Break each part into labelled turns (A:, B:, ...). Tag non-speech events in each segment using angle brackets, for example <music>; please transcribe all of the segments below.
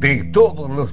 A: de todos los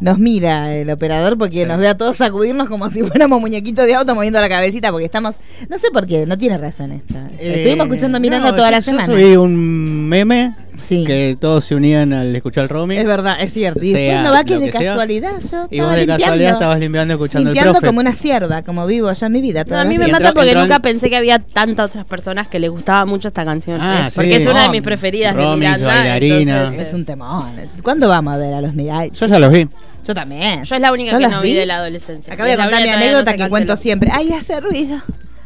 B: Nos mira el operador porque nos ve a todos sacudirnos como si fuéramos muñequitos de auto moviendo la cabecita porque estamos. No sé por qué, no tiene razón esta. Estuvimos
C: Eh,
B: escuchando mirando
C: no,
B: toda
C: yo-
B: la
C: yo
B: semana.
C: Subí un meme
B: Sí.
C: que todos se unían al escuchar el Romy.
B: Es verdad, es cierto. Y
C: Sea
B: después no va que
C: lo
B: de
C: que sea.
B: casualidad yo
C: Y
B: estaba
C: vos de
B: limpiando,
C: casualidad estabas limpiando escuchando
B: limpiando
C: el profe.
B: como una sierva, como vivo yo en mi vida.
D: No,
B: toda
D: a mí
B: la
D: me
C: Y
B: vida.
C: entró-
D: mata porque
C: entró en-
D: nunca pensé que había tantas otras personas que les gustaba mucho esta canción.
C: Ah,
D: Eh, porque
C: sí.
D: es una de
C: Romy,
D: mis preferidas de
C: Romy,
D: Miranda.
C: bailarina.
D: entonces, eh,
B: Es un temón. ¿Cuándo vamos a ver a los Mirai?
C: Yo ya los vi.
B: Yo también.
D: Yo es la única
B: Yo
D: que
B: las
D: no vi de la adolescencia.
B: Acabo de
D: La
B: contar mi
D: mía todavía
B: anécdota
D: no se
B: que
D: canceló.
B: cuento siempre. Ay, hace ruido.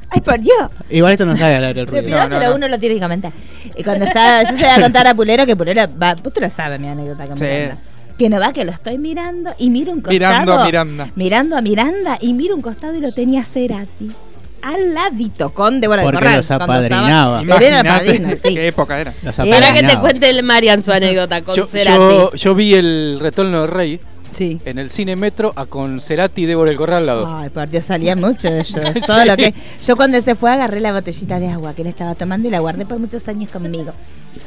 B: Ay, por Dios.
C: Igual esto no sale al aire el
B: Pero
C: ruido.
B: cuidado, pero uno lo tiene que comentar. Y cuando está, yo se la voy a contar a Pulero que Pulero va, vos te lo sabes mi anécdota con
E: Sí.
B: Miranda. Que no va, que lo estoy mirando y miro un costado.
E: Mirando a Miranda.
B: Mirando a Miranda y miro un costado y lo tenía Cerati. Al ladito, con Débora del
C: Porque
B: Corral.
C: los
B: cuando
C: apadrinaba.
B: estaba- Lorena Padrino,
E: Imagínate
B: sí.
E: <laughs> qué época era.
B: Era
C: Los
D: Para que
C: apadrinados.
D: te cuente el Marian su anécdota con
F: Yo,
D: Cerati.
F: yo, yo vi el retorno del rey
B: Sí.
F: en el cine metro a con Cerati y Débora el Corral al lado.
B: Ay, por Dios, salía mucho de ellos.
E: <laughs>
B: Todo lo que, yo cuando se fue agarré la botellita de agua que él estaba tomando y la guardé por muchos años conmigo.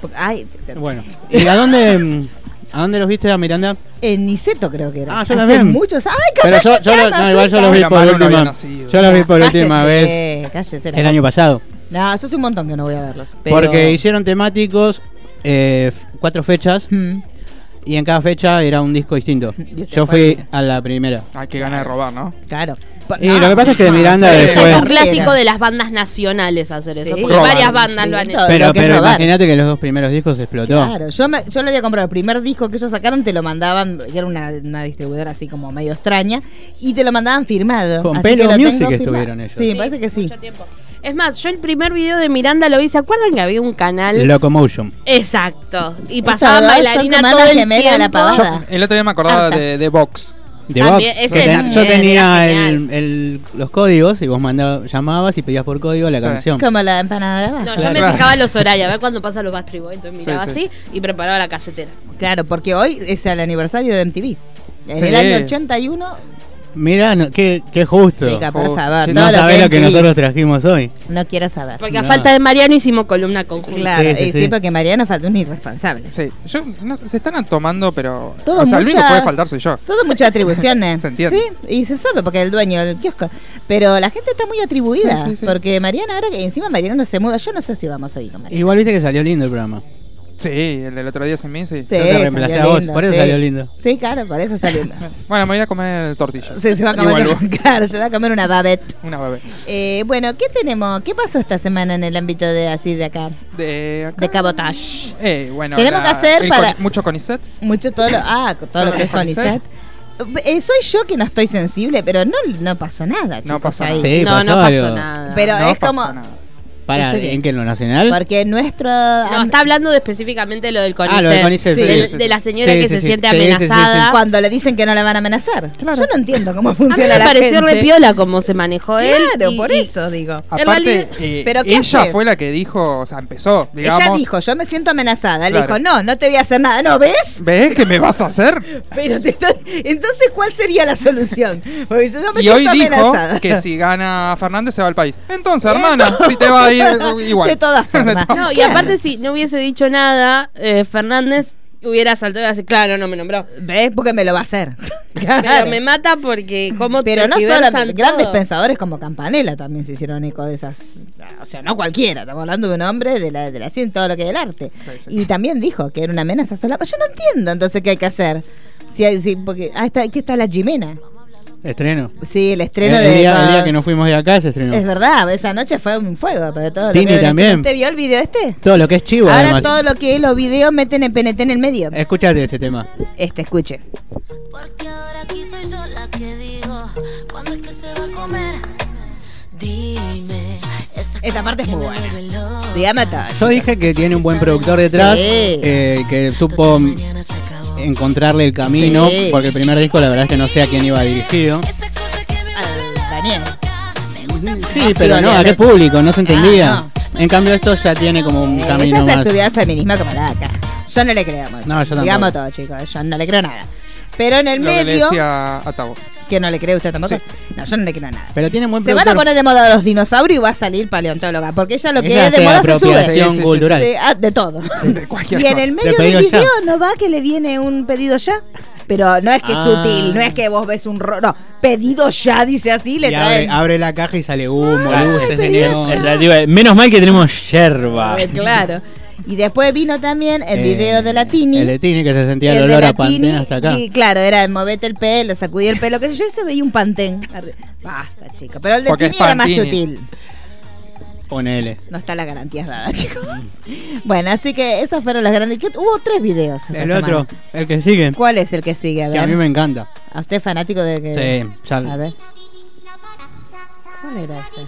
B: Porque- Ay,
C: Bueno. ¿Y a dónde, mm, a dónde los viste a Miranda?
B: en Niceto creo que era.
C: Ah,
B: Hace
C: yo también.
B: muchos años.
C: Pero yo, yo, lo- no, igual yo los vi
E: Era
C: por
E: malo, no había
C: última,
E: nacido.
C: yo los vi
B: Ah,
C: por última vez
B: Cállese, la
C: el año
B: boca.
C: pasado.
B: No, yo soy un montón que no voy a verlos. pero-
C: Porque hicieron temáticos eh, f- cuatro fechas
B: Mm.
C: y en cada fecha era un disco distinto.
B: Y este
C: Yo
B: fue
C: fui
B: el-
C: a la primera.
E: Ay, qué
B: Ah.
E: ganas de robar, ¿no?
B: Claro. Ah,
C: Y lo que pasa es que de Miranda
E: sí.
C: después...
D: es un
E: Bueno.
D: clásico de las bandas nacionales hacer eso.
B: Sí.
D: Porque
E: Roban.
D: varias bandas
B: Sí,
D: Ah, lo han hecho.
B: todo.
C: Pero,
B: lo que es
C: pero
B: robar.
C: imagínate que los dos primeros discos explotó.
B: Claro, yo, me- yo lo había comprado. El primer disco que ellos sacaron te lo mandaban, que era una, una distribuidora así como medio extraña, y te lo mandaban firmado.
C: Con
B: así
C: Pelo
B: que lo
C: Music
B: tengo firmado.
C: estuvieron ellos.
B: Sí, me parece que sí.
D: Mucho tiempo. Es más, yo el primer video de Miranda lo vi. ¿Se acuerdan que había un canal?
C: Locomotion.
D: Exacto. Y
B: Estas
D: pasaban
B: dos son
D: bailarina
B: como
D: todo
B: almas
D: el
B: gemelas a la
D: tiempo.
B: pavada.
E: Yo,
B: Nada.
E: el otro día me acordaba
B: Harta.
E: de, de Vox.
C: De
D: También,
C: Vox.
D: ese
C: Yo ten-
D: también,
C: yo tenía
D: era
C: el- el- los códigos y vos mandabas, llamabas y pedías por código la
E: Sí.
C: canción.
B: Como la empanada de
D: No,
B: abajo.
D: yo me
E: Claro.
D: fijaba los horarios, a ver cuándo pasan los Bastry Boys. Entonces miraba
E: Sí, sí.
D: así y preparaba la casetera.
C: Ah,
B: Claro, porque hoy es el aniversario de MTV. En
E: Sí.
B: el año 81,
C: Mira, no, qué, qué justo.
B: chica, por
E: Oh,
B: favor.
E: sí,
B: todo
C: no sabés lo que
B: MTV.
C: nosotros trajimos hoy.
B: No quiero saber.
D: Porque a
C: No.
D: falta de Mariano hicimos columna conjunta.
B: Claro,
C: Sí, sí,
B: y sí,
C: sí.
B: porque Mariano faltó un irresponsable.
E: Sí, yo, no sé, se están tomando, pero.
B: Todo
E: o sea, el único
B: mucha-
E: que puede faltar soy yo.
B: Todo muchas
E: <laughs>
B: atribuciones.
E: Se entiende.
B: Sí, y se sabe porque es el dueño del kiosco. Pero la gente está muy atribuida.
E: Sí, sí, sí.
B: Porque Mariana ahora que encima Mariana no se muda. Yo no sé si vamos a ir con Mariana.
C: Igual viste que salió lindo el programa.
E: Sí, el del otro día se me sí.
B: Sí,
C: te
B: salió
C: reemplacé a vos, por eso
B: sí.
C: salió lindo.
B: Sí, claro, por eso salió
E: <laughs>
B: lindo.
E: Bueno, me voy a ir a comer tortilla.
B: Sí, se va a
E: Igual
B: comer,
E: vos.
B: <laughs> claro, se va a comer una babette.
E: Una bebé.
B: Eh, bueno, ¿qué tenemos? ¿Qué pasó esta semana en el ámbito de así de acá?
E: De acá.
B: De cabotage.
E: Eh, bueno,
B: Tenemos que hacer
E: el
B: para-
E: Coni- mucho CONICET.
B: Mucho todo lo, ah, con todo lo que es Conicet. Eh, soy yo que no estoy sensible, pero no, no pasó nada.
E: No
B: chicos,
E: pasó
B: ahí.
C: Sí,
D: no,
C: pasó
D: no pasó
C: algo.
D: nada.
B: Pero
E: No
B: es
E: pasó
B: como.
E: nada.
C: Para,
B: ¿Viste qué?
C: ¿en qué? ¿En lo nacional?
B: Porque nuestro.
D: No,
B: um,
D: está hablando de específicamente lo del CONICET.
C: Ah, lo del CONICET,
D: Del-
C: sí,
D: De,
E: sí, sí.
D: la señora
C: Sí,
D: que
C: sí,
D: se
C: sí.
D: siente
C: Sí, sí, sí, sí.
D: amenazada.
B: Cuando le dicen que no la van a amenazar. Yo no entiendo cómo
D: A mí
B: funciona
D: me
B: la
D: pareció
B: gente.
D: re piola como se manejó él.
B: Claro,
D: y-
B: por
D: y-
B: eso digo.
E: Aparte,
D: realidad-
E: eh,
B: ¿Pero qué
E: ella
B: haces?
E: fue la que dijo, o sea, empezó, digamos.
B: Ella dijo, yo me siento amenazada. Le dijo,
E: Claro.
B: no, no te voy a hacer nada. ¿No ves?
E: ¿Ves que me vas a hacer?
B: Pero te estoy- Entonces, ¿cuál sería la solución? Porque yo no me
E: Y
B: siento
E: hoy dijo
B: amenazada.
E: que si gana Fernández se va al país. Entonces, hermana, si te va a ir eh, igual.
B: De
E: <laughs>
B: todas formas.
D: <laughs> No, y
B: Claro.
D: aparte, si no hubiese dicho nada, eh, Fernández hubiera saltado y hubiera dicho, claro, no me nombró.
B: <laughs> ¿Ves? Porque me lo va a hacer.
D: Pero
B: Claro.
D: <laughs> me mata porque como
B: Pero no solo grandes pensadores como Campanella también se hicieron eco de esas. O sea, no cualquiera, estamos hablando de un hombre de la, de la ciencia, todo lo que es el arte.
E: sí.
B: Y también dijo que era una amenaza sola. Yo no entiendo entonces qué hay que hacer. Si hay- si- porque, ah, está, aquí está la Jimena.
C: Estreno.
B: Sí, el estreno
C: el,
B: de.
C: el día, el
B: con-
C: día que nos fuimos de acá se estrenó.
B: Es verdad, esa noche fue un fuego. Pero todo lo
C: Tini
B: que-
C: también.
B: ¿Usted vio el video este?
C: Todo lo que es chivo,
B: Ahora
C: además.
B: todo lo que es los videos meten en PNT en el medio.
C: Escuchate este tema.
B: Este, escuche.
G: Porque ahora aquí soy yo la que digo cuando es que se va a comer. Dime, esa
B: Esta parte es muy buena.
G: buena.
B: Dígame todo.
C: Yo dije que tiene un buen productor detrás,
B: Sí.
C: eh, que supo encontrarle el camino,
B: Sí.
C: porque el primer disco la verdad es que no sé a quién iba dirigido.
B: Al Daniel.
C: Sí,
B: sí,
C: pero Ah, no,
B: obviamente.
C: a qué público, no se entendía.
B: Ah,
C: En cambio esto ya tiene como un
B: Eh,
C: camino
B: ella se
C: más.
B: estudió el feminismo como la acá. Yo no le creo mucho.
C: No, yo tampoco.
B: Digamos todo, chicos. Yo no le creo nada. Pero en el
E: Lo que le
B: medio.
E: decía a Tavo.
B: Que no le cree usted tampoco. No, yo no le creo nada.
C: Pero tiene un buen
B: Se van a
C: productor.
B: poner de moda los dinosaurios y va a salir paleontóloga. Porque ella lo que
C: Ella
B: es de
C: hace
B: moda se sube.
C: apropiación
E: Sí, sí, sí,
C: cultural.
B: Sí, ah, de todo.
E: De cualquier
B: y en
E: cosa.
B: el
E: De
B: medio
C: pedido
B: del
C: ya.
B: video no va que le viene un pedido ya. Pero no es que es
C: Ah.
B: sutil, no es que vos ves un ro- no, pedido ya, dice así, le
C: Y abre,
B: traen. Ah,
C: abre la caja y sale humo,
B: Ay,
C: luces de
B: pero
C: neón.
B: ya.
H: Es la- digo, eh, Menos mal que tenemos yerba.
B: Eh, Claro. Y después vino también el
C: Eh,
B: video de la Tini.
C: El de Tini que se sentía
B: El
C: el,
B: de
C: olor
B: la
C: a pantene
B: Tini,
C: hasta acá.
B: Y claro, era de movete el pelo, sacudí el pelo, que yo, yo se veía un pantén. arriba. Basta, chico. Pero el de
E: Porque
B: Tini
E: es
B: era más
E: Pantini.
B: sutil.
C: Ponele.
B: No está la garantía dada, <laughs> chicos. Bueno, así que esos fueron los grandes. ¿Qué- Hubo tres videos. esta
C: El
B: semana.
C: otro, el que sigue,
B: ¿Cuál es el que sigue? A
C: que a mí
B: ver.
C: me encanta.
B: ¿A usted es fanático de que.?
C: Sí, ya-
B: A ver. ¿Cuál era este?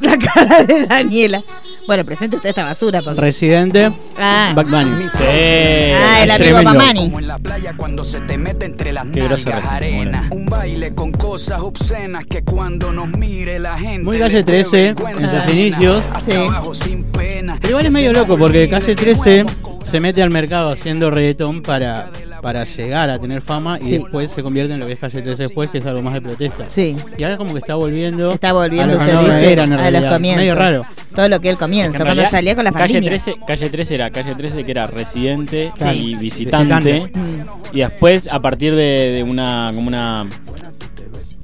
B: La cara de Daniela. Bueno, presente usted esta basura. Porque...
C: Residente,
B: Ah.
C: Back Bunny.
H: Sí.
B: Ah, el amigo
C: Tremendo.
B: Mamani.
I: en la playa cuando se te mete entre las
H: Qué grosa
I: nalgas
H: reseña,
I: arena.
H: bueno.
I: Un baile con cosas obscenas que cuando nos mire la gente.
C: Muy
I: le
C: Calle
I: dé
C: 13 en
I: vergüenza
C: sus
I: ajena.
C: inicios.
I: Hasta
B: Sí.
I: abajo sin pena.
C: Pero igual es
I: Que
C: medio
I: se
C: loco
I: nos
C: porque
I: olvide
C: Calle
I: que
C: 13
I: podemos cobrar
C: se mete al mercado haciendo reggaetón para, para llegar a tener fama y
B: Sí.
C: después se convierte en lo que es Calle 13 después, que es algo más de protesta.
B: Sí.
C: Y ahora como que está volviendo.
B: Está volviendo,
C: a lo que
B: usted
C: no
B: dice,
C: era en
B: a los
C: realidad.
B: comienzos.
C: Medio raro.
B: Todo lo que él comienza,
H: Que en
B: cuando
H: realidad,
B: salía con la
H: calle
B: familia.
H: 13, calle 13 era calle 13 que era residente
C: Claro.
H: y visitante.
B: Mm,
H: Y después, a partir de, de una, como una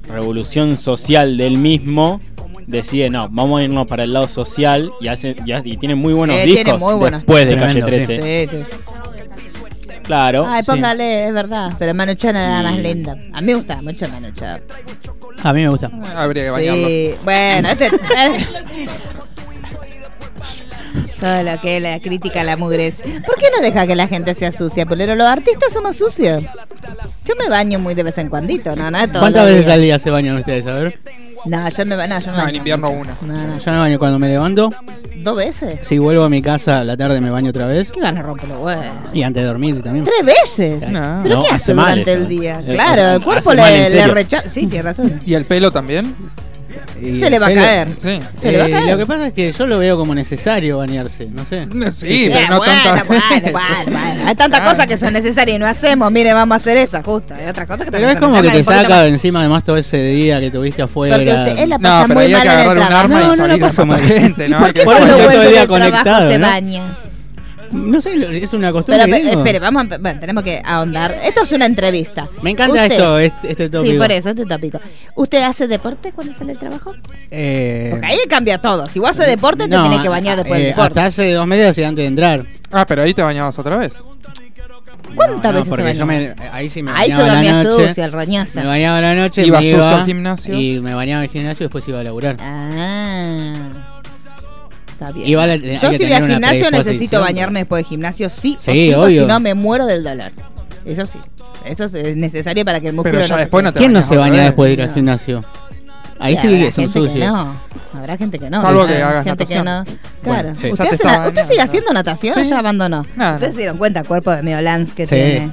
H: revolución social del mismo, decide, no, vamos a irnos para el lado social y hace y, ha- y tiene muy buenos
B: Sí, tiene
H: discos
B: muy buenos
H: después de
C: Tremendo,
H: calle 13.
B: Sí, sí.
H: Claro.
B: Ay, póngale, es verdad. Pero Manuchana era más
H: Y-
B: linda. A mí me gustaba mucho Manuchana.
C: A mí me gusta.
E: Habría que bañarlo.
B: Sí. Bueno, este. Todo lo que es la crítica a la mugre. ¿Por qué no deja que la gente sea sucia? Pero los artistas somos sucios. Yo me baño muy de vez en cuandito, no, no, todo.
C: ¿Cuántas veces al día se bañan ustedes? A ver.
B: No, yo me baño. No, yo me
E: No,
B: baño
E: en invierno
B: mucho.
E: una.
B: No, no, yo-
C: Yo me baño cuando me levanto.
B: ¿Dos veces?
C: Si vuelvo a mi casa a la tarde me baño otra vez.
B: ¿Qué ganas rompe los huevos?
C: Y antes de dormir también.
B: ¿Tres veces?
E: No.
B: ¿Pero
H: No,
B: qué hace,
H: hace mal
B: durante
H: eso.
B: el día?
H: Eh,
B: claro, el
H: hace
B: cuerpo
H: mal,
B: le,
H: en serio.
B: rechaza. Sí, tiene razón.
E: ¿Y el pelo también?
C: <laughs> Y
B: Se le va a
C: pelo-
B: caer.
E: Sí.
B: Se le va a
C: Eh,
B: caer.
C: Lo que pasa es que yo lo veo como necesario bañarse, no sé.
E: Sí, pero
B: Eh,
E: no
B: bueno,
E: tantas <laughs>
B: bueno,
E: veces.
B: bueno, bueno. Hay tantas
C: Ah.
E: Claro.
B: cosas que son necesarias y no hacemos. Mire, vamos a hacer esa, justo. Hay otras cosas que
C: Pero
B: también
C: es
B: son
C: como que te
B: necesarias, un poquito
C: saca de encima además todo ese día que tuviste
B: más.
C: afuera.
B: Porque usted, él la
E: No,
B: pasa
E: pero
B: muy
E: había
B: mal
E: que
B: en el
E: agarrar un
B: trabajo.
C: No,
E: arma y
C: no,
E: salir
C: no
E: a
C: pasa
E: matar
C: mal.
E: gente,
B: <laughs>
E: ¿no?
B: ¿Por
E: Hay
B: qué
E: que-
C: Bueno,
B: cuando
C: todo el
B: vuelve
C: día
B: del trabajo
C: conectado,
B: se
C: ¿no?
B: baña?
C: No sé, lo- es una costumbre.
B: Pero,
C: que
B: pe-
C: tengo.
B: espere, vamos a, bueno, tenemos que ahondar. Esto es una entrevista.
C: Me encanta
B: Usted-
C: esto, este, este tópico.
B: Sí, por eso, este tópico. ¿Usted hace deporte cuando sale del trabajo?
C: Eh,
B: Porque ahí cambia todo. Si vos haces deporte,
C: no,
B: te tenés que bañar después
C: eh,
B: del deporte.
C: Hasta hace dos meses y antes de entrar.
E: Ah, pero ahí te bañabas otra vez.
B: ¿Cuántas veces se
C: porque
B: bañó?
C: yo me, ahí sí me
B: Ahí se
C: bañaba a
B: dormía
C: la noche.
B: sucia, el roñaza.
C: Me bañaba a la noche,
E: Iba
C: me
E: sucio al gimnasio.
C: Y me bañaba al gimnasio y después iba a laburar.
B: Ah. Está bien.
C: Iba a la- hay
B: Yo
C: que
B: si voy
C: tener
B: al
C: una
B: gimnasio
C: predisposición.
B: necesito bañarme después de gimnasio, sí, o
C: Sí,
B: sí, porque
C: obvio.
B: si no me muero del dolor. Eso sí. Eso es necesario para que el músculo
E: Pero ya
B: se
E: después no te
C: ¿Quién no
E: bañas
C: se
E: otra
C: baña
E: vez?
C: después de ir al
B: No.
C: gimnasio? Ahí
B: Y
C: sí
B: habrá
C: que son
B: gente que
C: sucios.
B: no. Habrá gente que no.
E: Salvo que
B: Habrá
E: hagas
B: gente que no.
E: natación.
B: Claro.
C: Bueno, sí.
B: ¿Usted,
E: Ya
B: hace
E: te está
B: na- usted
E: bañando.
B: sigue haciendo natación o
E: Sí.
B: ya abandonó?
E: Nada.
B: Ustedes se dieron cuenta, cuerpo de Meo Lance que
C: Sí.
B: tiene.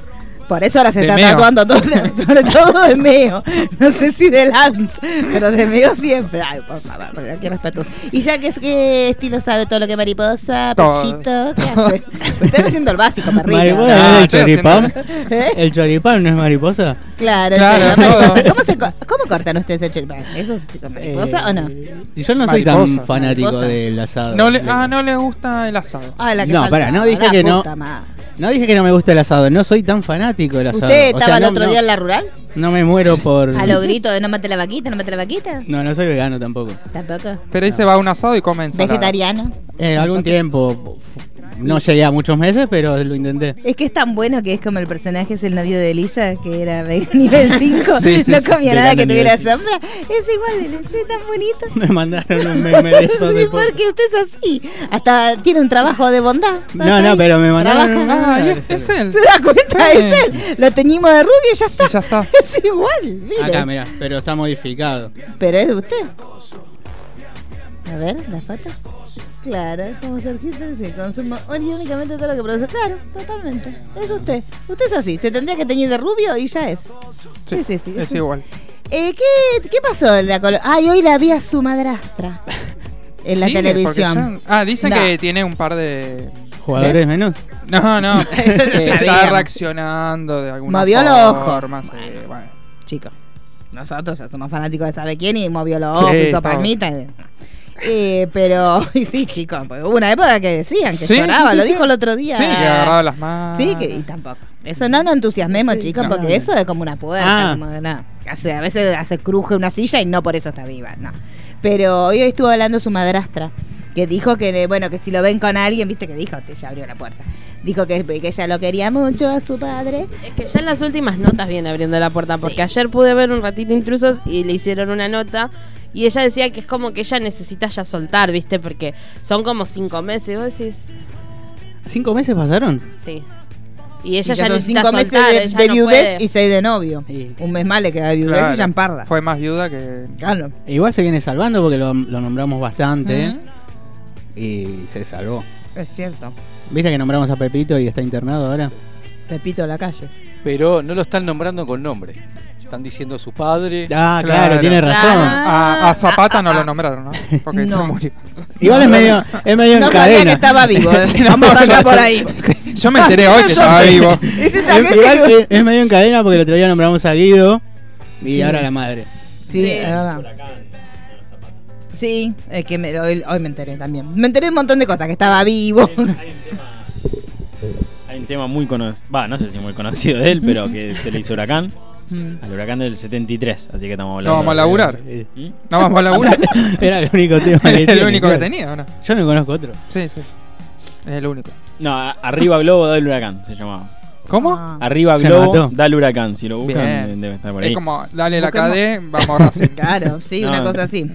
B: Por eso ahora se
E: De
B: está
E: meo.
B: tatuando todo, sobre todo de <laughs> Meo. No sé si de Lance, pero de Meo siempre. Ay, por favor, pero qué respeto. Y ya que es que estilo sabe todo lo que mariposa,
E: Todo.
B: pechito, ¿qué
E: <laughs>
B: haces? Están haciendo el básico, perrito.
C: ¿Mariposa
E: Ah,
C: no es el
E: estoy haciendo-
C: choripán?
B: ¿Eh?
C: <laughs> ¿El choripán no es mariposa?
B: Claro,
E: Claro,
B: sí, la
E: todo.
B: mariposa. ¿Cómo, se co- ¿Cómo cortan ustedes el choripán? ¿Eso es chico mariposa o
E: Eh,
B: no?
C: Eh, Y yo no soy
E: Mariposa.
C: tan fanático
B: Mariposa.
C: del asado. Eh,
E: No le,
C: Le-
E: ah, no le gusta el asado.
B: Ah, la que
C: No,
B: faltaba,
C: pará, no dije
B: la
C: que no.
B: puta madre.
C: No dije que no me gusta el asado, no soy tan fanático del asado.
B: ¿Usted
C: O
B: estaba
C: sea,
B: el
C: no-
B: otro
C: no-
B: día en la rural?
C: No
B: <laughs>
C: me muero por...
B: A lo grito de no mate la vaquita, no mate la vaquita.
C: No, no soy vegano tampoco.
B: Tampoco.
E: Pero ahí se va a un asado y come ensalada.
B: Vegetariano.
C: Eh, algún tiempo, no llegué a muchos meses, pero lo intenté. <laughs>
B: Es que es tan bueno que es como el personaje es el novio de Elisa, que era <laughs> ve- nivel 5,
E: Sí, sí,
B: no
E: sí,
B: comía
C: de
B: nada
C: grande
B: que tuviera
C: nivel cinco.
B: sombra. Es igual, él es tan bonito.
C: Me mandaron un meme
B: <laughs>
C: de esos
B: Sí,
C: de po-
B: porque usted es así. Hasta tiene un trabajo de bondad.
C: No, no, pero me mandaron un
B: Trabaja.
E: Ah, y
C: meme.
E: es, es
B: <laughs>
E: él.
B: ¿Se da cuenta?
E: Sí.
B: Es él. Lo teñimos de rubio y ya está.
E: Y ya está.
B: <laughs> Es igual, mire.
C: Acá, mirá, pero está modificado.
B: Pero es de usted. A ver, la foto. Claro, como Sergito dice, consumo ori- únicamente todo lo que produce. Claro, totalmente. Es usted. Usted es así. Se tendría que teñir de rubio y ya es. Sí, sí, sí.
E: Es igual.
B: Eh, ¿qué, qué pasó? en La colo- Ay, hoy la vi a su madrastra. En la
E: Sí,
B: televisión.
E: porque ya- Ah, dicen
B: No.
E: que tiene un par de.
C: Jugadores menos.
E: No, no.
B: <laughs> Eso ya
E: que está
B: sabíamos.
E: reaccionando de alguna
B: Movió los ojos.
E: forma. sí, bueno.
B: Chico. Nosotros ya somos fanáticos de sabe quién y movió los
E: Sí,
B: ojos, hizo
E: estamos.
B: palmita. Eh, pero, <laughs> y sí, chicos, porque hubo una época que decían que
E: Sí,
B: lloraba,
E: sí, sí,
B: lo
E: sí.
B: dijo el otro día.
E: Sí, que agarraba las manos.
B: ah. Sí, que, y tampoco. Eso no nos entusiasmemos, chicos,
C: Ah. no.
B: porque eso es como una puerta.
C: Ah.
B: como que no. Hace- a veces hace cruje una silla y no por eso está viva, no. Pero hoy estuvo hablando su madrastra, que dijo que, eh, bueno, que si lo ven con alguien, viste que dijo, te ya abrió la puerta. Dijo que, que ella lo quería mucho a su padre.
D: Es que ya en las últimas notas viene abriendo la puerta, porque ayer pude ver un ratito intrusos y le hicieron una nota. Y ella decía que es como que ella necesita ya soltar, ¿viste? Porque son como cinco meses. y Vos decís,
C: ¿Cinco meses pasaron?
D: sí. Y ella
B: Y
D: ya,
B: son
D: necesita
B: cinco meses
D: soltar.
B: de,
D: ella
B: de
D: no
B: viudez
D: puede.
B: y seis de novio.
C: Sí.
B: Un mes más le queda de viudez
E: Claro.
B: y champarda.
E: Fue más viuda que.
B: Claro.
C: E igual se viene salvando porque lo, lo nombramos bastante. Y se salvó.
B: Es cierto.
C: ¿Viste que nombramos a Pepito y está internado ahora?
B: Pepito de la calle.
F: Pero no lo están nombrando con nombre. Están diciendo su padre.
C: Ah, claro,
E: Claro.
C: tiene razón.
B: Ah,
E: A, a Zapata no lo nombraron, ¿no? Porque se
B: No.
E: murió. <laughs>
C: Igual es medio, es medio
B: No
C: en
B: sabía
C: cadena.
B: que estaba
C: <laughs>
B: vivo. eh. Vamos a andar por ahí. <laughs>
E: Sí, yo
B: Ah,
E: me enteré hoy que estaba vivo.
B: Es esa
C: Es,
B: gente
C: igual
B: que-
C: es- es medio en cadena porque el otro día nombramos a Guido y ahora la madre. <laughs>
B: Sí,
D: Sí.
B: es verdad. Sí, es que me- hoy, hoy me enteré también. Me enteré de un montón de cosas, que estaba vivo.
H: Hay un tema muy conocido, va, no sé si muy conocido de él,
C: <laughs>
H: pero que se le hizo huracán, al huracán del 73, así que estamos hablando.
E: No vamos a
H: de-
E: laburar.
H: ¿Mm?
E: No vamos
B: <laughs>
E: a laburar.
C: Era el único tema que
E: Era el
C: tiene,
E: único que
C: claro.
E: tenía, ¿o no?
C: Yo no conozco otro.
E: Sí, sí. Es el único.
H: No, a- arriba Globo da el huracán, se llamaba.
E: ¿Cómo?
B: Ah.
H: Arriba
C: Ah. Se
H: Globo
C: mató.
H: da el huracán, si lo buscan
E: Bien.
H: debe estar por ahí.
E: Es como, dale la
B: Busquemos.
E: KD, vamos a
B: <laughs>
E: Racing.
B: <laughs> Claro, sí,
H: No,
B: una
H: no.
B: cosa así.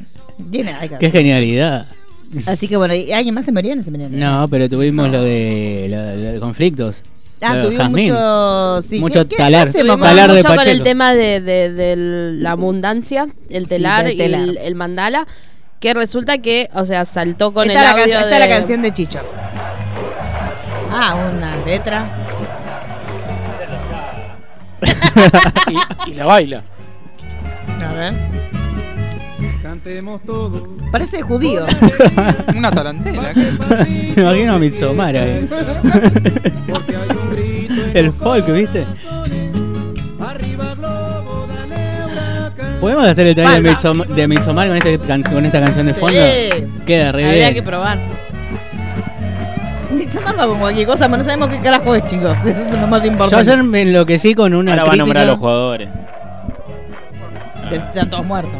B: Tiene algo.
C: Qué genialidad.
B: Así que bueno, ¿y ¿alguien más se murió o no se murió?
C: No, pero tuvimos lo de lo- lo de conflictos.
B: Ah,
C: Lo de
B: tuvimos
C: Jazmín.
B: mucho... Sí,
C: Mucho
B: ¿qué- qué
C: talar.
B: hacemos con-
C: Talar de
D: mucho con el
C: Pacheco.
D: tema de, de- de la abundancia, el telar
B: del telar.
D: y el, el mandala, que resulta que, o sea, saltó con
B: está
D: el
B: la,
D: audio
B: can- está
D: de-
B: la canción de Chicho. Ah, una letra.
F: Y, y la baila.
B: A ver. Cantemos todos. Parece judío.
E: Una tarantela.
C: Me imagino a Mitsomar ahí. <laughs> El folk, ¿viste? ¿Podemos hacer el trailer de Midsom- de Mitsomar con, este can- con esta canción de
B: Sí.
C: fondo? Queda re
D: Habría
C: bien.
D: que probar.
B: Ni se manda con cualquier cosa, pero no sabemos qué carajo es, chicos. <laughs> Eso es lo más
C: Yo
B: importante.
C: ayer me enloquecí con una
H: Ahora va a nombrar a los
C: crítica.
H: jugadores.
B: Ya Están todos muertos.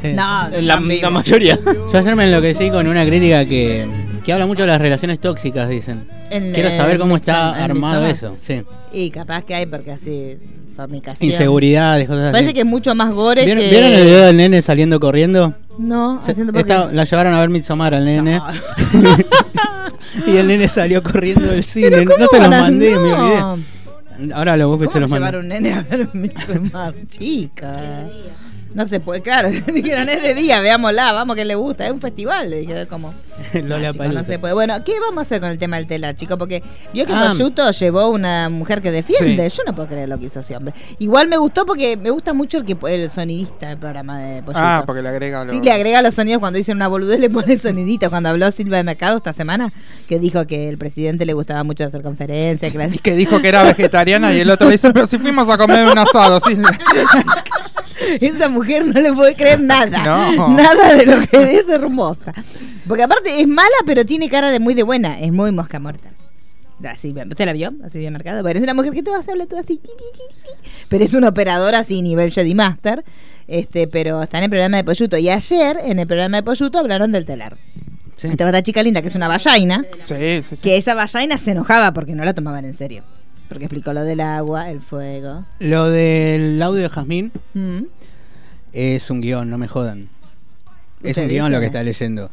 C: Sí.
B: No,
H: La,
B: están vivos.
H: la mayoría.
C: Yo ayer me enloquecí con una crítica que, que habla mucho de las relaciones tóxicas, dicen.
B: En-
C: Quiero saber cómo
B: en
C: está
B: Midsommar- en
C: armado
B: Midsommar.
C: eso. Sí.
B: Y capaz que hay porque así fornicación.
C: Inseguridades, cosas
B: Parece
C: así.
B: que este es mucho más gore
C: ¿Vieron,
B: que.
C: vieron el video del nene saliendo corriendo?
B: No,
C: Se-
B: haciendo porque-
C: esta- la llevaron a ver Midsommar al nene.
B: No.
C: <laughs> y el nene salió corriendo del
B: Pero
C: cine.
B: ¿cómo
C: No se los
B: van a-
C: mandé,
B: no.
C: me olvidé. Ahora lo busco y
B: ¿Cómo
C: se los
B: llevar
C: mando.
B: un nene a ver Midsommar? Chica. No se puede, claro. <laughs> Dijeron, es de día, veámosla, vamos que le gusta. Es un festival. Le dije, como.
C: <laughs> Lola
B: Ah, chicos, no
C: Palusa.
B: se puede. Bueno, ¿qué vamos a hacer con el tema del telar, chicos? Porque vio que
C: Ah.
B: Coyuto llevó una mujer que defiende. Yo no puedo creer lo que hizo ese hombre. Igual me gustó porque me gusta mucho el que el sonidista del programa de Coyuto.
E: Ah, porque le agrega lo...
B: Sí, le agrega los sonidos cuando dicen una boludez, le pone sonidito. Cuando habló Silva de Mercado esta semana, que dijo que el presidente le gustaba mucho hacer conferencias,
C: <laughs>
B: que la-
E: Y que dijo que era vegetariana y el otro le dice, pero si fuimos a comer un asado, sí.
B: <laughs> Esa mujer no le puede creer nada.
E: No.
B: Nada de lo que es hermosa. Porque aparte es mala, pero tiene cara de muy de buena. Es muy mosca muerta. Así, bien. ¿Usted la vio? Así bien marcada. Bueno, es una mujer que todas habla todo así. ti, ti, ti, ti. Pero es una operadora así, nivel Jedi Master. Este, pero está en el programa de Polluto. Y ayer, en el programa de Polluto, hablaron del telar.
C: Sí.
B: Estaba esta chica linda, que es una ballaina
E: Sí, sí, sí.
B: que esa ballaina se enojaba porque no la tomaban en serio. Porque explicó lo del agua, el fuego.
C: Lo del audio de Jazmín
B: Mm.
C: es un guión, no me jodan. Es un
B: Usted
C: guión
B: dice.
C: lo que está leyendo.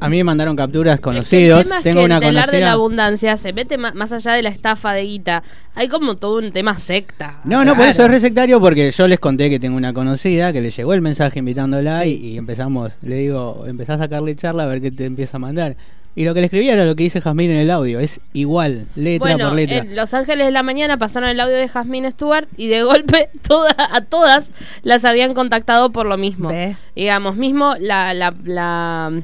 C: A mí me mandaron capturas
D: Es que
C: conocidos.
D: el tema es
C: Tengo
D: que
C: una
D: el telar de
C: conocida.
D: la abundancia se mete ma- más allá de la estafa de guita. Hay como todo un tema secta.
C: No, no, por
D: Claro.
C: eso es resectario porque yo les conté que tengo una conocida que le llegó el mensaje invitándola y, y empezamos, le digo, empezás a sacarle charla a ver qué te empieza a mandar. Y lo que le escribía era lo que dice Jazmín en el audio, es igual, letra
D: Bueno,
C: por letra.
D: en Los Ángeles de la Mañana pasaron el audio de Jasmine Stewart y de golpe <laughs> toda, a todas las habían contactado por lo mismo.
B: Ve.
D: Digamos, mismo la, la, la...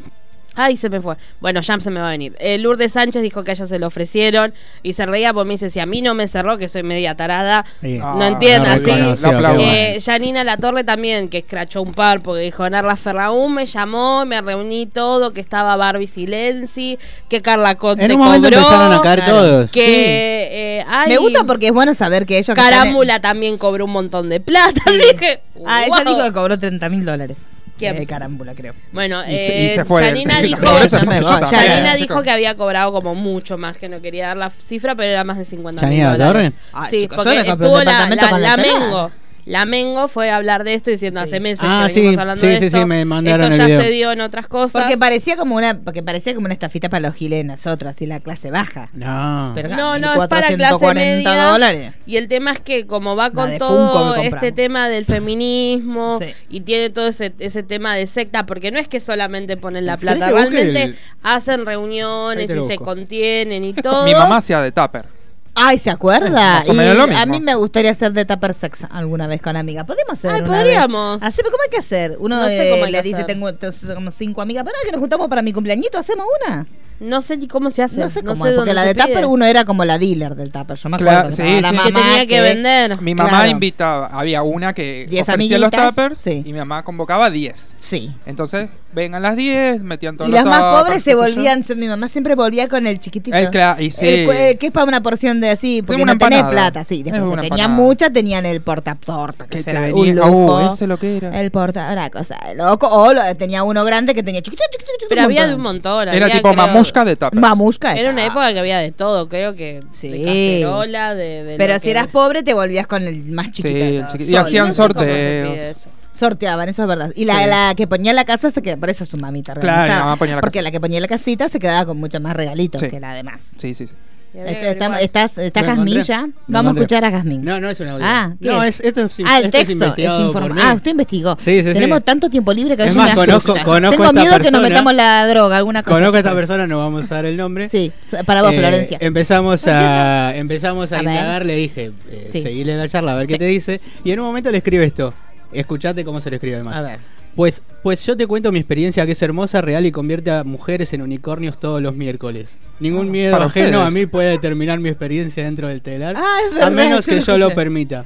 D: Ay, se me fue. Bueno, ya se me va a venir. Eh, Lourdes Sánchez dijo que a ella se lo ofrecieron y se reía porque me dice, si a mí no me cerró, que soy media tarada,
C: Sí.
E: Ah,
D: no entiendo,
E: la
D: así.
E: reconoció, La aplaudo.
D: Eh, Janina La Torre también, que escrachó un par, porque dijo, Narla Ferraún me llamó, me reuní todo, que estaba Barbie Silenzi, que Carla Conte
C: En un momento
D: cobró,
C: empezaron a caer
B: claro,
C: todos.
D: que
C: Sí.
D: eh, ay,
B: Me gusta porque es bueno saber que ellos. que
D: Carámbula también cobró un montón de plata. <laughs> Así que.
B: están en- Ah,
D: Uh, wow.
B: ella dijo que cobró 30 mil dólares.
D: ¿Quién?
B: Eh, carámbula, creo.
D: Bueno,
E: Y se- y
D: eh,
E: se fue. <laughs>
D: Janina
E: Sí,
D: dijo,
E: también,
B: yo me voy.
D: Janina
B: Claro,
D: dijo que había cobrado como mucho más, que no quería dar la cifra, pero era más de 50 mil
C: ¿Janina la
D: dólares.
C: Torre?
B: Ay,
D: sí,
B: chicos, yo
D: porque
B: me compré
D: estuvo
B: un
D: la,
B: departamento
D: la-
B: con
D: la
B: la pelada.
D: Mengo. La Mengo fue a hablar de esto diciendo hace meses
C: Ah,
D: que venimos
C: sí,
D: hablando
C: sí,
D: de
C: sí,
D: esto.
C: sí, me mandaron
D: esto
C: el
D: ya
C: video.
D: se dio en otras cosas.
B: Porque parecía como una, porque parecía como una estafita para los giles de nosotros, y la clase baja.
C: No.
B: Pero
D: No,
B: ah,
D: no, es para clase
B: 440
D: media.
B: dólares.
D: Y el tema es que como va con
B: de Funko
D: todo
B: que
D: este
B: compramos.
D: tema del feminismo
B: Sí.
D: y tiene todo ese, ese tema de secta, porque no es que solamente ponen la
C: Si querés
D: plata,
C: que busque
D: realmente
C: el-
D: hacen
C: Ahí
D: reuniones
C: te
D: y
C: lo
D: se
C: busco.
D: contienen
B: <laughs>
D: y todo.
E: Mi mamá hacía de tupper.
B: Ay, ¿se acuerda?
E: Eh, Más o menos
B: Y
E: lo mismo.
B: A mí me gustaría hacer de tupper sex alguna vez con amigas. ¿Podemos hacer?
D: Ay,
B: una
D: podríamos.
B: vez? Hacemos- ¿Cómo hay que hacer? Uno
D: No sé
B: eh,
D: cómo hay
B: le
D: que
B: dice,
D: hacer.
B: tengo, tengo como cinco amigas. Pará, que nos juntamos para mi cumpleañito, ¿hacemos una?
D: No sé ni cómo se hace.
B: No sé cómo es,
D: dónde
B: porque la
D: se
B: de
D: pide.
B: tupper uno era como la dealer del tupper. Yo me
E: Claro,
B: acuerdo
E: sí,
B: estaba la
E: sí.
D: que
B: mamá
D: tenía que vender.
E: Mi mamá
B: Claro.
E: invitaba, había una que
B: Diez
E: ofrecía los
B: amiguitas,
E: tuppers
B: sí.
E: y mi mamá convocaba 10.
B: Sí.
E: Entonces, vengan las 10, metían todos
B: Y
E: los
B: las más
E: tuppers,
B: pobres
E: qué
B: se
E: sé yo.
B: volvían, mi mamá siempre volvía con el chiquitito.
E: Eh, claro, y sí.
B: El cu- eh, que es para una porción de así, porque
E: una
B: no tenés
E: empanada.
B: plata, sí.
E: Es
B: Después que
E: una
B: tenía
E: empanada.
B: mucha, tenían el portatorta, que,
E: Que te
B: era
E: venía-
B: un
E: uh,
B: lujo.
E: ese lo que era.
B: El porta, era cosa de loco. O lo- tenía uno grande que tenía chiquitito, chiquitito, chiquitito.
D: Pero
B: un
D: había de un
B: montón.
D: montón.
E: Era
D: había,
E: tipo
D: creo-
E: mamusca de tuppers.
B: Mamusca.
D: Era una
B: estaba.
D: época que había de todo, creo que.
B: Sí.
D: De cacerola, de. de
B: Pero
D: lo
B: si
D: que-
B: eras pobre, te volvías con el más
E: Sí,
B: chiquito.
E: el
B: ¿no?
E: chiquito. Y
B: Solo.
E: hacían
D: No sé cómo se
E: sorteos.
D: pide eso.
B: Sorteaban, eso es verdad. Y la,
E: Sí.
B: la que ponía la casa se quedaba, por eso su mamita
E: Claro,
B: organizaba,
E: la mamá ponía la
B: Porque
E: casa.
B: la que ponía la casita se quedaba con mucho más regalitos
E: Sí.
B: que la demás.
E: Sí, sí, sí.
D: Y había que
B: Está, está,
D: averiguar.
B: Este, estás- está
C: Lo
B: Jazmín
C: encontré.
B: ya.
C: Lo
B: Vamos a
C: encontré.
B: escuchar a Jazmín.
C: No, no es un audio.
B: Ah, ¿qué
C: no,
B: es?
C: es, esto es,
B: Ah, el
C: esto es
B: texto es,
C: investigado por
B: informa-
C: mí.
B: Ah, usted investigó.
C: Sí, sí, sí.
B: Tenemos tanto tiempo libre que a veces
C: Es más,
B: me asusta.
C: conozco- conozco
B: Tengo
C: esta
B: miedo que nos
C: persona.
B: metamos la droga, alguna cosa.
C: Conozco a esta persona, no vamos a dar el nombre.
B: Sí, para vos,
C: Eh,
B: Florencia.
C: Empezamos a, empezamos a,
B: A ver.
C: indagar, le dije, eh,
B: Sí.
C: seguile la charla, a ver qué
B: Sí.
C: te dice. Y en un momento le escribe esto. Escuchate cómo se le escribe además.
B: A ver.
C: Pues, pues yo te cuento mi experiencia que es hermosa, real y convierte a mujeres en unicornios todos los miércoles. Ningún miedo
E: Ah, para
C: ajeno
E: ustedes.
C: a mí puede determinar mi experiencia dentro del telar.
B: Ah, es
C: a
B: verdad,
C: menos
B: yo
C: que
B: lo
C: yo lo
B: escuché.
C: permita.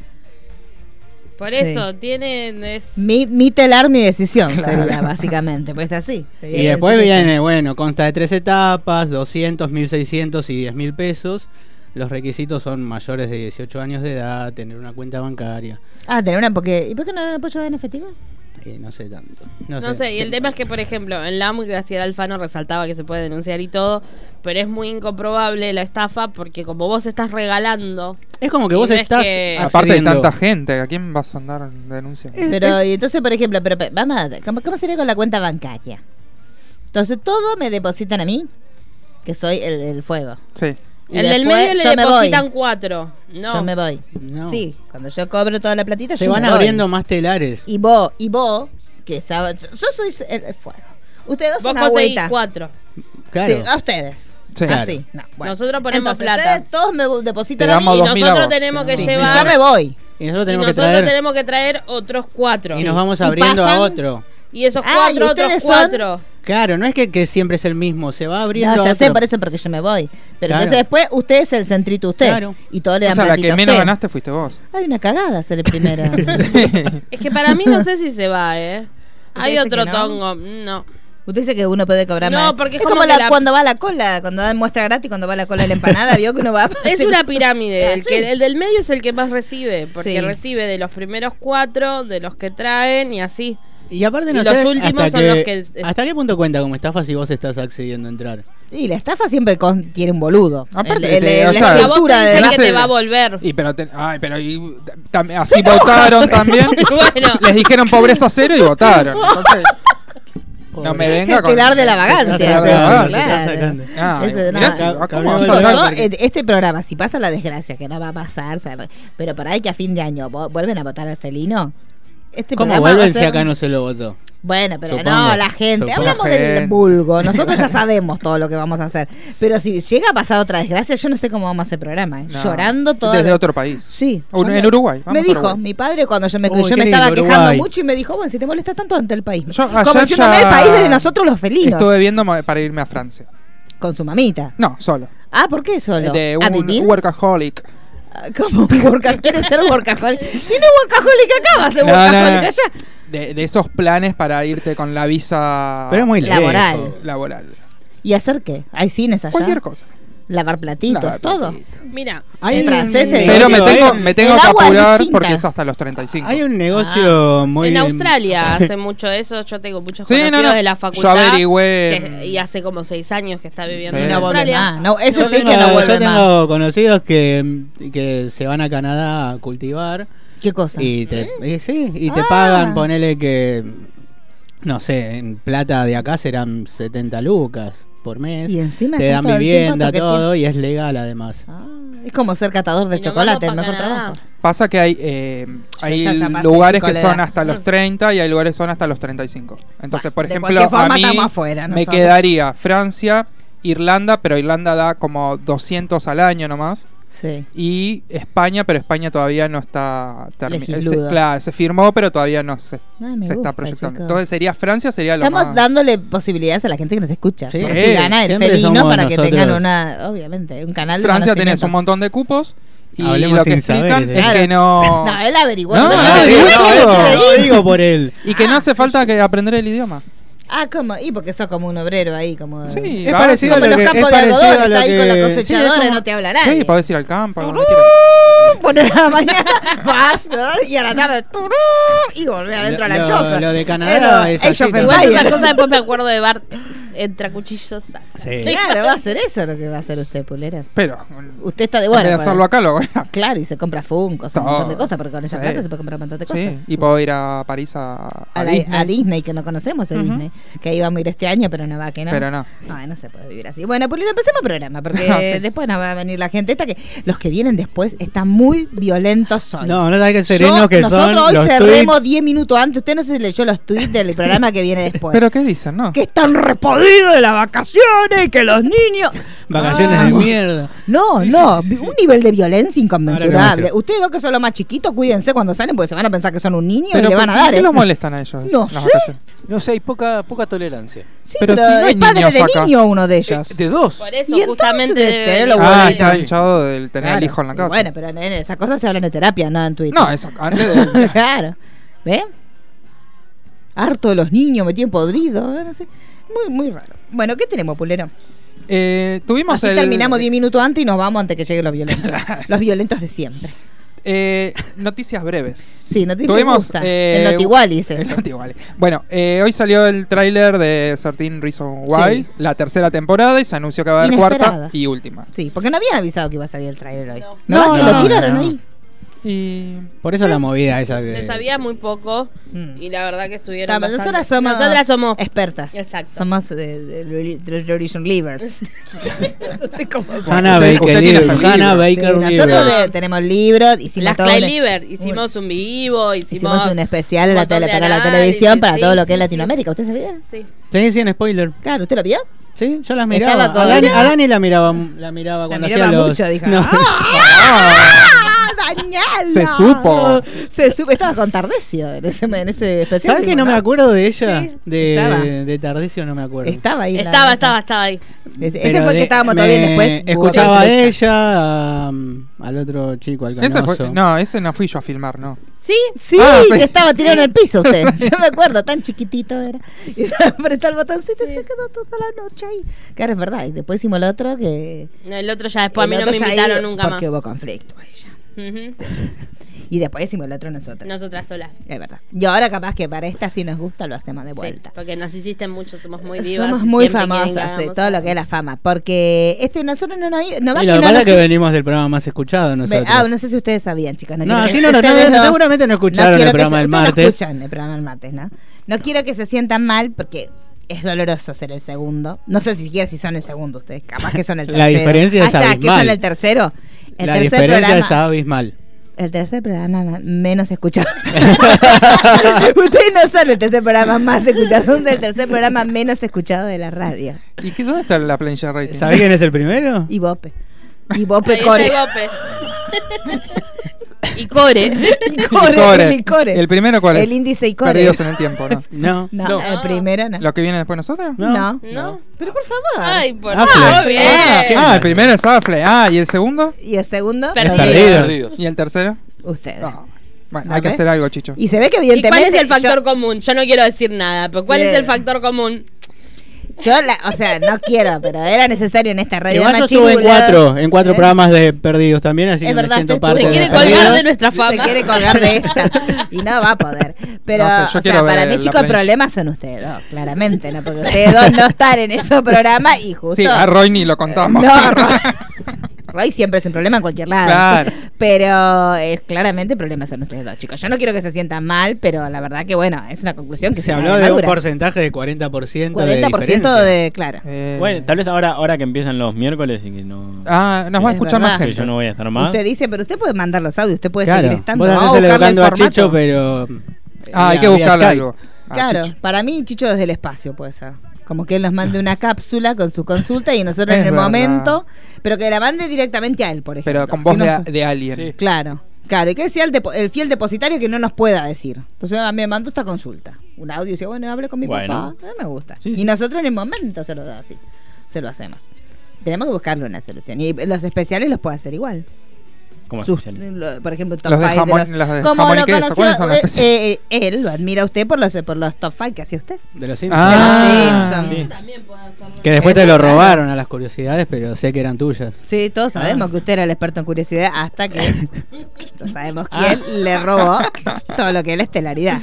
D: Por
B: Sí.
D: eso, tienen. es-
B: Mi, mi telar, mi decisión sería, básicamente. Pues así.
C: Y después viene, bueno, consta de tres etapas, 200, 1600 y 10 mil pesos. Los requisitos son mayores de 18 años de edad, tener una cuenta bancaria.
B: Ah, tener una, porque. ¿Y por qué no apoyo en efectivo?
C: Eh, no sé tanto.
D: No,
C: No,
D: sé, y el tema es que, por ejemplo, en LAM Graciela Alfano resaltaba que se puede denunciar y todo, pero es muy incomprobable la estafa porque como vos estás regalando,
C: Es como que
D: y
C: vos
D: no es
C: estás.
D: que-
E: Aparte de
C: accediendo.
E: tanta gente, ¿a quién vas a andar denunciando?
B: Pero, y entonces, por ejemplo, pero, pe- vamos a, ¿cómo, cómo sería con la cuenta bancaria? Entonces, todo me depositan a mí, que soy el, el fuego.
E: Sí.
B: Y
D: el del
B: después
D: medio le
B: yo me voy.
D: depositan cuatro. No,
B: Yo me voy.
C: No.
B: Sí, cuando yo cobro toda la platita,
C: Se
B: yo
C: van
B: me voy.
C: abriendo más telares.
B: Y vos, y vos, que estaba. Yo, yo soy el, el fuego. Ustedes dos
D: vos
B: son la
D: conseguís
B: vuelta.
D: cuatro.
C: Claro.
B: Sí, a ustedes.
E: Sí.
B: Así. No, bueno.
D: Nosotros ponemos
B: Entonces,
D: plata.
B: ustedes todos me bu- depositan
E: Te
B: a mí
E: damos
D: Y
E: dos mil a
D: nosotros
E: vos.
D: tenemos que
B: y yo
D: llevar.
B: me voy.
C: Y nosotros tenemos
D: Y
C: que
D: nosotros
C: traer.
D: tenemos que traer otros cuatro.
C: Y nos vamos
B: Y
C: abriendo
B: pasan-
C: a otro.
D: Y esos
B: Ah,
D: cuatro,
B: ¿y
D: otros
B: ustedes son?
D: cuatro.
C: Claro, no es que, que siempre es el mismo, se va abriendo.
B: No, ya
C: a
B: sé,
C: otro.
B: por eso porque yo me voy. Pero
C: Claro.
B: entonces después usted es el centrito usted.
C: Claro.
B: Y todo le
E: O
B: dan
E: sea, la
B: platita
E: que
B: a
E: menos
B: usted.
E: ganaste fuiste vos. <laughs>
B: Hay una cagada ser el primero.
D: Es que para mí
C: <laughs>
D: no sé si se va, ¿eh? Hay
B: dice
D: otro
B: que no?
D: tongo. mm, No.
B: Usted dice que uno puede cobrar
D: No,
B: más.
D: porque es
B: es como,
D: como
B: la-
D: que la-
B: cuando va a la cola, cuando da muestra gratis, cuando va a la cola de la empanada, vio que uno va.
D: <laughs> Es una pirámide.
B: Ah,
D: El,
B: sí.
D: que, el del medio es el que más recibe. Porque
B: Sí.
D: recibe de los primeros cuatro, de los que traen y así.
C: Y aparte no
D: Y los
C: sé
D: últimos
C: hasta
D: son los
C: que-
D: que-
C: ¿Hasta qué punto cuenta como estafa si vos estás accediendo a entrar?
B: Y la estafa siempre con- tiene un boludo.
E: Aparte, te- o
B: la
E: sea,
D: Y a vos
B: estructura
D: te
B: de
D: dicen
E: la
D: que te
E: serie.
D: va a volver.
E: Y pero te- ay, pero y- tam- así
B: <laughs>
E: votaron también.
D: Bueno.
E: Les dijeron pobreza cero y votaron. Entonces, No me venga con.
B: Titular de la vagancia,
E: Titular de la
B: sí,
E: vagancia.
B: claro.
E: Ah,
B: Eso de
E: mirá,
B: una-
E: si- ah, ¿cómo
C: Cambió
E: vas a
C: el-
B: Chicos,
E: hablar?
B: yo,
E: Porque-
B: en este programa, si pasa la desgracia, que no va a pasar, sabe- pero para ahí que a fin de año vo- vuelven a votar al felino. Este
C: ¿Cómo
B: programa va a
C: vuelven si
B: ser-
C: acá no se lo votó?
B: Bueno, pero no,
C: Supongo.
B: la gente.
C: Supongo.
B: Hablamos
E: La gente. <laughs>
B: del vulgo. Nosotros ya sabemos todo lo que vamos a hacer. Pero si llega a pasar otra desgracia, yo no sé cómo vamos a hacer programa. ¿eh?
E: No.
B: Llorando todo.
E: Desde otro país.
B: Sí.
E: O
B: yo
E: en
B: me-
E: Uruguay. Vamos
B: Me
E: a
B: dijo
E: Uruguay.
B: mi padre cuando yo me,
C: Uy,
B: yo
C: qué
B: me
C: lindo,
B: estaba quejando
C: Uruguay.
B: mucho y me dijo, bueno, si te molesta tanto ante el país.
E: Yo
B: Como
E: ayer
B: diciéndome,
E: ya-
B: el país es de nosotros los felinos.
E: Estuve viendo mo- para irme a Francia.
B: Con su mamita.
E: No, solo. Eh,
B: Ah, ¿por qué solo?
E: De
B: ¿A
E: un
B: vivir?
E: workaholic.
B: Ah, ¿Cómo? <laughs> Worka- ¿Quieres ser workaholic? Si no workaholic acá, va a ser
E: No, no,
B: workaholic
E: no.
B: allá.
E: De, de esos planes para irte con la visa
C: Pero es muy lejos.
B: Laboral.
E: laboral.
B: ¿Y hacer qué? ¿Hay cines allá.
E: Cualquier cosa.
B: Lavar platitos,
E: Lavar
B: todo.
E: platito.
D: Mira,
C: Hay
B: El
C: un-
B: francés es-
E: Pero me
C: Digo,
E: tengo,
C: hay-
E: me tengo
B: el
E: que
B: agua es
E: apurar
B: distinta.
E: porque es hasta los 35.
C: eh, Hay un
B: Ah,
C: negocio muy... <laughs>
D: en Australia hace mucho eso. Yo tengo muchos
E: Sí, no,
D: conocidos
E: no.
D: de la
E: Yo
D: facultad.
E: averigüé.
D: que- y hace como seis años que está viviendo
E: Sí.
D: en
B: No vuelve
D: Australia.
B: más. No, eso
C: Yo
B: sí
C: tengo,
B: que no
C: yo
B: vuelve más.
C: tengo conocidos que, que se van a Canadá a cultivar
B: ¿Qué cosa?
C: y te, y sí, y te
B: Ah.
C: pagan, ponele que, no sé, en plata de acá serán 70 lucas por mes.
B: Y encima
C: te
B: está
C: dan
B: todo el tiempo
C: vivienda,
B: toqueteando.
C: todo, y es legal además.
B: Ah, es como ser catador de
D: Y nos
B: chocolate, el
D: vamos pa'
B: mejor
D: Canadá.
B: trabajo.
E: Pasa que hay, eh,
B: Ya-
E: hay
B: ya se pasa
E: lugares
B: el
E: que
B: chico la
E: son
B: edad.
E: hasta los 30 y hay lugares que son hasta los 35.
B: Bueno,
E: Entonces, por
B: de
E: ejemplo,
B: cualquier forma
E: a mí
B: estamos afuera,
E: me
B: nosotros.
E: quedaría Francia, Irlanda, pero Irlanda da como 200 al año nomás.
B: Sí.
E: Y España, pero España todavía no está
B: Legisludo.
E: terminada. Claro, se firmó, pero todavía no se,
B: Ay, Ah, me
E: se
B: gusta,
E: está proyectando.
B: chicos.
E: Entonces sería Francia, sería lo
B: Estamos
E: más-
B: dándole posibilidades a la gente que nos escucha.
C: Sí.
B: Si
E: Sí,
B: gana el
C: siempre
B: felino
C: somos
B: para que
C: nosotros.
B: tengan una, obviamente, un canal de
E: Francia tenés
B: conocimiento.
E: un montón de cupos y
C: Hablemos
E: lo que
C: sin eh. saber,
E: explican
C: ese.
E: es que no...
B: <laughs> No, él averiguó.
E: No,
B: Yo
E: no,
B: creo
C: Ah,
B: que
E: sí,
B: él
E: no,
B: quiere
E: no,
B: ir.
C: Lo digo por él.
E: Y que no hace falta que aprender el idioma.
B: Ah, ¿cómo? Y porque sos como un obrero ahí, como...
E: Sí,
C: Es
E: vas,
C: parecido
E: no-
C: a
B: Como
C: lo
B: los
C: que-
B: campos
C: es
B: de algodón,
C: parecido a
B: está
C: lo
B: ahí con
C: que-
B: los
C: sí, es
B: cosechadores,
C: como-
B: no te habla
E: Sí,
B: nadie.
E: podés ir al campo.
B: Uh.
E: algo que quieras.
B: <laughs> Turú, Poner a la mañana, <laughs> vas, ¿no? y a la tarde, turú, y volver adentro a la
C: Lo- lo-
B: choza.
C: lo de Canadá es
B: Age
C: así
B: of
C: también.
D: Igual yo
B: Empires.
D: esa cosa después me acuerdo de Bart entre cuchillos.
C: Sí.
B: Claro, va a ser eso lo que va a hacer usted, pulera.
E: Pero,
B: Usted está de
E: en vez
B: bueno.
E: de hacerlo acá, lo voy a...
B: Claro, y se compra Funkos, un montón de
E: Todo.
B: cosas, porque con esa
E: Sí.
B: plata se puede comprar un montón de cosas.
E: Sí, y puedo ir a París a, a
B: a, la- a Disney.
E: Disney.
B: que no conocemos, a
E: Ujú.
B: Disney. Que íbamos a ir este año, pero no va, que no.
E: Pero no.
B: Ay, no se puede vivir así. Bueno, Pulero, empecemos el programa, porque
E: <laughs> No, sí.
B: después nos va a venir la gente esta que los que vienen después están muy violentos hoy.
C: No, no sabes qué
B: Yo-
C: serenos que son
B: nosotros hoy
C: los
B: cerremos
C: tweets.
B: 10 minutos antes. Usted no se leyó los tweets del programa que viene después.
E: <laughs> Pero ¿qué dicen? No.
B: que están repodidos de las vacaciones y que los niños.
C: Vacaciones
B: Ah.
C: de mierda.
B: No,
E: Sí,
B: no,
E: sí, sí, sí,
B: un nivel de violencia inconmensurable.
C: muestro.
B: Ustedes dos que son los más chiquitos, cuídense cuando salen porque se van a pensar que son un niño
E: Pero
B: y le van a
E: ¿por
B: dar.
E: ¿Qué
B: ¿eh?
E: los molestan a ellos?
B: No
E: en las
B: sé.
E: vacaciones?
F: No sé, hay poca, poca tolerancia.
B: Sí, pero,
E: Pero si no hay
B: es padre
E: niños
B: de
E: acá.
B: niño uno de ellos.
F: Eh, de dos.
D: Por eso,
B: Y entonces
D: justamente.
B: de
D: debe
B: tenerlo
D: venir.
E: Ah,
B: bueno,
E: está
F: sí.
E: hinchado del tener
B: Claro.
E: el hijo en la
B: Y
E: casa.
B: Bueno, pero en esas cosas se hablan de terapia, no en Twitter. <laughs>
E: no, eso, antes de...
B: claro. ¿Ve? Harto de los niños, me tienen podrido. ¿eh? No sé. Muy, muy raro. Bueno, ¿qué tenemos, Pulero?
E: Eh, tuvimos
B: Así
E: el...
B: terminamos 10 minutos antes y nos vamos antes que lleguen los
E: <laughs>
B: violentos. los violentos de siempre.
E: Eh, noticias breves.
B: Sí, no te me
E: Tuvimos...
B: gusta.
E: eh,
B: el Notigual dice.
E: el Notigual. Bueno, eh, hoy salió el tráiler de 13 Reason Why,
B: Sí.
E: la tercera temporada, y se anunció que va a haber
B: Inesperada.
E: cuarta y última.
B: Sí, porque no habían avisado que iba a salir el trailer hoy.
E: No,
B: No, ¿Que
C: no,
B: lo tiraron
C: no.
B: ahí.
E: Y...
C: Por eso la movida esa que...
D: Se sabía muy poco
B: Mm.
D: y la verdad que estuvieron.
B: Está,
D: bastante-
B: Nosotras somos,
D: Nosotras somos
B: expertas.
D: Exacto.
B: Somos eh, de- de- de Origin Livers. no sé cómo se-
C: Hannah
E: Usted-
C: Baker
E: usted tiene hasta el
C: Lieber. Hannah
E: libro.
B: Sí,
C: Baker
B: nosotros
C: Lieber.
B: de- tenemos libros, hicimos
D: Las
B: todo
D: Clay
B: un- e-
D: Liver, hicimos un vivo, hicimos,
B: hicimos un especial a la
D: un montón
B: tele-
D: de
B: para la
D: análisis,
B: televisión, para
D: sí,
B: todo lo
D: sí,
B: que es
D: sí.
B: Latinoamérica. ¿Usted sabía?
D: Sí.
C: Sí, sí, en spoiler.
B: Claro, ¿usted lo vio?
C: Sí, yo
B: Estaba
C: las miraba. A
B: con-
C: Dani, a Dani la miraba, la miraba cuando
B: miraba
C: hacía los.
B: mucho, dijo.
C: No. <laughs>
B: ¡Ah! ¡Daniela!
E: Se supo.
B: Se supo. Estaba con Tardecio en ese, en ese especial.
C: ¿Sabes que no
B: ¿no?
C: me acuerdo de ella?
B: Sí, estaba.
C: de, de Tardecio no me acuerdo.
B: Estaba ahí. en la
D: Estaba,
B: mesa.
D: estaba, estaba ahí.
B: Ese, ese
C: Pero
B: fue el que
C: de-
B: estábamos
C: me
B: todavía después.
C: Escuchaba a
B: Google.
C: ella, am, al otro chico, al
E: Ese
C: canoso.
E: fue- no, ese no fui yo a filmar, no.
D: ¿Sí?
B: Sí,
E: Ah, sí.
B: que estaba tirado en el piso usted. <laughs> Yo me acuerdo, tan chiquitito era. Y apretó el botoncito y se quedó toda la noche ahí. Claro, es verdad. Y después hicimos el otro que.
D: No, El otro ya después, Pues a mí
B: el
D: no me
B: otro ya
D: invitaron
B: ahí,
D: nunca más.
B: Porque hubo conflicto ahí ya.
D: Ujú.
B: Y después hicimos el otro nosotros.
D: Nosotras solas.
B: Es verdad. Y ahora capaz que para esta si nos gusta lo hacemos de
D: Sí,
B: vuelta.
D: porque nos hiciste mucho, somos muy divas.
B: Somos muy
D: siempre quieren
B: famosas, sí,
D: hagamos
B: todo lo
D: algo.
B: que es la fama. Porque este nosotros no nos no va
C: Y
B: que
C: lo
B: no
C: que pasa
B: nos-
C: es que venimos del programa más escuchado
B: Ve-
C: nosotros.
B: Ah, no sé si ustedes sabían, chicas. No,
C: No,
B: quiero que-
C: sí, no, no, no,
B: ustedes
C: no,
B: dos-
C: seguramente no escucharon
B: quiero
C: el
B: que
C: programa
B: se-
C: del
B: ustedes no
C: martes.
B: escuchan el programa del martes, ¿no? No quiero que se sientan mal porque es doloroso ser el segundo. No sé siquiera si son el segundo ustedes, capaz que son el
C: <laughs> La
B: tercero.
C: diferencia es
B: Ahí está,
C: abismal.
B: que son el tercero. El
C: la
B: tercer
C: diferencia
B: programa,
C: es abismal.
B: El tercer programa ma- menos
C: <laughs>
B: escuchado. <laughs> ustedes no son el tercer programa más escuchado, son el tercer programa menos escuchado de la radio.
E: ¿Y qué- dónde está la planilla rating?
C: ¿Sabés quién es el primero?
B: Y Bope.
D: <laughs>
B: Y Bope
D: Ahí
B: Core.
D: está Ibope. y Core.
B: <laughs> Y
E: El
B: Core,
E: core.
B: y Core.
E: ¿El primero cuál es?
B: El índice y Core.
E: Perdidos en el tiempo, ¿no?
C: No.
B: No,
D: No.
B: el primero no.
E: ¿Lo que viene después de nosotros?
C: No.
B: No.
D: ¿No?
B: Pero por favor.
D: Ay, por
C: Ah,
D: favor,
C: Fle-
D: bien.
C: Ah, ¿quién?
E: Ah, el primero es Affle. Ah, ¿y el segundo?
B: Y el segundo,
D: Perdidos.
C: Perdidos.
F: Perdidos.
E: ¿Y el tercero?
B: ustedes.
E: No. Bueno,
B: Eh. A
E: hay que
B: ver.
E: hacer algo, Chicho.
B: Y se ve que
D: ¿Y cuál
B: evidentemente.
D: es el factor
B: yo-
D: común? Yo no quiero decir nada, pero ¿cuál
B: Sí.
D: es el factor común?
B: Yo, la- o sea, no quiero, pero era necesario en esta radio.
C: Igual yo
B: más
C: estuve en
B: chirula.
C: cuatro, en cuatro
B: ¿Eh?
C: programas de Perdidos también, así
B: Es
C: que me
B: verdad,
C: siento
B: estoy-
C: parte
D: Se
B: de
D: quiere
C: los
B: perdido.
D: colgar
C: perdidos.
D: de nuestra
B: Se
D: fama.
B: quiere colgar de
D: <laughs>
B: esta. Y no va a poder. Pero,
E: No sé, yo
B: o sea,
E: quiero ver
B: para mí,
E: la
B: chicos, el
E: prensa.
B: problema son ustedes dos, claramente, ¿no? Porque ustedes dos no están en esos programas y justo.
E: Sí, a Roy ni lo contamos. <laughs>
B: No, Roy. Roy siempre es un problema en cualquier lado.
E: Claro.
B: <laughs> Pero es claramente el problema son ustedes dos, chicos. Yo no quiero que se sientan mal, pero la verdad que, bueno, es una conclusión que
C: Se habló de un
B: madura.
C: porcentaje de 40%,
B: 40%
C: de,
B: de, claro.
E: Eh,
H: Bueno, tal vez ahora, ahora que empiezan los miércoles y que no.
E: Ah, nos va a
B: Es
E: escuchar
B: verdad.
E: más
H: que
E: gente.
H: yo no voy a estar más.
B: Usted dice, pero usted puede mandar los audios, usted puede
C: Claro,
B: seguir estando.
C: vos
B: vamos
C: andás
B: a buscarle el
C: evocando a Chicho,
B: formato.
C: pero...
E: Ah, hay
C: vía-
E: que
C: vía
E: buscarle
C: Skype.
E: algo. Ah,
B: Claro,
E: Chicho.
B: para mí Chicho desde el espacio puede ser. Como que él nos mande una cápsula con su consulta y
C: <laughs>
B: nosotros
E: Es
B: en el
E: verdad.
B: momento, pero que la mande directamente a él, por ejemplo.
E: Pero con voz
B: Si no
E: de,
B: se-
E: de alien.
F: Sí.
B: Claro, claro, y que sea el, depo- el fiel depositario que no nos pueda decir. Entonces a mí me mandó esta consulta, un audio y dice, bueno, hable con mi
H: Bueno.
B: papá, no me gusta.
H: Sí, sí.
B: Y nosotros en el momento se lo da así, se lo hacemos. Tenemos que buscarle una solución. Y los especiales los puede hacer igual.
H: Como
B: Sus-
H: especial.
B: lo- por ejemplo, top
E: Los de
B: five
E: jamón-
B: los-
E: las de
B: como
E: jamón y
B: lo
E: queso,
B: conoció,
E: ¿cuáles son las
B: eh,
E: especiales?
B: eh, él lo admira a usted por los, por los top five que hacía usted.
C: De los Simpsons.
E: Ah,
B: Sí.
C: Que después
B: Eso
C: te lo
B: claro.
C: robaron a las curiosidades, pero sé que eran tuyas.
B: Sí, todos sabemos que usted era el experto en curiosidad hasta que no sabemos quién le robó todo lo que es la estelaridad.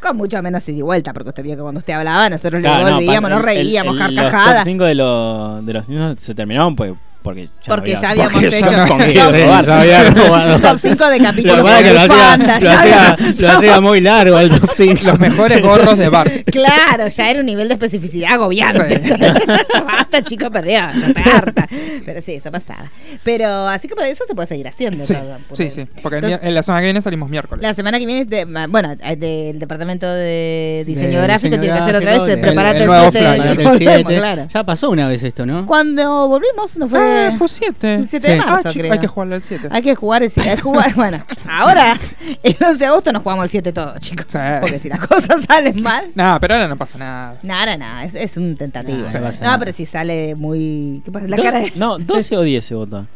B: Con mucho menos ida y vuelta, porque usted vio que cuando usted hablaba nosotros le
H: Claro, no,
B: volvíamos,
H: pa-
B: nos
H: el- el-
B: reíamos,
H: Los top
B: carcajadas.
H: 5 de, los de los niños se terminaron pues, porque ya
B: Porque
H: no
B: ya
H: había-
B: habíamos hecho
H: <laughs> con qué
B: top-
H: robar.
C: Ya había
H: <laughs>
C: robado.
B: Top 5 de
C: Lo que
B: capítulos
C: pasa es que lo
B: con bufanda,
C: hacía, lo
B: ya
C: hacía- <laughs>
B: había-
C: lo hacía muy largo al top cinco.
E: Los mejores gorros de
B: <laughs>
E: Bart.
B: Claro, ya era un nivel de especificidad agobiante.
E: Sí.
B: <laughs> Basta, chico, perdió, no te harta. Pero sí, eso pasaba. Pero así que por eso se puede seguir haciendo.
E: Sí,
B: todo, por-
E: sí, sí. Porque el
B: Entonces,
E: mier- en la semana que viene salimos miércoles.
B: La semana que viene, de- ma- bueno, eh, del departamento de diseño
C: De
B: gráfico,
C: diseño
B: tiene que hacer otra
C: gráfico,
B: vez, eh,
C: de-
B: preparate
E: el
B: el,
E: nuevo
B: siete,
E: flyer.
C: Del
B: volvemos,
C: siete.
B: claro.
C: Ya pasó una vez esto, ¿no?
B: Cuando volvimos, no fue.
E: Ah, fue 7.
B: el 7 de marzo, creo.
E: Ah, Hay que jugarlo el 7.
B: Hay que jugar, ese- hay que jugar. <laughs> bueno, ahora, el 11 de agosto nos jugamos el 7 todos, chicos.
E: Sí.
B: Porque si las cosas <laughs> salen mal.
E: Nada, pero ahora eh, no pasa nada.
B: Nada, nada, es, es un tentativo.
C: Nah,
E: no
B: No,
C: pasa nada.
B: pero si sale muy. ¿Qué pasa? La
H: Do-
B: cara de.
H: No, 12 o 10 se vota.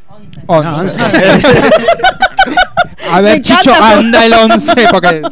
B: <laughs>
E: 11.
C: once.
E: A ver,
B: Me
E: Chicho,
B: encanta porque-
E: anda el 11.
B: <laughs>
E: Porque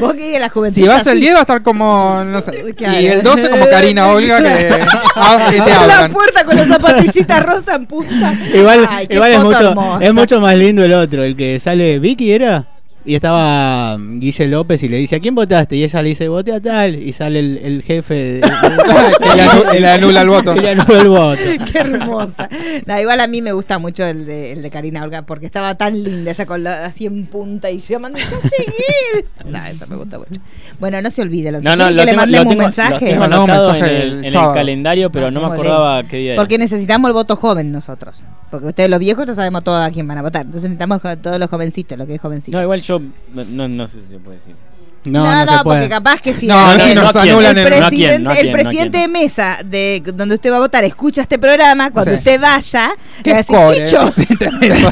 B: Vos que de la juventud.
E: si vas el
B: así.
E: 10 va a estar como, no sé.
B: Claro.
E: Y el 12 como Karina
B: <laughs>
E: Olga que, ah, que te
B: la
E: hablan.
B: puerta con las zapatillitas rosa en punta.
C: <laughs> Igual,
B: Ay, qué
C: igual es,
B: foto
C: mucho,
B: hermosa.
C: es mucho más lindo el otro, el que sale Vicky era y estaba mm, Guille López y le dice, ¿a quién votaste? Y ella le dice, voté a tal y sale el, el jefe de,
E: Que le anu- que le anula el voto.
C: <laughs> que le anuló el voto.
B: <laughs> Qué hermosa. No, igual a mí me gusta mucho el de, el de Karina Olga porque estaba tan linda ella con la, así en punta y yo mando, ya <laughs> llegué. No, eso me gusta mucho. Bueno, no se olvide. Lo,
H: No, no,
B: ¿quieren
H: lo
B: que le
H: tengo, lo
B: mandemos
H: tengo,
B: un mensaje.
H: lo tengo
E: Le mandamos
H: anotado
E: un mensaje
H: en el,
E: el
H: en el
E: sábado.
H: calendario, pero
B: Ah,
H: no me
B: muy
H: acordaba
B: bien.
H: qué día era.
B: Porque necesitamos el voto joven nosotros. Porque ustedes los viejos ya sabemos todos a quién van a votar. Entonces necesitamos jo- todos los jovencitos, lo que es jovencito.
H: No, igual yo no, no, no sé si se puede decir.
C: No, no, se
B: porque
C: puede.
B: capaz que si
E: No, no, si
B: el,
E: nos
H: no quieren,
B: el
E: anulan el-
H: no
B: presidente,
H: quieren, no
B: el
H: quieren, no
B: presidente de
H: quieren.
B: mesa de donde usted va a votar escucha este programa, cuando
E: Sí.
B: usted vaya, le va a
E: ¿Qué
B: decir,
E: cobre?
B: "Chicho,
E: <laughs> Sí, te
B: <laughs>
E: beso.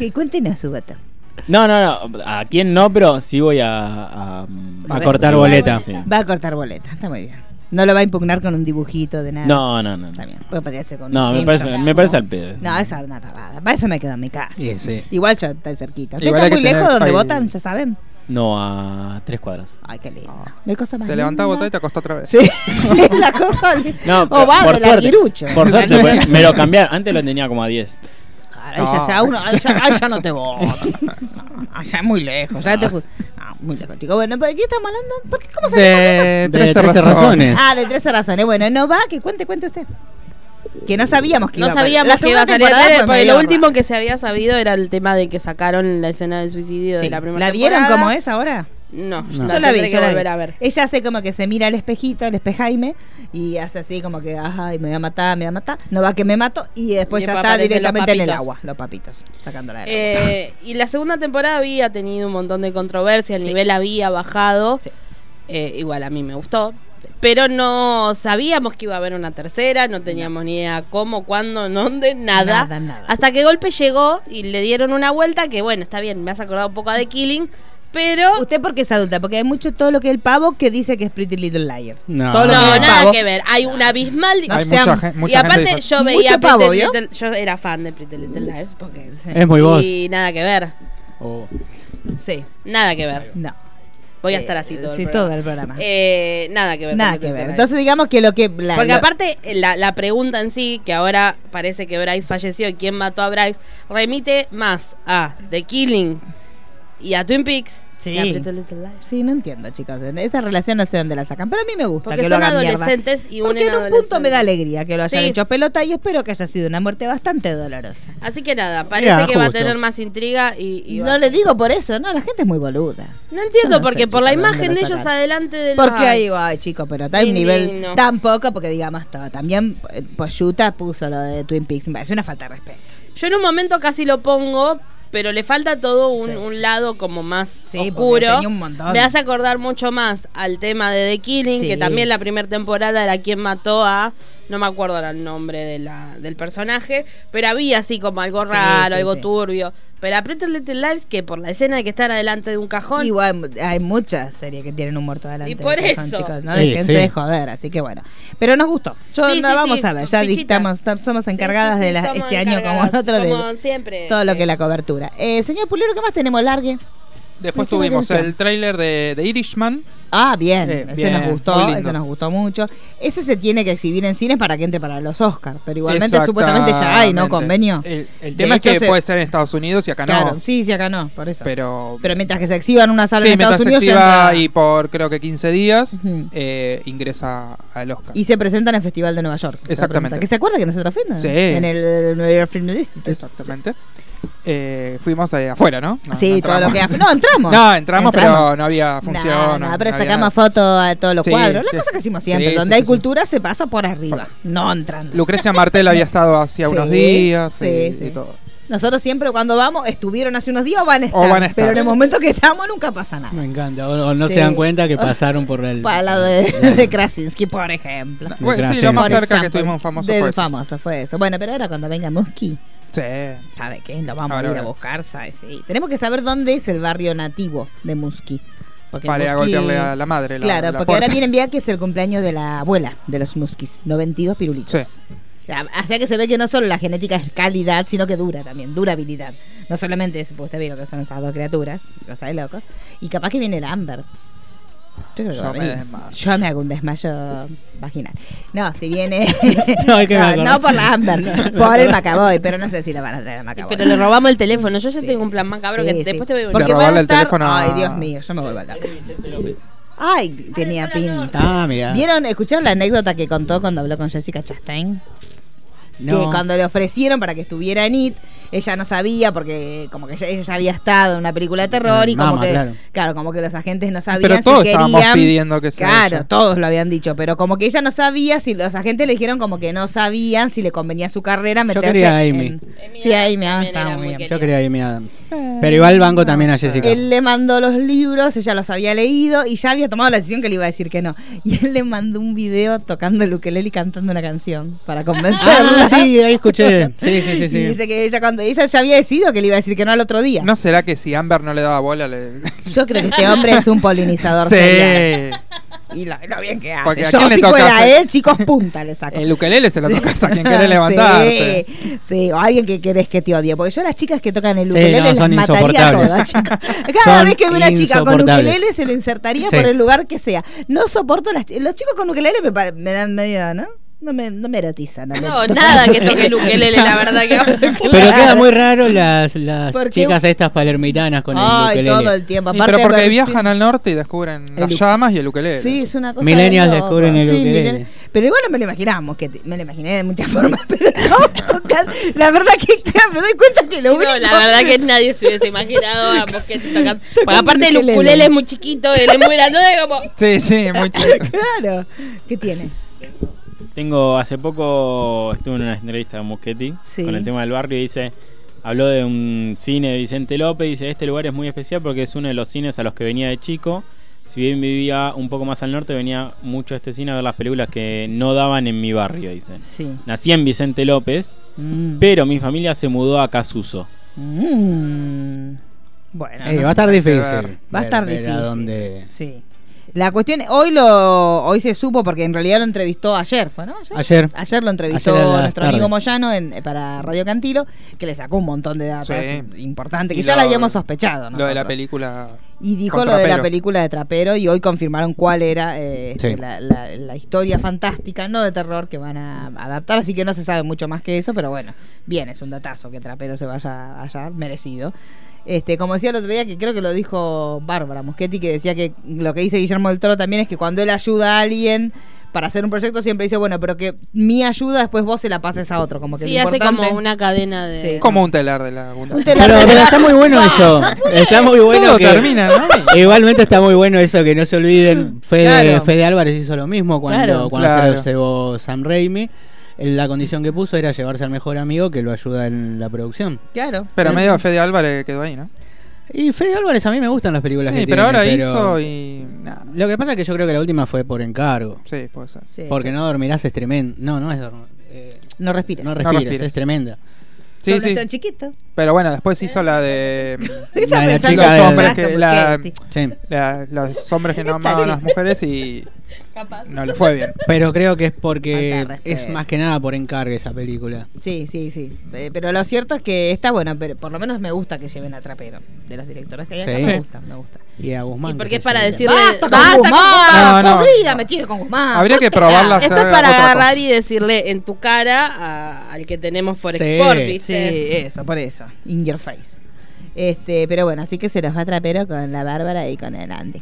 B: Y cuéntenos su voto.
H: No, no, no. ¿A quién no? Pero sí voy a. A,
B: A
C: cortar boleta.
H: Sí.
B: Va a cortar boleta, está muy bien. No lo va a impugnar con un dibujito de nada.
H: No, no, no.
B: Está bien, porque podría ser con
H: No,
B: un
H: me
B: Simpson.
H: parece, me parece al pedo.
B: No, esa es una pavada. Para eso me quedo en mi casa.
C: Y sí.
B: Igual yo estoy cerquita. ¿Ustedes
E: Igual hay
B: están
E: que
B: muy
E: tener
B: lejos donde
E: ahí-
B: votan? Ya saben.
H: No, a tres cuadras.
B: Ay, qué lindo. No hay cosa más
E: Ah. Te levantás,
B: linda.
E: votás y te acostás otra vez.
B: Sí, <laughs> es la cosa.
H: No,
B: o va
H: por
B: de
H: suerte.
B: larguirucho.
H: <laughs>
B: <laughs>
H: Por suerte, pues, me lo cambiaron. Antes lo tenía como a 10.
B: Ahora ya, ya uno, ahí ya, ahí ya no te
E: <laughs>
B: voto. Allá es muy lejos, ya te fu- Ah, muy lejos, chicos. Bueno, ¿pero ¿de qué estamos hablando? ¿Por qué? ¿Cómo se
E: De 13
C: 13
E: razones.
C: razones.
B: Ah, de 13 razones. Bueno, no va, que cuente, cuente usted. Que no sabíamos que
D: No
B: iba a- la
D: sabíamos que iba
B: segunda
D: a salir
B: temporada
D: adelante,
B: fue
D: porque
B: medio
D: lo
B: raro.
D: último que se había sabido era el tema de que sacaron la escena del suicidio
B: Sí.
D: de la primera
B: ¿La vieron
D: temporada.
B: cómo es ahora?
D: No,
C: No.
B: Yo la vi,
D: tendré
B: yo
D: que
B: la
D: volver
B: vi.
D: a ver.
B: Ella hace como que se mira al espejito, al espejaime, y hace así como que, ajá, y me va a matar, me va a matar, no va que me mato, y después
D: Y
B: ya
D: después
B: está
D: aparecen los
B: directamente en el
D: papitos.
B: agua, los papitos, sacándola del agua.
D: Eh, y la segunda temporada había tenido un montón de controversia, el nivel había bajado.
B: Sí.
D: Eh, igual a mí me gustó. Pero no sabíamos que iba a haber una tercera, no teníamos ni idea cómo, cuándo, en dónde, nada.
B: Nada, nada.
D: Hasta que golpe llegó y le dieron una vuelta que, bueno, está bien, me has acordado un poco de Killing, pero...
B: Usted porque es adulta, porque hay mucho todo lo que es el pavo que dice que es Pretty Little Liars.
C: No.
B: Todo lo
D: No,
B: que es el
D: nada
B: pavo.
D: que ver. Hay un abismal...
B: No
E: Hay
B: sean-
E: mucha, gen- mucha
D: y aparte
E: gente dice-
D: yo veía
B: Mucho pavo,
D: Pretty
B: ¿vio?
D: Little- yo era fan de Pretty Little Liars porque
C: Es muy
D: y
C: vos.
D: nada que ver
C: Oh.
B: Sí,
D: nada que ver
B: no.
D: voy a estar así todo el
B: Eh, Sí,
D: programa.
B: todo el programa.
D: Eh, nada que ver. con
B: nada
D: Pretty
B: que
D: Little
B: ver.
D: Liars.
B: Entonces digamos que lo que... la-
D: Porque
B: lo-
D: aparte, la, la pregunta en sí, que ahora parece que Bryce falleció y quién mató a Bryce, remite más a The Killing y a Twin Peaks.
B: Sí.
D: que a Pretty Little Liars.
B: Sí, no entiendo, chicos. Esa relación no sé dónde la sacan, pero a mí me gusta
D: Porque
B: que lo
D: son
B: hagan mierda.
D: adolescentes y unen
B: Porque en un punto me da
D: adolescentes.
B: alegría que lo hayan
D: Sí.
B: hecho pelota y espero que haya sido una muerte bastante dolorosa.
D: Así que nada, parece
C: Mirá,
D: que va a
C: justo.
D: tener más intriga y... y va
B: No
D: a-
B: le digo por eso, no, la gente es muy boluda.
D: No entiendo,
B: Yo no sé,
D: porque por la
B: chicos, ¿dónde
D: imagen
B: lo
D: de ellos
B: sacan?
D: adelante de la...
B: Porque ahí, ay, chicos, pero está un
D: Indigno.
B: nivel tan poco, porque digamos todo. También eh, Poyuta puso lo de Twin Peaks, me parece una falta de respeto.
D: Yo en un momento casi lo pongo, pero le falta todo un,
B: Sí.
D: un lado como más
B: Sí, porque
D: oscuro.
B: tenía un montón.
D: Me hace acordar mucho más al tema de The Killing,
B: Sí.
D: que también la primera temporada era quien mató a. No me acuerdo ahora el nombre de la, del personaje, pero había así como algo
B: Sí,
D: raro,
B: sí,
D: algo
B: sí.
D: turbio. Pero a Pretty Little Liars, que por la escena de que están adelante de un cajón.
B: Igual hay muchas series que tienen un muerto adelante.
D: Y por
B: que son,
D: eso.
B: chicos, no
C: Sí,
B: dejense
C: sí.
B: de joder, así que bueno. Pero nos gustó. Yo
D: Sí,
B: no
D: sí,
B: vamos
D: sí,
B: a ver, ya
D: fichitas.
B: dictamos, tam- somos
D: Sí,
B: encargadas
D: sí, sí,
B: de la,
D: somos
B: este año como
D: encargadas,
B: nosotros
D: como
B: de
D: siempre.
B: todo lo que
D: Eh,
B: es la cobertura. Eh, señor Pulero, ¿qué más tenemos largue?
E: Después
B: Me llama la
E: tuvimos
B: atención.
E: el tráiler de, de Irishman.
B: Ah, bien,
E: Eh,
B: ese
E: bien,
B: nos
E: muy
B: gustó,
E: lindo.
B: ese nos gustó mucho. Ese se tiene que exhibir en cines para que entre para los Oscars, pero igualmente
E: Exactamente.
B: supuestamente ya hay, ¿no? Convenio.
E: El, el
B: De
E: tema es
B: hecho,
E: que
B: se-
E: puede ser en Estados Unidos y Eh, acá
B: Claro,
E: no.
B: sí, sí, acá no, por eso. Pero,
E: Pero,
B: mientras que se exhiba en una sala
E: sí,
B: en Estados
E: mientras se
B: Unidos ya
E: exhiba
B: entra-
E: y por creo que 15 días
B: Ujú.
E: eh, ingresa al Oscar.
B: y se presentan en el Festival de Nueva York. Se
E: Exactamente.
B: presenta. ¿Que se acuerda que nosotros fuimos?
E: Sí.
B: En el Nueva York Film District.
E: Exactamente. Eh, fuimos eh, afuera, ¿no? No, no
B: sí, todo lo
E: entramos.
B: que hace. No, entramos.
E: <laughs> No, entramos, pero no había función.
B: Nada,
E: no-
B: nada,
E: no
B: pero
E: había
B: sacamos
E: nada.
B: fotos a todos los
E: Sí,
B: cuadros. La
E: sí.
B: cosa que hacemos siempre.
E: Sí,
B: donde
E: sí,
B: hay
E: sí,
B: cultura se pasa por arriba. No entran.
E: Lucrecia Martel había estado hacía
B: <laughs> Sí,
E: unos días y-
B: sí, sí.
E: y todo.
B: Nosotros siempre cuando vamos, estuvieron hace unos días o van a estar.
E: O van a estar.
B: Pero en el momento que estamos nunca pasa nada.
C: Me encanta. O, o no
B: Sí.
C: se dan cuenta que pasaron por el.
B: Para el lado de, <laughs> de Krasinski, por ejemplo.
E: Bueno, sí,
C: Gracias.
E: lo más
B: Por
E: cerca que
B: example,
E: estuvimos famoso
B: del
E: fue eso.
B: famoso fue eso. Bueno, pero ahora cuando venga Musky,
E: Sí.
B: ¿sabe qué? Lo vamos
E: Ahora,
B: a ir a
E: ahora.
B: buscar, ¿sabe? Sí. Tenemos que saber dónde es el barrio nativo de Musky. Porque
E: Para
B: Musqui-
E: golpearle a la madre. la-
B: Claro,
E: la
B: porque
E: puerta.
B: ahora viene enviar que es el cumpleaños de la abuela de los Muskis, 92 pirulitos.
E: Sí.
B: Así que se ve que no solo la genética es calidad, sino que dura también, durabilidad. No solamente pues, eso, porque usted vio que son esas dos criaturas, cosa de locos. Y capaz que viene el Amber. Yo creo que
E: Yo
B: va a
E: me
B: venir.
E: desmayo.
B: Yo me hago un desmayo vaginal. No, si viene.
C: No, es que me
B: no,
C: acordé.
B: no por la Amber, <laughs> por el Macaboy, pero no sé si lo van a traer a Macaboy.
D: Pero le robamos el teléfono. Yo ya
B: Sí.
D: tengo un plan macabro
B: Sí,
D: que
B: sí.
D: después te voy a
B: Porque
E: De
B: van a
E: robarle el
B: estar-
E: teléfono a-
B: Ay, Dios mío, yo me vuelvo loca. Ay, tenía pinta.
C: Ah, mira.
B: ¿Vieron, escucharon la anécdota que contó cuando habló con Jessica Chastain?
C: No.
B: Que cuando le ofrecieron para que estuviera en IT, ella no sabía porque como que ella, ella ya había estado en una película de terror y
C: Mm,
B: como
C: Mama,
B: que
C: claro.
B: claro, como que los agentes no sabían
E: Pero
B: si
E: todos
B: querían.
E: estábamos pidiendo que sea
B: Claro,
E: ella.
B: todos lo habían dicho, pero como que ella no sabía si los agentes le dijeron como que no sabían si le convenía su carrera meterse
C: quería a Amy.
B: en- Sí, a Amy, ah,
D: También
B: estaba
D: era
B: muy
D: muy
B: bien.
C: Yo quería a Amy Adams. Pero igual banco también a Jessica.
B: Él le mandó los libros, ella los había leído y ya había tomado la decisión que le iba a decir que no. Y él le mandó un video tocando el ukelele y cantando una canción para
E: <laughs>
B: convencerla.
C: Ah,
B: <laughs>
C: sí, ahí escuché. Sí, sí, sí.
B: Y
C: sí.
B: dice que ella cuando ella ya había decidido que le iba a decir que no al otro día.
E: ¿No será que si Amber no le daba bola le...
B: Yo creo que este hombre es un
E: <laughs>
B: polinizador. serial. Y lo, lo bien que hace.
E: Porque ¿a
B: Yo
E: quién le
B: si
E: toca
B: fuera
E: hacer?
B: él, chicos, punta le saco.
E: El ukelele se lo tocas a
B: <laughs>
E: quien querés levantar.
B: Sí, sí, o alguien que querés que te odie. Porque yo las chicas que tocan el
C: Sí,
B: ukelele
C: no,
B: las
C: son
B: mataría a
C: insoportables.
B: todas,
C: <laughs>
B: chicas. Cada
C: Son
B: vez que veo una chica con
C: insoportables.
B: ukelele se lo insertaría
C: Sí.
B: por el lugar que sea. No soporto las chi- Los chicos con ukelele me, pa- me dan medio, ¿no? No me, no me erotizan. me-
D: No, nada que toque el ukelele, la verdad
B: <laughs>
D: que...
C: Pero queda muy raro las, las
B: Porque-
C: chicas estas palermitanas con
B: Ay,
C: el ukelele. Eh,
B: todo el tiempo. Aparte,
E: pero porque
B: ver-
E: viajan al norte y descubren
B: El
E: las
B: u-
E: llamas y el ukelele.
B: Sí, es una cosa.
C: Millennials
B: de locos.
C: descubren el
B: Sí,
C: ukelele.
B: millennials. Pero igual no me lo imaginábamos, que te- me lo imaginé de muchas <laughs> formas, pero no, tocar- la verdad que <laughs> me doy cuenta que lo único...
D: No, la verdad que nadie se hubiese imaginado a Mosquete
B: <laughs>
D: tocando. Porque aparte el
B: ukelele.
D: ukulele es muy chiquito, él es muy grande, es como.
E: Sí, sí,
B: <laughs>
E: muy chido.
B: <laughs> Claro, ¿qué tiene?
H: Tengo, hace poco estuve en una entrevista de Muschetti
B: Sí.
H: con el tema del barrio y dice, habló de un cine de Vicente López y dice, este lugar es muy especial porque es uno de los cines a los que venía de chico. Si bien vivía un poco más al norte, venía mucho a este cine a ver las películas que no daban en mi barrio, dice.
B: Sí.
H: Nací en Vicente López,
B: Mm.
H: pero mi familia se mudó a Casuso.
B: Mm. Bueno,
C: Eh,
B: no
C: va a estar
E: Hay que
C: difícil.
E: ver.
B: Va a estar
C: ver
B: difícil.
C: dónde-
B: Sí. La cuestión, hoy lo hoy se supo porque en realidad lo entrevistó ayer, ¿fue, no?
C: Ayer.
B: Ayer lo entrevistó
C: Ayer a las
B: nuestro
C: tardes.
B: amigo Moyano en- eh, para Radio Cantilo, que le sacó un montón de datos
E: Sí.
B: importantes que
E: Y
B: ya la
E: lo-
B: habíamos sospechado.
E: Lo de la
B: nosotros.
E: película.
B: Y dijo
E: con
B: lo de la
E: Trapero.
B: película de Trapero y hoy confirmaron cuál era eh, este,
C: Sí.
B: la, la- la historia fantástica, no de terror, que van a adaptar, así que no se sabe mucho más que eso, pero bueno, bien, es un datazo que Trapero se vaya allá, merecido. Este, como decía el otro día, que creo que lo dijo Bárbara Muschetti, que decía que lo que dice Guillermo del Toro también es que cuando él ayuda a alguien para hacer un proyecto, siempre dice, bueno, pero que mi ayuda después vos se la pases a otro. Como que
D: Sí,
B: lo
D: hace
B: importante-
D: como una cadena de.
B: Sí.
E: Como un telar de la abundancia.
B: Te la- <laughs>
C: Pero, pero está muy bueno eso. Está muy bueno.
E: Todo
C: que-
E: termina,
B: <laughs>
E: ¿no?
C: Igualmente está muy bueno eso que no se olviden. Fede,
B: Claro.
C: Fede Álvarez hizo lo mismo cuando,
B: Claro.
C: cuando
E: Claro.
C: se lo cebó Sam Raimi. Eh, La condición que puso era llevarse al mejor amigo que lo ayuda en la producción.
B: Claro.
E: Pero medio Fede Álvarez quedó ahí, ¿no?
C: Y Fede Álvarez a mí me gustan las películas
E: Sí,
C: que
E: pero
C: tiene,
E: ahora hizo y. Nah,
C: Lo que pasa es que yo creo que la última fue por encargo.
E: sí, puede ser.
B: Sí.
C: Porque no dormirás es tremendo. No, no es dormir. eh,
B: No respires.
C: no respiras,
E: respires.
C: es tremenda.
E: Sí, sí.
B: chiquito.
E: Pero bueno, después hizo
B: <laughs>
E: la de.
C: La de la
B: pensando
C: chica
E: los
C: del-
E: hombres que. La,
C: Sí.
E: la- los hombres que no amaban a las mujeres y. No le fue bien.
C: Pero creo que es
B: Falta
C: porque
B: de respeto.
C: es más que nada por encargo esa película.
B: Sí, sí, sí. Eh, Pero lo cierto es que está bueno, pero por lo menos me gusta que lleven a Trapero. De los directores que hay acá,
C: Sí.
B: me
C: Sí.
B: gusta, me gusta.
C: Y a Guzmán.
D: Y porque
C: que
D: es
C: se
D: para
C: lleva.
D: decirle.
B: ¡Basta con Guzmán!
E: No, no.
B: ¡Podrida! Me tiene con Guzmán.
E: Habría que probarla a
D: Esto
E: hacer
D: es para
E: otra
D: agarrar
E: cosa.
D: y decirle en tu cara a- al que tenemos Forex
C: Sí.
D: Export,
B: Sí,
D: ¿viste?
B: eso, por eso. In your face. Este, pero bueno, así que se los va Trapero con la Bárbara y con el Andy.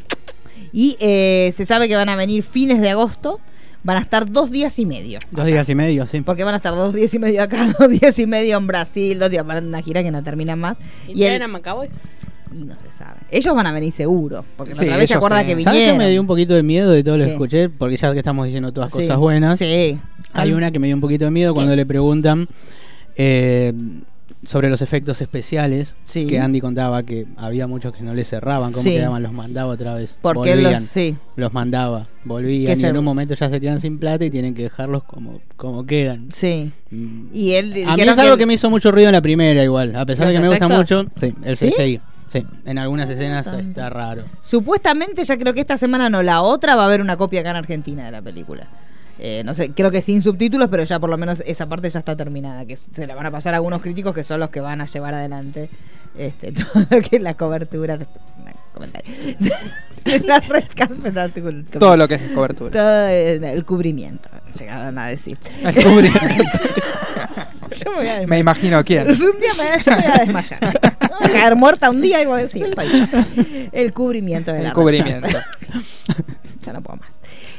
B: Y eh, se sabe que van a venir fines de agosto. Van a estar dos días y medio.
C: Dos días y medio, sí.
B: Porque van a estar dos días y medio acá, <laughs> dos días y medio en Brasil, dos días para una gira que no termina más.
D: Y
B: Y
D: traen a
B: el-
D: Macaboy.
B: y no se sabe. Ellos van a venir seguro, porque la
E: Sí,
B: otra vez se
E: ellos
B: acuerda
E: sí.
B: que
C: ¿Sabes que
B: vinieron.
C: me dio un poquito de miedo de todo lo que
B: ¿Qué?
C: escuché? Porque ya que estamos diciendo todas
B: Sí.
C: cosas buenas.
B: Sí.
C: Hay una que me dio un poquito de miedo cuando le preguntan eh, sobre los efectos especiales.
B: Sí.
C: Que Andy contaba que había muchos que no le cerraban, cómo
B: Sí.
C: quedaban, los mandaba otra vez.
B: Porque los
C: volvían,
B: sí.
C: los mandaba, volvían
B: Que
C: y
B: se-
C: en un momento ya se quedan sin plata y tienen que dejarlos como, como quedan.
B: Sí.
C: Mm.
B: Y él
C: A mí
B: dijeron
C: es algo
B: él-
C: que, me hizo mucho ruido en la primera igual, a pesar de que
B: ¿Los
C: me gusta
B: efectos?
C: mucho, sí, el
B: ¿Sí?
C: CGI. Sí, en algunas escenas está raro.
B: Supuestamente, ya creo que esta semana no, la otra va a haber una copia acá en Argentina de la película. Eh, no sé, creo que sin subtítulos, pero ya por lo menos esa parte ya está terminada. Que se la van a pasar a algunos críticos que son los que van a llevar adelante este, <laughs> todo lo que es la cobertura. De, bueno, comentario. <laughs> De la red carpet artículo-
E: Todo lo que es cobertura.
B: Todo el, el cubrimiento, llegaron a decir. <laughs> Yo me voy a
E: Me
B: desmayar.
E: imagino quién.
B: Un día me, yo me voy a
E: <laughs>
B: desmayar. Me voy a caer muerta un día y voy a decir, soy yo. El cubrimiento de la
E: El
B: red
E: cubrimiento.
B: <laughs> ya no puedo más.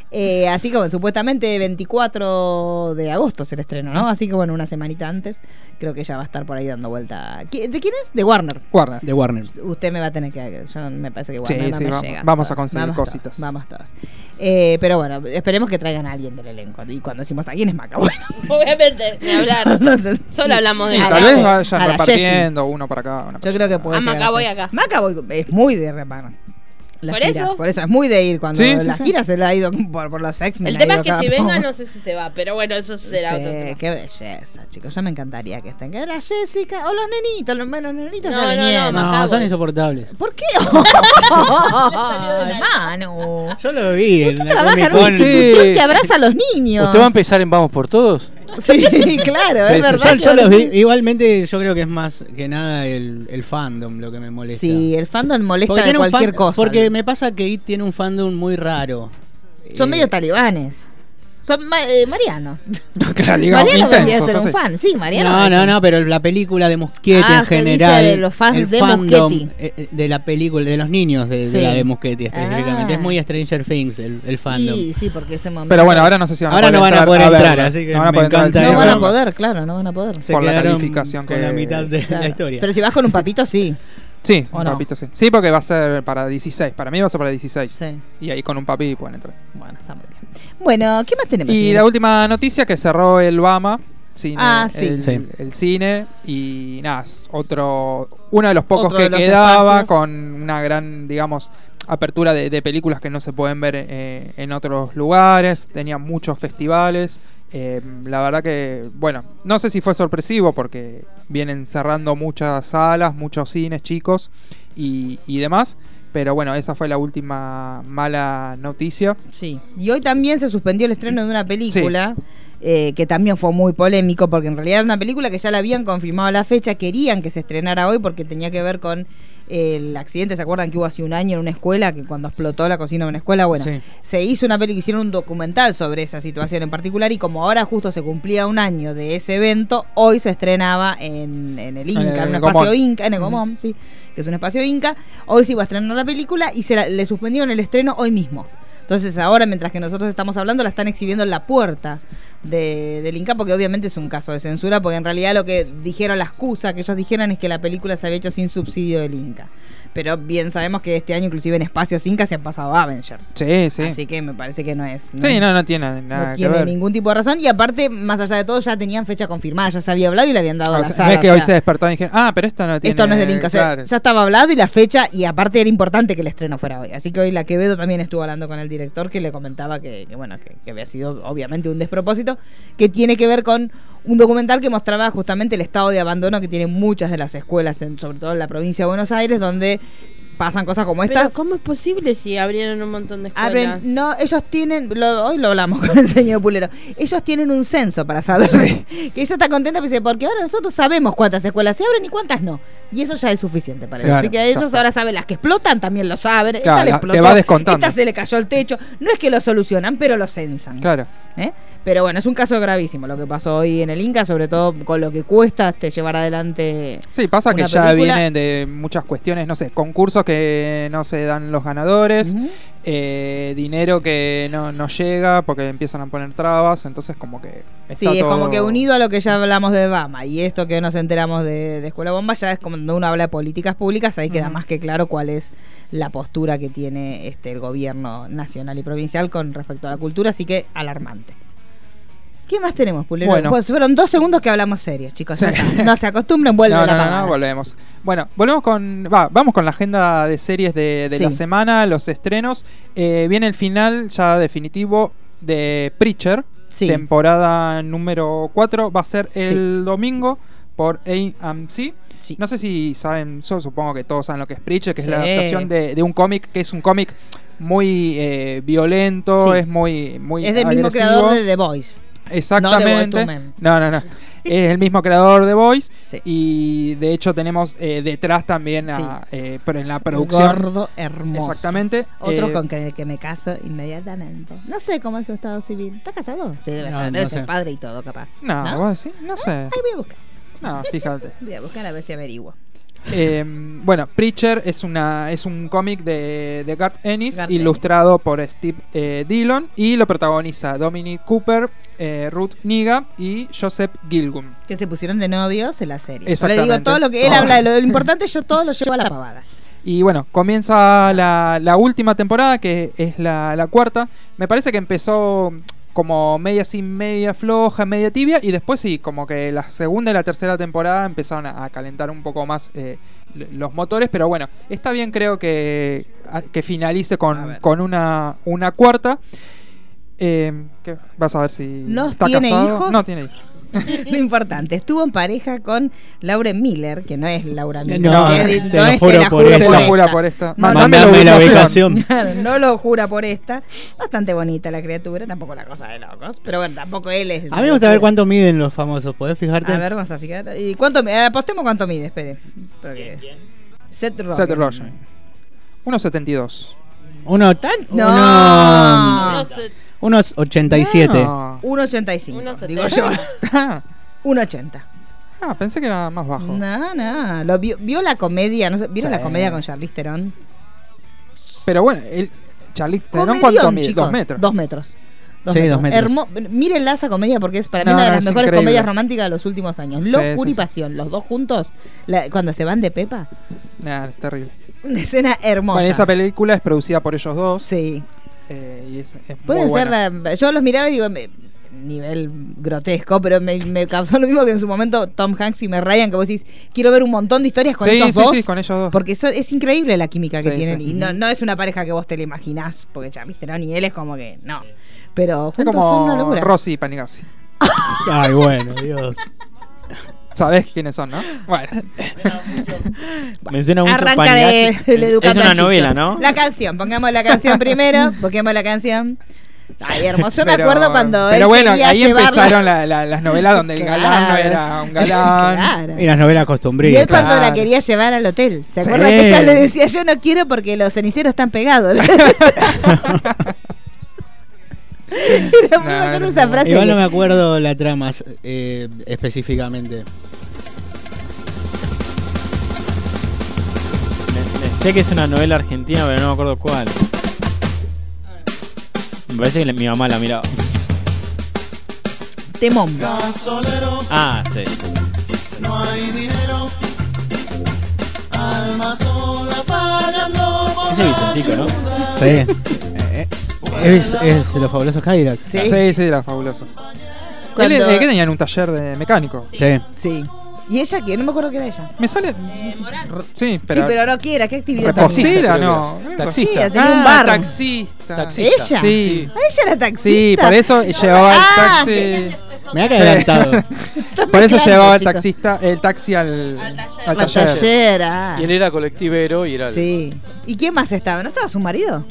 B: Eh, así que bueno, supuestamente 24 de agosto es el estreno, ¿no? Así que bueno, una semanita antes, creo que ya va a estar por ahí dando vuelta. ¿Qui- ¿De quién es? De Warner.
E: Warner.
C: De Warner.
B: Usted me va a tener que. Yo me parece que
E: Sí,
B: Warner no
E: sí,
B: me
E: vamos-
B: llega.
E: vamos
B: Todos.
E: a conseguir
B: Vamos
E: cositas.
B: todos, vamos todos. Eh, pero bueno, esperemos que traigan a alguien del elenco. Y cuando decimos a quién es Maca, bueno.
D: <laughs> Obviamente, de
B: <laughs>
D: hablar.
B: no te-
D: Solo hablamos de
E: Y
B: A
E: tal
B: la-
E: vez
B: a
E: vayan
B: la
E: repartiendo uno para acá. uno para
B: Yo creo que puede
D: Ah,
B: llegar a
D: Macaboy
B: ser.
D: acá.
B: Macaboy es muy de reparar. Las
D: Por
B: giras,
D: eso.
B: Por eso es muy de ir. Cuando
E: Sí, sí,
B: las
E: sí.
B: giras se la ha ido <laughs> por, por los X-Men.
D: El
B: ha
D: tema
B: ido
D: es que
B: cada
D: si
B: poco.
D: venga, no sé si se va, pero bueno, eso
B: Sí,
D: será otro tema.
B: Qué belleza, chicos. Yo me encantaría que estén. Que era Jessica. O los nenitos. Los, bueno, los nenitos
D: No,
B: ya
D: no, no,
B: vinieron.
D: ma-
C: No,
D: Macaboy.
C: son insoportables.
B: ¿Por
D: <laughs>
B: qué? <laughs> Ay,
D: <laughs>
B: Manu.
C: Yo lo vi en la
B: Trabaja en
C: Comic
B: una
C: Con.
B: institución que abraza a los niños.
F: ¿Usted va a empezar en Vamos por Todos?
B: <laughs> Sí, claro,
E: Sí,
B: es
E: sí,
B: verdad. que
C: Yo, yo los vi.
B: ahora-
C: Igualmente, yo creo que es más que nada el, el fandom lo que me molesta.
B: Sí, el fandom molesta
C: Porque
B: de
C: tiene un
B: cualquier
C: fan-
B: cosa.
C: Porque me pasa que IT tiene un fandom muy raro.
B: Son
C: Eh,
B: medio talibanes. Son ma- eh, Mariano.
E: que la digamos
B: Mariano vendría a
E: intensos.
B: ser
E: así.
B: un fan. Sí, Mariano.
C: No,
B: es
C: no,
B: un-
C: no, pero la película de Muschietti
B: Ah,
C: en
B: que dice
C: general.
B: de los fans
C: el
B: de
C: fandom,
B: Muschietti.
C: eh, eh, de la película, de los niños de, de
B: Sí.
C: la de Muschietti
B: Ah.
C: específicamente. Es muy Stranger Things el, el fandom.
B: Sí, sí, porque ese momento.
E: Pero bueno, ahora no sé si van
C: Ahora
E: a
C: no van a poder entrar,
E: verla.
C: así que
E: No van a
C: me
E: poder entrar al
C: encanta
E: cine
B: No
C: eso.
B: van
E: a
B: a
E: verla.
B: poder, claro, no van a poder.
C: Se
E: por la
C: quedaron
E: calificación
C: con
E: que-
C: la mitad de <laughs> la
B: Claro.
C: historia.
B: Pero si vas con un papito, sí.
E: Sí,
B: ¿O
E: un
B: no?
E: papito sí. Sí, porque va a ser para 16. Para mí va a ser para 16.
B: Sí.
E: Y ahí con un papi pueden entrar. Bueno.
B: Está muy bien. Bueno, ¿qué más tenemos?
E: Y
B: señora?
E: la última noticia que cerró el Bama. Cine,
B: Ah, sí.
E: El,
C: Sí.
E: el cine y nada, es otro, uno de los pocos
B: Otro
E: que
B: de los
E: quedaba
B: espacios.
E: con una gran, digamos, apertura de, de películas que no se pueden ver eh, en otros lugares, tenía muchos festivales, eh, la verdad que, bueno, no sé si fue sorpresivo porque vienen cerrando muchas salas, muchos cines chicos y, y demás, pero bueno, esa fue la última mala noticia.
B: Sí. Y hoy también se suspendió el estreno de una película. eh, que también fue muy polémico porque en realidad era una película que ya la habían confirmado la fecha, querían que se estrenara hoy porque tenía que ver con eh, el accidente, ¿se acuerdan que hubo hace un año en una escuela, que cuando explotó la cocina de una escuela, bueno,
C: Sí.
B: se hizo una película, hicieron un documental sobre esa situación en particular y como ahora justo se cumplía un año de ese evento, hoy se estrenaba en, en el Inca,
E: En el
B: en un
E: Gomón.
B: espacio Inca, en el Gomón, sí, que es un espacio Inca, hoy se iba a estrenar la película y se la- le suspendieron el estreno hoy mismo. Entonces ahora, mientras que nosotros estamos hablando, la están exhibiendo en la puerta de, del Inca, porque obviamente es un caso de censura, porque en realidad lo que dijeron, la excusa que ellos dijeron es que la película se había hecho sin subsidio del Inca. Pero bien sabemos que este año, inclusive en espacios Inca, se han pasado Avengers.
E: Sí, sí.
B: Así que me parece que no es. no
E: Sí,
B: es-
E: no, no tiene
B: no
E: nada que
B: tiene
E: ver.
B: ningún tipo de razón. Y aparte, más allá de todo, ya tenían fecha confirmada, ya se había hablado y le habían dado
E: Ah, O
B: la
E: sea,
B: sala,
E: no es que
B: o
E: hoy
B: sea,
E: se despertó y dijeron, ah, pero esto no tiene
B: esto no es del Inca, o sea,
E: claro".
B: ya estaba hablado y la fecha, y aparte era importante que el estreno fuera hoy. Así que hoy la Quevedo también estuvo hablando con el director que le comentaba que, que, bueno, que, que había sido obviamente un despropósito, que tiene que ver con un documental que mostraba justamente el estado de abandono que tienen muchas de las escuelas, en- sobre todo en la provincia de Buenos Aires, donde pasan cosas como estas.
D: Pero, ¿cómo es posible si abrieron un montón de escuelas?
B: Abren- no, ellos tienen, lo- hoy lo hablamos <laughs> con el señor Pulero, ellos tienen un censo para saber, <laughs> que ella está contenta porque dice, porque ahora nosotros sabemos cuántas escuelas se abren y cuántas no, y eso ya es suficiente para ellos,
E: Claro,
B: así que
E: ya
B: ellos
E: está.
B: ahora saben las que explotan, también lo saben, esta
E: Claro,
B: le
E: la- te
B: explotó,
E: va descontando.
B: esta se le cayó el techo, no es que lo solucionan, pero lo censan.
E: Claro.
B: ¿eh? Pero bueno, es un caso gravísimo lo que pasó hoy en el Inca, sobre todo con lo que cuesta este, llevar adelante
E: Sí, pasa que
B: Una
E: ya
B: película-
E: vienen de muchas cuestiones, no sé, concursos que no se dan los ganadores,
B: Ujú.
E: eh, dinero que no, no llega porque empiezan a poner trabas, entonces como que... Está
B: Sí, es
E: todo-
B: como que unido a lo que ya hablamos de Bama y esto que nos enteramos de, de Escuela Bomba, ya es como cuando uno habla de políticas públicas, ahí queda más que claro cuál es la postura que tiene este el gobierno nacional y provincial con respecto a la cultura, así que alarmante. ¿Qué más tenemos, Pulero?
E: Bueno.
B: Pues fueron dos segundos que hablamos serios, chicos. ya
E: Sí.
B: está. No se acostumbren, vuelve
E: No,
B: la
E: no, no,
B: palabra.
E: no, volvemos. Bueno, volvemos con... Va, vamos con la agenda de series de, de
B: Sí.
E: la semana, los estrenos. Eh, viene el final ya definitivo de Preacher,
B: Sí.
E: temporada número 4, va a ser el domingo por AMC.
B: Sí.
E: No sé si saben, yo supongo que todos saben lo que es Preacher, que
B: Sí.
E: es la adaptación de, de un cómic, que es un cómic muy eh, violento,
B: Sí.
E: es muy, muy
B: es del mismo
E: agresivo.
B: creador de The Voice.
E: Exactamente.
B: No, de Boys to Men.
E: No, no, no. Es el mismo creador de Voice.
B: Sí.
E: Y de hecho tenemos eh, detrás también a, eh, pero en la producción.
B: Gordo, hermoso.
E: Exactamente.
B: Otro
E: eh,
B: con el que me caso inmediatamente. No sé cómo es su estado civil. ¿Está casado? Sí, debe
C: No,
B: estar.
C: no
B: Debe
C: sé.
B: ser padre y todo, capaz.
E: No, vos decís, no sé.
B: Ahí voy a buscar.
E: No, fíjate.
B: Voy a buscar a ver si averiguo.
E: Eh, bueno, Preacher es una es un cómic de, de Garth Ennis,
B: Garth
E: ilustrado por Steve eh, Dillon y lo protagoniza Dominic Cooper, eh, Ruth Niga y Joseph Gilgum.
B: Que se pusieron de novios en la serie. Yo le
E: Exactamente.
B: digo todo lo que él
C: Oh.
E: Todo.
B: habla de lo del importante, yo todo lo llevo a la pavada. <laughs>
E: Y bueno, comienza la, la última temporada, que es la, la cuarta. Me parece que empezó como media sin media floja, media tibia, y después sí, como que la segunda y la tercera temporada empezaron a, a calentar un poco más eh, l- los motores, pero bueno, está bien creo que, a- que finalice
B: A
E: con,
B: ver.
E: con una, una cuarta. Eh, ¿qué? Vas a ver si
B: ¿No tiene hijos?
E: No tiene hijos.
B: lo importante, estuvo en pareja con Lauren Miller, que no es Laura Miller.
C: No,
B: que es-
C: te lo juro por
E: Te
C: esta.
E: lo jura
B: esta.
E: por esta.
B: No,
E: Mandame
C: Mandame la ubicación.
B: <laughs> Claro, no lo jura por esta. Bastante bonita la criatura, tampoco la cosa de locos. Pero bueno, tampoco él es.
C: A mí me gusta ver
B: cuánto
C: cuánto miden los famosos, ¿podés fijarte?
B: A ver, vamos a fijar. ¿Y cuánto me- apostemos cuánto mide, espere. Porque- Seth Rogen.
E: Seth Rogen. 1.72.
C: ¿Uno tan?
B: No.
C: Uno-
D: No sé,
C: Unos 87.
E: Ah,
B: 1,85. Digo yo. <laughs> 1,80.
E: <laughs> ah, pensé que era más bajo.
B: No, no. Lo vio, vio la comedia. No sé, ¿Vieron
E: Sí.
B: la comedia con Charlize Theron?
E: Pero bueno, el Charlize Theron,
B: Comedión,
E: ¿cuánto mide?
B: chicos.
E: Dos metros.
B: Dos metros.
C: Sí, dos metros.
B: Hermo- Mírenla esa comedia porque es para mí
E: No,
B: una de
E: no,
B: las
E: es
B: mejores
E: increíble.
B: comedias románticas de los últimos años.
E: Sí,
B: Locura
E: sí,
B: y
E: sí.
B: pasión. Los dos juntos, la- cuando se van de Pepa.
E: Nah, es terrible.
B: Una escena hermosa.
E: Bueno, esa película es producida por ellos dos.
B: Sí.
E: eh, y es, es muy
B: Pueden ser
E: buena.
B: la- Yo los miraba y digo, me- nivel grotesco, pero me, me causó lo mismo que en su momento Tom Hanks y me rayan, que vos decís, quiero ver un montón de historias con
E: sí,
B: ellos
E: sí,
B: dos.
E: sí, con ellos dos.
B: Porque eso, es increíble la química que
E: Sí,
B: tienen.
E: sí.
B: Y no, no es una pareja que vos te la imaginás, porque Charlize Theron y él es como que no. Pero
E: es
B: juntos son una
E: como
B: locura.
E: Rosy y Panigasi.
C: Ay, bueno, Dios.
E: Sabés quiénes son, ¿no?
B: <laughs>
E: Bueno,
H: Menciona mucho
B: Arranca de, <laughs>
H: Panigasi.
B: el
H: Es
B: educando
H: una
B: a Chicho.
H: novela, ¿no?
B: La canción, pongamos la canción
E: <laughs>
B: primero, pongamos la canción. Ay, hermoso, yo me
E: pero-
B: acuerdo cuando
E: Pero
B: él
E: bueno,
B: quería
E: ahí
B: llevarla-
E: empezaron la- la- las novelas donde el galán no
B: Claro.
E: era un galán.
B: <laughs> Claro.
C: Y las novelas
B: Y
C: costumbristas.
B: él cuando
E: claro.
B: la quería llevar al hotel. ¿Se
E: Sí.
B: acuerdan que ella le decía yo no quiero porque los ceniceros están pegados? <laughs> Era muy
E: No,
B: bacana
E: era muy
B: esa
E: bueno.
B: frase.
C: Igual no
B: que-
C: me acuerdo la trama eh, específicamente.
H: Me- me- Sé que es una novela argentina, pero no me acuerdo cuál. Me parece que la- mi mamá la miraba.
B: Temón.
H: Ah, sí. Ese es Vicentico, ¿no?
C: Sí. Eh, eh, es, es los fabulosos Cadillacs.
B: Sí.
E: Sí, sí, eran fabulosos.
D: Cuando-
E: Él, eh, que tenían un taller de mecánico.
C: Sí.
B: Sí. ¿Y ella qué? No me acuerdo qué era ella.
E: Me sale. Sí, pero.
B: Eh, sí, pero no quiera, ¿qué actividad
E: Repostera,
B: tenía?
F: Taxista,
E: no.
F: creo que era. Taxista.
B: Sí, tenía un bar.
E: Ah, Taxista.
F: Taxista.
B: ¿Ella?
E: Sí.
B: Ah, ella era taxista.
E: Sí, por eso llevaba el
B: Ah,
E: taxi.
C: Me ha
E: Sí.
C: adelantado.
E: Por eso
B: mezclando,
E: llevaba el
B: chicos.
E: taxista, el taxi al,
D: taller.
E: al
B: La
E: taller.
B: tallera.
F: Y él era colectivero y era el-
B: Sí. ¿Y quién más estaba? ¿No estaba su marido?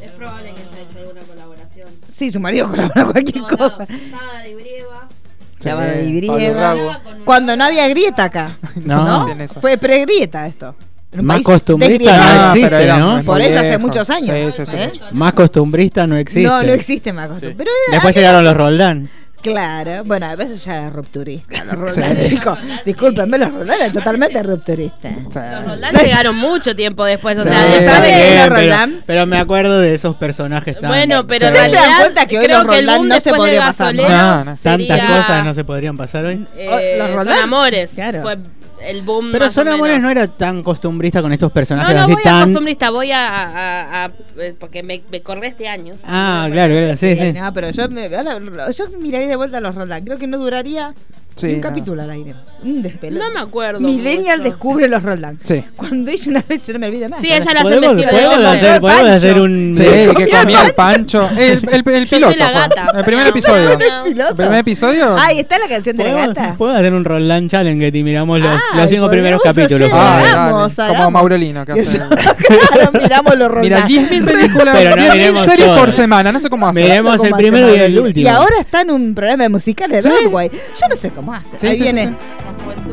D: Es probable que haya hecho alguna colaboración.
B: Sí, su marido colabora cualquier cosa.
D: Estaba de Brieva.
E: Sí.
B: Estaba de
F: Pablo
B: griega.
F: Rago.
B: Cuando no había grieta acá.
C: <laughs> No.
E: sé
B: ¿No?
E: si en esa.
B: Fue pre-grieta esto. En un
C: Más
B: país Ah,
C: costumbrista
B: desgrietado.
C: no existe,
E: Ah, pero era
C: ¿no?
E: muy
B: Por eso hace
E: viejo.
B: muchos años.
E: Sí, sí, sí.
B: ¿eh?
C: Más costumbrista no existe.
B: No, no existe más costumbre.
F: Sí.
B: Pero era.
C: Después llegaron los Roldán.
B: Claro, bueno, a veces ya era rupturista.
C: <laughs>
B: Los Roldán, chicos. Discúlpenme, los Roldán eran totalmente rupturistas.
D: Los
E: Sí.
D: Roldán llegaron mucho tiempo después, o
E: Sí.
D: sea,
E: Sí.
D: de
B: ¿Sabe qué era
C: Eh, Bien, pero-
B: Roldán?
C: Pero me acuerdo de esos personajes tan.
D: Bueno, pero en
E: ¿Ustedes se
D: realidad
E: dan
B: cuenta que hoy
D: creo
B: los
D: que el
B: Roldán
D: boom
B: no se
D: después
B: podría
D: del
B: pasar, ¿no? Oh,
D: gasolero
E: No, no.
C: Tantas
D: sería,
C: cosas no se podrían pasar hoy.
D: eh,
B: Los
D: son
B: Roldán.
D: amores.
B: Claro.
D: Fue el boom
C: Pero
D: más
C: Son
D: o
C: Amores
D: menos.
C: no era tan costumbrista con estos
D: No,
C: personajes
D: no
C: así
D: voy a
C: tan.
D: costumbrista, voy a, a- a- a- eh, porque me, me este correste años.
C: Ah, claro, claro, sí, sí.
B: No, pero yo, me, ahora- yo miraré de vuelta a los Roldán. Creo que no duraría
E: Sí,
B: un
E: no.
B: capítulo al aire. Un despelote.
D: No me acuerdo.
B: Millennial
D: mucho.
B: descubre los Roldán.
E: Sí.
B: Cuando ella una vez, yo no me olvido más.
D: Sí, ella la hace
C: Podemos,
D: vestido de
C: podemos
D: novia.
C: hacer, podemos
B: Pancho.
C: hacer un.
E: Sí, que comía el pancho. El, el, el
D: Yo
E: piloto.
D: soy la
E: fue.
D: gata.
E: El primer
D: No,
B: <laughs>
E: episodio.
D: no, no.
E: El primer episodio.
B: Ay, está la canción de la
C: ¿Podemos,
B: gata.
C: podemos hacer un Roland Challenge y miramos los,
B: Ay,
C: los cinco primeros
B: podemos
C: capítulos.
B: hacer-
E: Ay,
B: hagamos,
E: Ah, dale. Como
B: hagamos.
E: Maurelino
B: <laughs>
E: que hace.
B: claro, miramos los
E: Mira,
B: Roldán.
E: 10.000 películas,
C: Pero no
E: 10.000
C: miremos ¿eh?
E: series por
C: todas.
E: semana, no sé cómo hace.
C: Miremos el
B: ¿Cómo hace
C: primero y el
B: Marilyn?
C: último.
B: Y ahora está en un programa de musicales de
E: Sí.
B: Broadway. Yo no sé cómo hace.
E: Sí,
B: Ahí
E: sí, sí,
B: viene.
E: sí.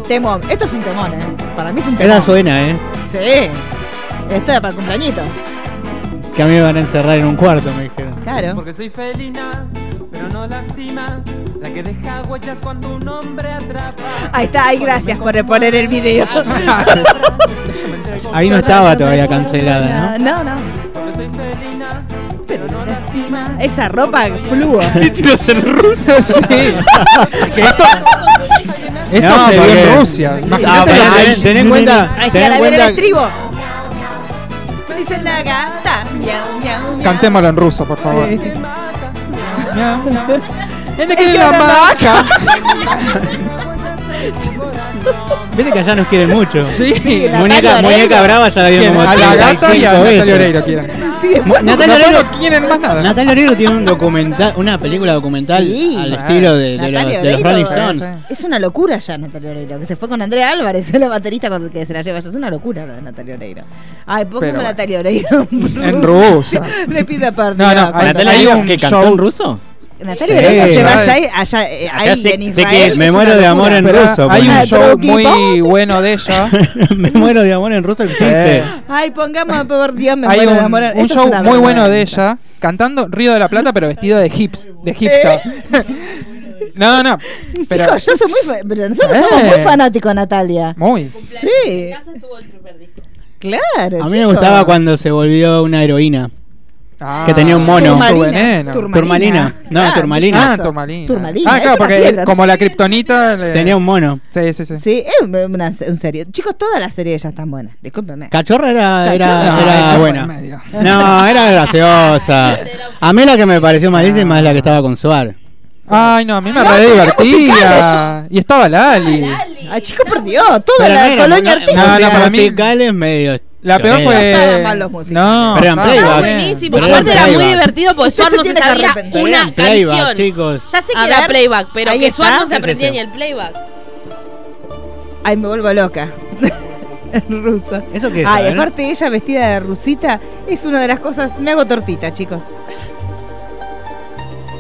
B: Temón. Esto es un temón, ¿eh? Para mí es un temón.
C: Esa suena, ¿eh?
B: Sí. Esto era para el cumpleañito.
C: Que a mí me van a encerrar en un cuarto, me dijeron.
B: Claro.
J: Porque soy felina, pero no lastima, la que deja huellas cuando un hombre atrapa.
B: Ahí está. Ay, gracias por poner el video.
E: <laughs>
C: Ahí no <laughs> estaba todavía cancelada,
B: No,
C: ¿no?
B: no.
J: Porque soy felina, pero no lastima.
B: Esa ropa flúor.
H: Títulos en ruso.
E: Sí. Que esto esto
C: No,
E: se vio
C: porque-
E: en Rusia.
C: Ah,
E: Imagínate
C: pero
E: lo que-
C: ten- ten en cuenta.
B: Ahí
C: ten
B: está la
C: en
B: viola
C: cuenta-
B: del tribo. Me dicen la gata. Miau, miau, miau.
E: Cantémoslo en ruso, por favor.
B: Sí.
E: En que la maca.
C: Viste que allá nos quieren mucho.
E: Sí.
B: la-
C: Muñeca,
B: Natalia
C: muñeca
B: Oreiro.
C: brava ya la vieron como
E: A la gata y a
C: 35
E: Natalia
C: veces.
E: Oreiro quieren.
B: Sí, después
E: No,
C: Natalia
E: no,
C: Oreiro-
E: no quieren más nada.
C: Natalia Oreiro tiene un documental, una película documental
B: Sí.
C: al
E: Sí.
C: estilo de, de los,
B: Natalia
C: de los Rolling
B: Oreiro.
C: Stones. <laughs>
E: Sí,
B: Es una locura ya Natalia Oreiro, que se fue con Andrea Álvarez, <laughs> la baterista con que se la lleva. ya. Es una locura lo de Natalia Oreiro. Ay, póngame
E: Pero bueno.
B: Natalia Oreiro.
E: <laughs> En ruso.
B: <laughs> Le pido perdón.
E: No, no,
B: Cuando-
E: Hay
H: ¿Natalia
E: un
H: dijo que cantó
E: show-
H: en ruso?
B: Natalia
C: Sí.
B: Oreiro se
C: Ya
B: vaya ahí,
E: es-
B: allá, eh,
H: ya
B: ahí
H: sé-
B: en
H: sé
B: Israel.
H: que
B: es
H: me
B: una
H: muero de
B: locura.
H: amor en
E: Pero
H: ruso.
E: hay un
B: ponele.
E: show
B: Troqui,
E: muy
B: ponele.
E: bueno
C: <laughs>
E: de ella. Eh,
C: Me muero de amor en ruso existe.
B: Ay, pongamos, por Dios, me
E: hay
B: muero
E: un,
B: de amor.
E: un
B: Esto es
E: show
B: una
E: muy bueno de
B: vergüenza.
E: ella cantando Río de la Plata, pero vestido de hips,
B: <laughs>
E: de hipster. no, no. Pero
B: Chicos, yo soy muy. fa- pero Nosotros
E: Sí.
B: somos muy fanáticos, Natalia.
E: muy.
B: Sí. Claro.
C: A mí me gustaba cuando se volvió una heroína.
E: Ah,
C: Que tenía un mono.
E: Tu
B: Turmalina.
E: veneno.
C: Turmalina. No, turmalina.
E: Ah, Turmalina.
B: Turmalina,
E: Ah,
B: es
E: claro,
B: una
E: porque
B: piedra.
E: como la kriptonita. le-
C: Tenía un mono.
E: Sí, sí, sí.
B: Sí, es una, un serio. Chicos, todas las series ya están buenas. Discúlpenme.
C: Cachorra era, era,
E: Cachorra.
C: era
E: Ah, esa fue en medio.
C: buena. No, era graciosa. A mí la que me pareció malísima es la que estaba con Suar.
E: Ay, no, a mí me
B: No,
E: re
B: tenía
E: divertía. Y estaba Lali.
B: Ay, chicos, por Dios. Toda
C: Pero
B: la
C: no era-
B: colonia
C: no-
B: artística.
E: No, no, para mí-
C: musicales medio.
E: La peor
C: chorera.
E: fue.
B: No estaban mal los músicos.
E: No,
C: Pero eran
E: estaba
C: playback.
E: bien.
D: Buenísimo.
C: Pero
D: Aparte
C: era
D: era muy
C: playback.
D: divertido porque
B: Usted
D: Suar
B: se
D: no se
B: tiene que
D: sabía
B: arrepentir.
C: Pero
D: una
C: eran playback,
D: canción.
C: chicos.
D: Ya sé que
B: A
D: era
B: ver,
D: playback, pero
B: ahí
D: que
B: está.
D: Suar no se
C: Es
D: aprendía
C: ese.
D: ni el playback.
B: Ay, me vuelvo loca. <laughs> Ruso.
C: ¿Eso qué es, eh?
B: Ay,
C: a ver?
B: aparte ella vestida de rusita es una de las cosas. Me hago tortita, chicos.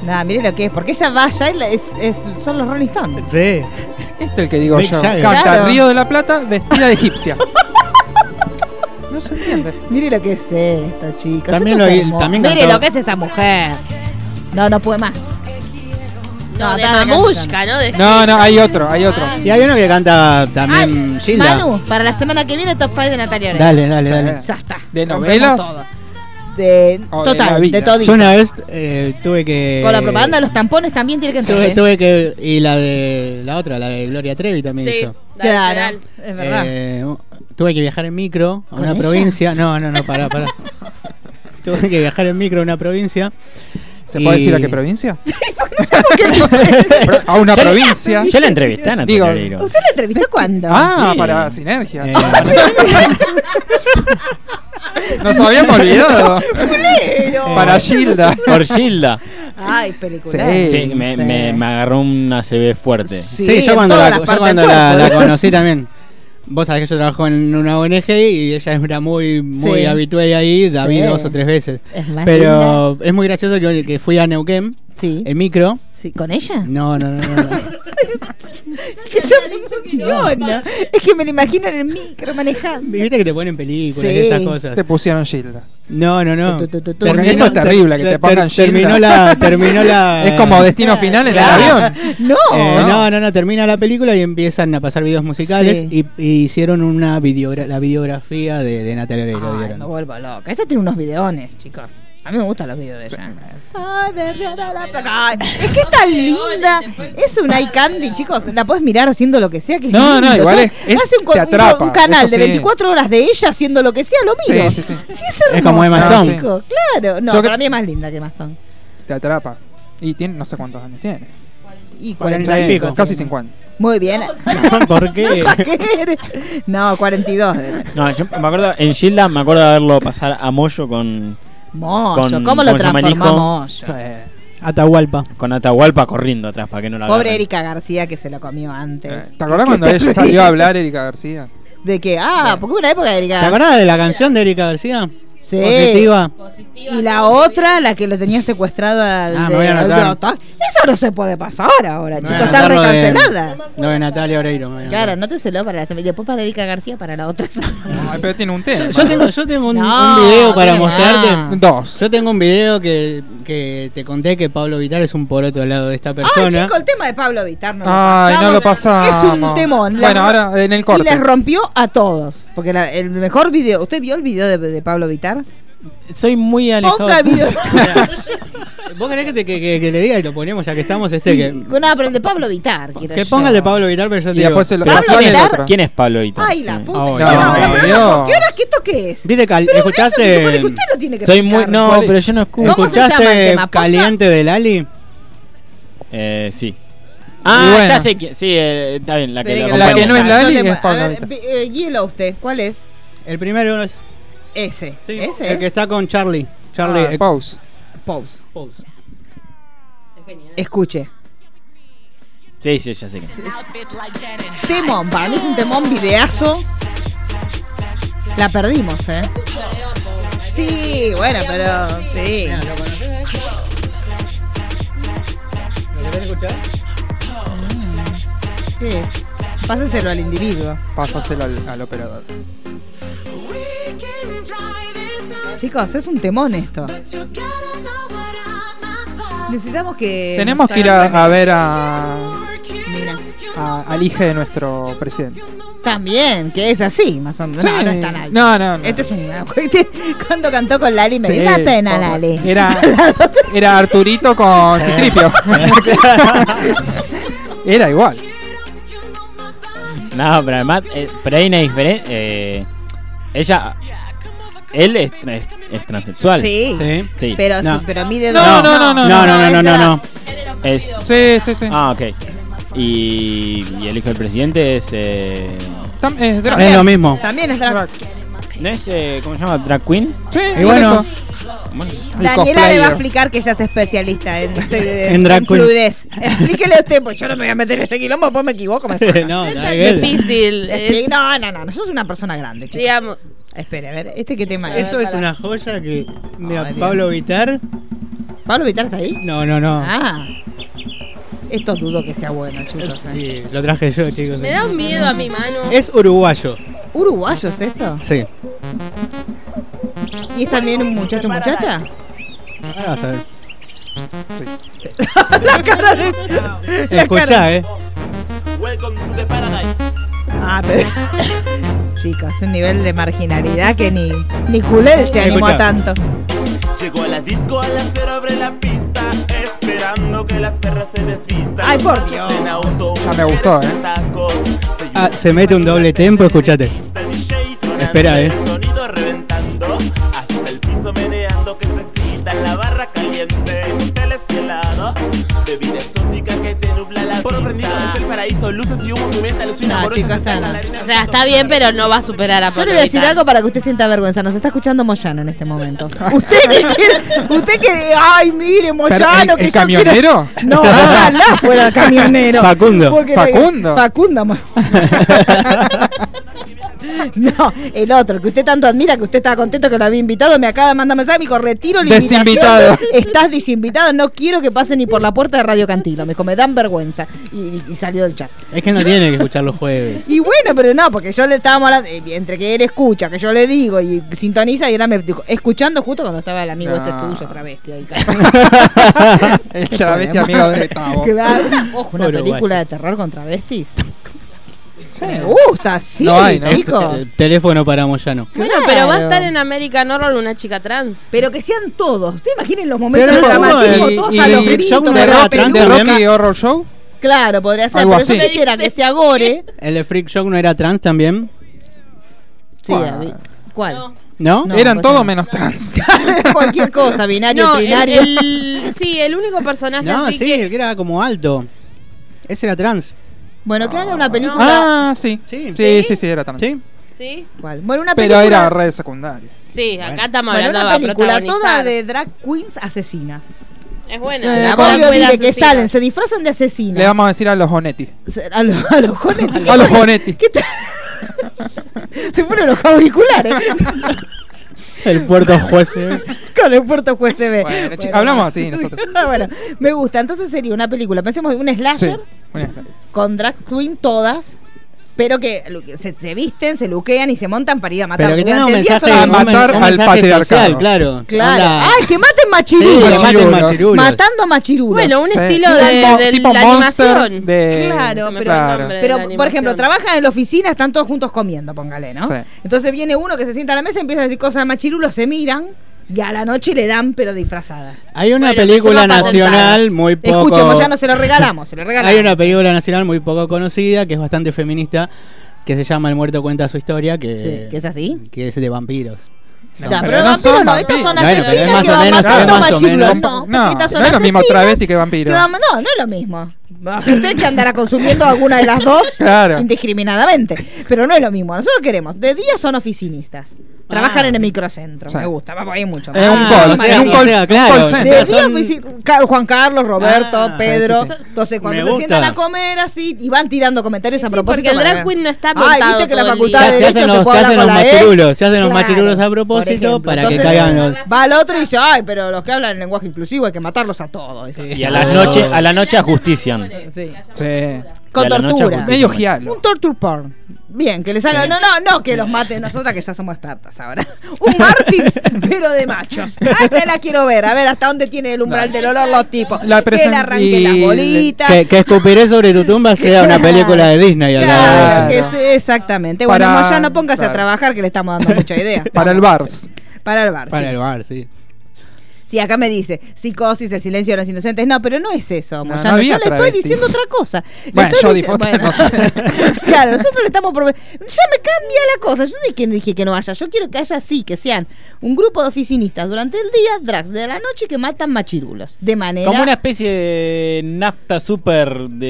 B: Nada, miren lo que es. Porque ella vaya, es, es, son los Rolling Stones.
C: Sí.
E: Este el que digo
C: Mick
E: yo.
C: Jagger.
E: Canta
B: Claro.
E: Río de la Plata vestida
B: <laughs>
E: de egipcia. no se entiende.
B: Miren lo que es esto, chicos.
C: También
B: Esto es
C: lo-
B: hermoso.
C: también
B: Miren
C: cantaba-
B: lo que es esa mujer. No, no puede más.
D: No, de
B: dale,
D: mamushka, ¿no? De-
E: No, no, hay otro, hay otro.
C: Y hay uno que canta también
B: Ay,
C: Gilda.
B: Manu, para la semana que viene, top 5 de Natalia Oreiro.
C: Dale, dale,
E: Sí.
C: dale.
B: Ya está.
E: De
B: Rompemos
E: novelas.
B: todo. De,
E: O de la
B: total, de,
E: vida.
B: todo.
C: Yo una vez eh, tuve que.
B: Con la propaganda, los tampones también tienen que
C: tuve,
B: entrar.
C: tuve que. Y la de. La otra, la de Gloria Trevi también
D: Sí,
C: hizo.
D: dale,
B: Claro,
D: dale.
B: es verdad.
C: Eh, tuve que viajar en micro a
B: ¿Con
C: una
B: ella?
C: provincia. No, no, no,
B: <laughs>
C: pará, pará. tuve que viajar en micro a una provincia.
E: ¿Se puede
C: Y-
E: decir a qué provincia? Pro- <laughs> a una
H: Yo la-
E: provincia.
H: Yo la entrevisté a Natalia
E: Digo,
H: Oreiro.
B: ¿Usted la entrevistó cuándo?
E: Ah,
H: Sí.
E: para sinergia.
C: Eh,
B: <laughs>
E: Nos
C: <laughs>
E: habíamos olvidado.
B: Pero-
C: Ah.
E: para Gilda.
H: Por Gilda.
B: Ay, película.
E: Sí.
H: Sí, me, me- me agarró una CB fuerte.
C: sí, yo cuando, la, yo cuando la- la conocí también. Vos sabés que yo trabajo en una ONG y ella era muy, muy
B: Sí.
C: habitué ahí, la
B: Sí.
C: vi dos o tres veces.
B: Es más
C: Pero es muy gracioso que, que fui a Neuquén
B: Sí.
C: en micro.
B: sí, ¿Con ella?
C: No, no, no, no, no.
B: <laughs> Es que yo me imagino. Es que me la imagino en el micro manejando.
C: Viste que te ponen películas
B: Sí.
C: y estas cosas.
E: Te pusieron Gilda.
C: No, no, no.
B: Tu, tu, tu, tu.
E: Porque eso es terrible, que te pongan Gilda.
C: Terminó la,
B: <laughs>
C: terminó la.
E: Es como destino final en el avión.
C: <laughs>
B: Oh, No.
C: Eh, no, no, no, termina la película y empiezan a pasar videos musicales
B: Sí.
C: y, y hicieron una videogra la videografía de, de Natalia Oreiro.
B: Ay,
C: dieron.
B: me
C: <laughs>
B: vuelvo loca. Ella tiene unos videones, chicos. A mí me gustan los videos de ella. Ay, de ra, ra, ra, ra, ay, Es que está linda. Es un eye candy, chicos. La puedes mirar haciendo lo que sea. Que es
E: No, no,
B: lindo.
E: igual
B: Yo
E: es- es-
B: hace un, co-
E: te
B: un co-
E: atrapa,
B: un canal
E: eso
B: de
E: sí.
B: 24 horas de ella haciendo lo que sea, lo miro.
E: Sí, sí, sí.
B: es
C: Es como Emma
B: hermosa,
E: Stone.
B: chico. Claro. No,
E: Yo que-
B: para mí es más linda que Maston.
E: Te atrapa. Y tiene, no sé cuántos años tiene.
B: Y
C: Cuarenta y
B: 40
E: Sí,
C: pico.
E: Casi 50.
B: Muy bien. <laughs>
C: ¿Por qué?
B: No, 42.
H: No, yo me acuerdo, en Gilda me acuerdo de verlo pasar a Moyo con,
B: Moyo,
H: Con-
B: ¿cómo lo
H: ¿cómo se llama el hijo?
B: transformamos?
E: Sí.
C: Atahualpa.
H: con Atahualpa corriendo atrás para que no la
B: Pobre
H: agarren.
B: Erika García que se lo comió antes.
E: Eh, ¿Te acordás
B: <laughs>
E: cuando ella salió a hablar, Erika García?
B: De que, ah, porque hubo una época de
C: ¿Te
B: Erika García.
C: acordás de la canción de Erika García?
B: Sí.
C: Positiva.
B: Y la otra, la que lo tenía secuestrado al
C: Ah,
B: de-
C: me voy a
B: al de
C: anotar.
B: Otac. Eso no se puede pasar ahora,
C: Me voy
B: chicos.
C: a
B: Está
C: anotar lo de-
B: recancelada.
C: Lo de Natalia Oreiro. me voy a
B: Claro,
C: anotar.
B: no te celó para la semana. Y después para Erika García para la otra semana.
E: Ay, pero tiene un tema.
C: Yo tengo, yo tengo un,
B: No,
C: un video para
B: tenés
C: mostrarte.
B: nada.
E: <laughs> Dos.
C: Yo tengo un video que, que te conté que Pablo Vitar es un poroto al lado de esta
B: Ah,
C: persona.
B: chico, el tema de Pablo Vitar no
E: Ay, no lo pasamos.
B: Es un temón. La-
E: Bueno, ahora en el
B: Y les
E: corte.
B: rompió a todos. Porque la- el mejor video. ¿Usted vio el video de, de Pablo Vitar?
H: Soy muy alejado.
B: Ponga el
C: <laughs>
B: video.
C: ¿Vos querés que, te, que, que- que le diga y lo ponemos ya que estamos este?
B: Sí,
C: que,
B: No, pero el de Pablo Vitar. quiero
C: que
B: yo.
C: ponga el de Pablo Vitar, pero yo te
E: Y
C: digo,
E: después se lo
H: Pero
E: pasó en el
B: hablar-
E: otro.
H: ¿Quién es Pablo Mm. ahorita?
B: Ay, la puta.
C: Ay,
B: No, no,
E: no,
B: pero
E: Dios.
B: ¿Qué hora? ¿Qué esto qué es?
C: Viste, Cal-
B: Pero
C: escuchaste-
B: eso se supone que usted lo tiene que
H: Soy muy.
B: explicar.
H: No,
E: ¿Cuál es?
H: pero yo no escucho.
B: ¿Cómo se llama el
C: ¿Escuchaste
B: tema? Ponga-
C: Caliente de Lali?
H: Eh, sí. Ah,
E: bueno.
H: ya sé quién. Sí, eh, está bien, la que
B: Pero
H: la
E: la que
H: acompaña. Ah,
E: no es
B: Yo
E: Lali
B: le-
E: es
B: a
E: Pablo
B: ver,
E: Vittar.
B: vi- eh, Guíelo usted. ¿Cuál es?
C: El primero es
B: Ese.
C: sí,
B: Ese
C: el que
B: es
C: está con Charlie. Charlie
E: Ah,
C: ex-
E: Pause.
B: Pose.
C: Pose.
B: Escuche.
H: Sí, sí, ya sé quién.
B: Temón. Para mí es un temón videazo. La perdimos, ¿eh? Sí, bueno, pero sí.
C: escuchar?
B: ¿Qué es? Mm. Pásaselo al individuo.
E: Pásaselo al, al operador.
B: Chicos, es un temón esto. Necesitamos que.
E: Tenemos
B: nos
E: que ir
B: hagan
E: a, a ver a,
B: Mira.
E: a- al hijo de nuestro presidente.
B: También, que es así, más o menos.
E: Sí.
B: No, no es tan alto.
E: No, no, no.
B: Este es un. <laughs> Cuando cantó con Lali me
E: Sí,
B: dio una pena,
E: pobre.
B: Lali.
E: Era, era Arturito con Citripio. <laughs> era igual.
H: No, pero además, eh, pero hay una diferencia. ella. Él es, tra- es- es transexual.
B: Sí.
C: Sí.
H: Sí.
B: Pero,
C: No.
B: pero mide
E: No,
B: dos.
E: no, no, no,
H: No, no, no, no, no.
B: esa-
H: no. Es,
E: Sí, sí, sí.
H: ah, ok. Y, y el hijo del presidente es. eh,
E: Tam- es drag.
C: No es
B: <laughs>
C: lo mismo.
B: También es drag.
H: ¿No es. eh, ¿Cómo se llama? ¿Drag queen?
E: Sí,
C: Y bueno,
E: eso.
H: Bueno,
E: El
B: Daniela le
E: cosplayer.
B: va a explicar que ella es especialista
E: <laughs>
B: en, en,
C: En drag queen.
B: fluidez. <laughs> Explíquele a usted, pues yo no me voy a meter en ese quilombo, después me equivoco.
C: <laughs>
B: Me
C: no,
B: fundo.
C: nada que
B: <laughs>
C: ver.
D: Difícil.
B: Le
D: es-
B: expliqué- no, no, no, no, sos una persona grande, chica.
D: digamos,
B: Espere, a ver, ¿este qué tema es?
C: Esto es una joya que. Mira,
B: Ay, Dios.
C: Pablo Vitar.
B: ¿Pablo Vitar está ahí?
C: No, no, no.
B: Ah. Esto dudo que sea bueno, chicos. eh.
C: Sí, lo traje yo, chicos.
D: me da un miedo a mi mano.
C: Es uruguayo.
B: ¿Uruguayos esto?
C: Sí.
B: ¿Y es también un muchacho muchacha?
C: Ahora Ah, vas a ver.
B: <laughs> La cara de... la cara-
C: Escuchá, eh.
B: Ah, pero... <laughs> Chicos, un nivel de marginalidad que ni, ni culé se animó
C: Escuchá.
B: tanto.
K: Llegó a la disco a las cero abre la pista Esperando que las perras se desvistan
B: Ay,
K: Los
B: por
K: machos
B: Dios.
K: en auto,
E: Ya me gustó,
K: mujeres en
E: eh.
K: tacos. Se
C: Ah, se mete un doble tempo, escuchate.
K: Está el DJ tronando,
C: Espera, eh.
K: el sonido reventando Hasta el piso meneando que se excita en La barra caliente, hotel estelado Bebida exótica que te nubla la Por prendido desde el paraíso Luces y humo, tu mente alucina
B: No,
K: amorosa,
B: chicos,
K: está
B: está
K: la
B: no.
K: arena
D: O sea, está bien, pero no va a superar a
B: Yo
D: Pablo
B: le voy a decir
D: Vittar.
B: algo para que usted sienta vergüenza. Nos está escuchando Moyano en este momento. <laughs> Usted que quiere- usted que, ay, mire, Moyano,
E: ¿El-
B: que yo
E: el
B: quiero-
E: camionero?
B: Ah, No,
C: <laughs>
B: ojalá fuera camionero.
C: Facundo.
B: Porque no-
E: Facundo.
B: Facundo. mo-
E: <laughs>
B: No, el otro, que usted tanto admira, que usted estaba contento que lo había invitado, me acaba de mandar mensaje, me dijo, retiro la invitación.
E: Desinvitado.
B: <laughs> Estás desinvitado, no quiero que pase ni por la puerta de Radio Cantilo. Me dijo, me dan vergüenza. Y, y- y salió del chat.
C: Es que no tiene que escuchar los jueves.
B: Y bueno, pero no, porque yo le estábamos hablando, eh, entre que él escucha, que yo le digo y sintoniza, y ahora me dijo, escuchando justo cuando estaba el amigo este
E: No.
B: suyo, travesti.
E: <laughs>
B: Ahí,
E: El travesti amigo de Tavo.
B: <laughs> Claro. Ojo, una
C: Uruguay.
B: película de terror con travestis.
E: Sí.
B: Me gusta, sí,
E: No hay, ¿no?
B: chicos.
C: El teléfono para Moyano.
D: Bueno, pero va a
B: Claro.
D: estar en American Horror una chica trans.
B: Pero que sean todos. Ustedes imaginen los momentos de
C: Pero no,
B: dramatismo,
C: y-
B: todos
C: y-
B: a los
C: y-
B: gritos,
C: Jack
B: con la
E: de, Rocky,
B: peluca.
E: de Rocky Horror Show.
B: Claro, podría ser,
E: Algo
B: pero yo
E: así.
B: no quisiera que sea gore.
C: El de Freak Show no era trans también.
B: Sí,
E: Bueno.
B: a ver, ¿Cuál?
C: ¿No?
B: No.
E: Eran
B: pues
E: todos
B: no.
E: menos
B: <laughs>
E: trans.
B: Cualquier cosa, binario,
D: No, el,
B: trinario.
D: el- sí, el único personaje
C: No,
D: así
C: sí,
D: que
C: el que era como alto. Ese era trans.
B: Bueno, que haga una película.
E: Ah, sí. Sí,
C: Sí.
E: sí, sí, era trans.
C: ¿Sí?
D: Sí,
B: ¿Cuál? Bueno, una
E: Pero
B: película.
E: era red secundaria.
D: sí, acá estamos
B: bueno,
D: hablando
B: una
D: de
B: película toda
D: protagonizar.
B: de drag queens asesinas.
D: Es
E: Eh,
D: buena.
E: La
D: La
E: Drag
B: Polio
D: Barbie
B: dice que
D: asesina.
B: salen, se disfrazan de asesinas.
E: Le vamos a decir a los Onetti.
B: Se- A, los- <laughs> a los jonetti.
E: A los Onetti.
B: ¿Qué tal? <laughs> Se ponen los auriculares. <laughs>
C: El <laughs> puerto juez.
E: ¿eh?
B: Con el puerto juez se ve.
E: Bueno, chi- hablamos así
B: <laughs>
E: nosotros.
B: bueno, me gusta. Entonces sería una película. Pensemos en un
E: Sí.
B: slasher
E: Bueno,
B: con drag queen todas. Pero que lu- que se, se visten, se luquean y se montan para ir a matar.
C: Pero que tenga un
B: Durante el día
C: mensaje,
B: son-
E: a
C: un men-
E: matar
C: un
E: al
C: mensaje
E: patriarcado.
C: social, claro.
B: Claro.
C: Onda-
B: ¡Ay, que maten
C: Sí, que
B: machirulos!
E: machirulos.
C: maten machirulos.
B: Matando machirulos. Eh,
D: Bueno, un
E: Sí.
D: estilo de,
E: Tipo-
D: de
E: tipo
D: la
E: Monster
D: animación.
B: Claro,
E: de-
D: Se me fue el
E: claro.
D: nombre de
B: Pero,
D: la
B: por ejemplo,
D: animación.
B: trabajan en la oficina, están todos juntos comiendo, póngale, ¿no?
E: Sí.
B: Entonces viene uno que se sienta a la mesa, empieza a decir cosas machirulos, se miran y a la noche le dan, pero disfrazadas.
C: Hay una
D: Bueno,
C: película
D: empecemos a
C: nacional muy poco.
B: Escuchemos, ya no se lo regalamos, se lo regalamos.
C: Hay una película nacional muy poco conocida que es bastante feminista que se llama El muerto cuenta su historia que,
B: Sí, ¿que es así?
C: que es de vampiros.
B: Ya,
E: No,
B: pero,
E: pero no
B: vampiros
E: son
B: no, estas son
E: vampiros.
C: Bueno, pero es
B: asesinas
C: más
B: que
C: o
B: van
C: menos,
B: matando
C: es más o
B: machirulos.
C: menos.
B: No,
E: No,
B: porque estas son
E: no es lo mismo
B: asesinas
E: travesti que
B: que
E: vampiro.
B: van- no, no es lo mismo. O sea, usted que andará consumiendo alguna de las dos
E: <laughs> Claro.
B: indiscriminadamente. Pero no es lo mismo. Nosotros queremos, de día son oficinistas. Trabajan en el microcentro.
E: Ah. Sí.
B: Me gusta, vamos ahí mucho.
C: Ah,
E: Es Ah, un call,
B: más
E: es un
B: bien.
E: call- un call
B: De
C: <laughs>
E: center.
B: día
E: Son-
B: ofici- Ca- Juan Carlos, Roberto,
E: Ah,
B: Pedro.
E: sí, sí, sí.
B: Entonces, cuando
E: Me
B: se
E: gusta.
B: sientan a comer así y van tirando comentarios a propósito.
D: porque el
B: para
D: drag
B: ver.
D: queen no está
B: Ay,
D: apuntado
B: viste que la
D: todo el
B: facultad
D: día.
B: de
D: Se
B: Derecho
C: hacen
B: se
C: los-
B: puede
C: se
B: hablar
C: hacen
B: con
C: los
B: la E.
C: machirulos, se hacen los
B: Claro,
C: machirulos a
B: por
C: propósito
B: ejemplo.
C: para
B: Entonces,
C: que caigan los-
B: Va el otro y dice, ay, pero los que hablan en lenguaje inclusivo hay que matarlos a todos.
H: Y a la noche, a la noche ajustician.
B: Sí.
H: Y
B: Con
H: a la noche
B: tortura.
H: ajustician. Medio
E: giallo.
B: Un torture porn. Bien, que les haga. No, no, no, que los mate nosotras que ya somos expertas ahora. Un
C: <laughs>
B: mártir, pero de machos. Ay, te la quiero ver. A ver hasta dónde tiene el umbral del olor los tipos.
E: La
B: que
E: presen-
B: le arranque
E: y-
B: las bolitas.
C: Que, que escupiré sobre tu tumba sea una película de Disney. al lado de
B: Claro,
C: eso.
B: que sí, exactamente. Bueno,
C: Para-
B: Moyano, no póngase a
C: claro.
B: trabajar que le estamos dando mucha
C: <laughs>
B: idea.
E: Para el Bars.
B: Para el bar.
C: Para
B: sí.
C: el bar, sí.
B: Sí, acá me dice psicosis, el silencio de los inocentes. No, pero no es eso, Moyano.
E: no
B: yo
E: había
B: le estoy
E: travestis.
B: diciendo otra cosa. Le
E: Bueno,
B: estoy
E: yo
B: dici-
E: disfruté,
B: bueno.
E: no sé.
B: <laughs> Claro, nosotros le estamos prove- Ya me cambia la cosa. Yo no dije, dije que no haya. Yo quiero que haya sí, que sean un grupo de oficinistas durante el día, drags de la noche que matan machirulos. De manera.
H: Como una especie de nafta super de,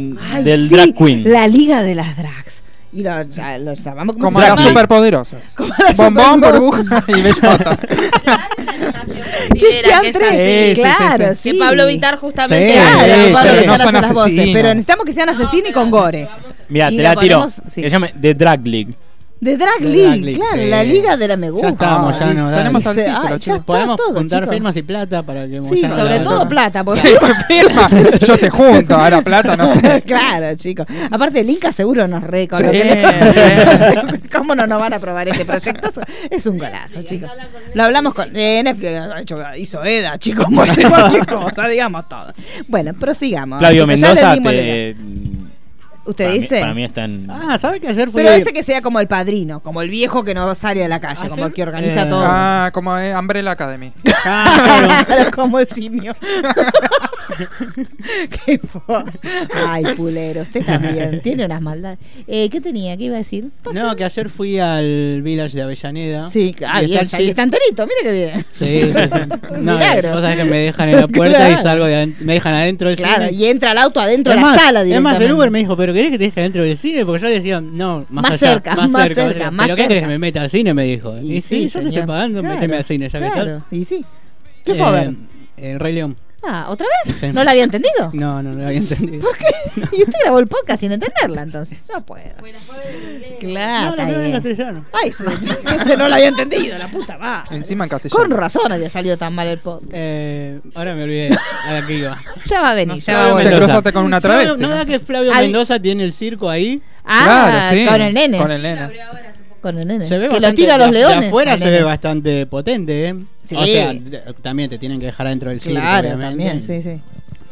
B: de- Ay,
H: del
B: sí,
H: drag queen.
B: La liga de las drags. Y los, ya, los llamamos
E: Como
B: se
E: las
B: llama?
E: superpoderosas.
B: las
E: Bombón,
B: superbo-
E: burbuja y
B: <laughs>
E: bellota.
B: Que sean
D: que
B: tres,
E: sí, sí,
B: claro,
E: sí, Eh,
B: sí.
D: Que Pablo Vitar justamente
H: Sí,
B: Claro,
H: sí,
B: Pablo
H: pero
B: Vittar
H: no
B: hace
H: son
B: las voces,
H: asesinos.
B: pero necesitamos que sean asesinos y con gore.
H: Mira,
B: Y
H: te
B: la
H: la tiro.
B: ponemos- sí.
H: Se llama The Drag League.
B: De Drag
C: De
B: League,
C: Drag League,
B: claro,
C: sí.
B: la liga de la me gusta.
C: Ya estamos, ya nos da.
E: Tenemos todo el
B: Dice,
E: título,
B: ay,
E: chicos.
B: ya
C: Podemos
B: está todo,
C: juntar
B: chicos.
C: firmas y plata para que
B: Sí,
C: Moyano
B: sobre
C: la-
B: todo plata, porque
E: Sí, firma. Yo te junto, ahora plata, no sé.
B: <laughs> claro, chicos. Aparte, el Inca seguro nos reconoce. <laughs> ¿Cómo no nos van a aprobar este proyecto? Es un golazo, chicos. Lo hablamos con. Eh, Netflix ha hecho- hizo EDA, chicos. <laughs> cualquier- Cualquier cosa, digamos todo. Bueno, prosigamos.
H: Flavio
B: chicos, Ah. ya le
H: Mendoza,
B: dimos la-
H: te,
B: ¿Usted
H: para, mí,
B: dice?
H: para mí está en.
C: Ah, ¿sabes que ayer fue
B: Pero
C: <laughs>
B: ese que sea como el padrino, como el viejo que no sale a la calle, como el que organiza
E: Eh,
B: todo.
E: Ah, como es Umbrella Academy.
C: Ah,
B: <laughs> Claro, como el simio. <laughs> Qué po- Ay, pulero, usted
C: <laughs>
B: también tiene unas maldades. Eh, ¿Qué tenía? ¿Qué iba a decir?
C: No, que ayer fui al Village de Avellaneda.
B: Sí, ah,
C: Y
B: bien,
C: está
B: ahí
C: el
B: está enterito, mira qué bien. <laughs>
C: Sí, sí, sí. No,
B: Milagro.
C: vos sabés que me dejan en la puerta
B: Claro.
C: y salgo de adent- me dejan adentro del
B: Claro,
C: cine.
B: y entra el auto adentro de
C: Es
B: la
C: más-
B: sala
C: Es más,
B: directamente.
C: el Uber me dijo, ¿pero querés que te deje adentro del cine? Porque yo le decía, no, más,
B: Más
C: allá,
B: cerca, más cerca, más
C: ¿Pero qué querés
B: cerca.
C: que me meta al cine? Me dijo. Y, sí, yo te estoy
B: señor.
C: pagando,
B: Claro,
C: meteme al cine, ya que
B: claro,
C: estás.
B: y sí. ¿Qué fue a ver?
C: Eh, El Rey León.
B: Ah, ¿otra vez?
C: Sí.
B: ¿No la había entendido?
C: No, no, no lo había entendido.
B: ¿Por qué? <laughs> Y usted grabó el podcast sin entenderla, entonces. No puedo. Claro,
C: No,
B: Ah, está
C: la grabé en
B: bien.
C: castellano.
B: Ay, sí, <laughs> entonces no la había entendido, la puta va.
E: Encima en castellano.
B: Con razón había salido tan mal el podcast.
C: Eh, ahora me olvidé a la que iba.
B: <laughs> Ya va a venir, ya va a
C: Flavio
E: Te
B: volver.
C: Mendoza.
E: cruzaste con una
C: No,
E: travesti,
C: No,
E: ¿no?
C: no da que Flavio
B: Al-
C: Mendoza tiene el circo ahí.
B: Ah,
E: claro, sí.
B: con el nene.
E: Con el nene.
B: Con el nene.
C: Se ve
B: que lo
C: bastante-
B: tira a los
C: de-
B: leones.
C: De afuera
B: al
C: se
B: nene.
C: ve bastante potente, ¿eh?
B: Sí.
C: O sea, de- también te tienen que dejar adentro del circo.
B: Claro,
C: obviamente.
B: también, sí, sí.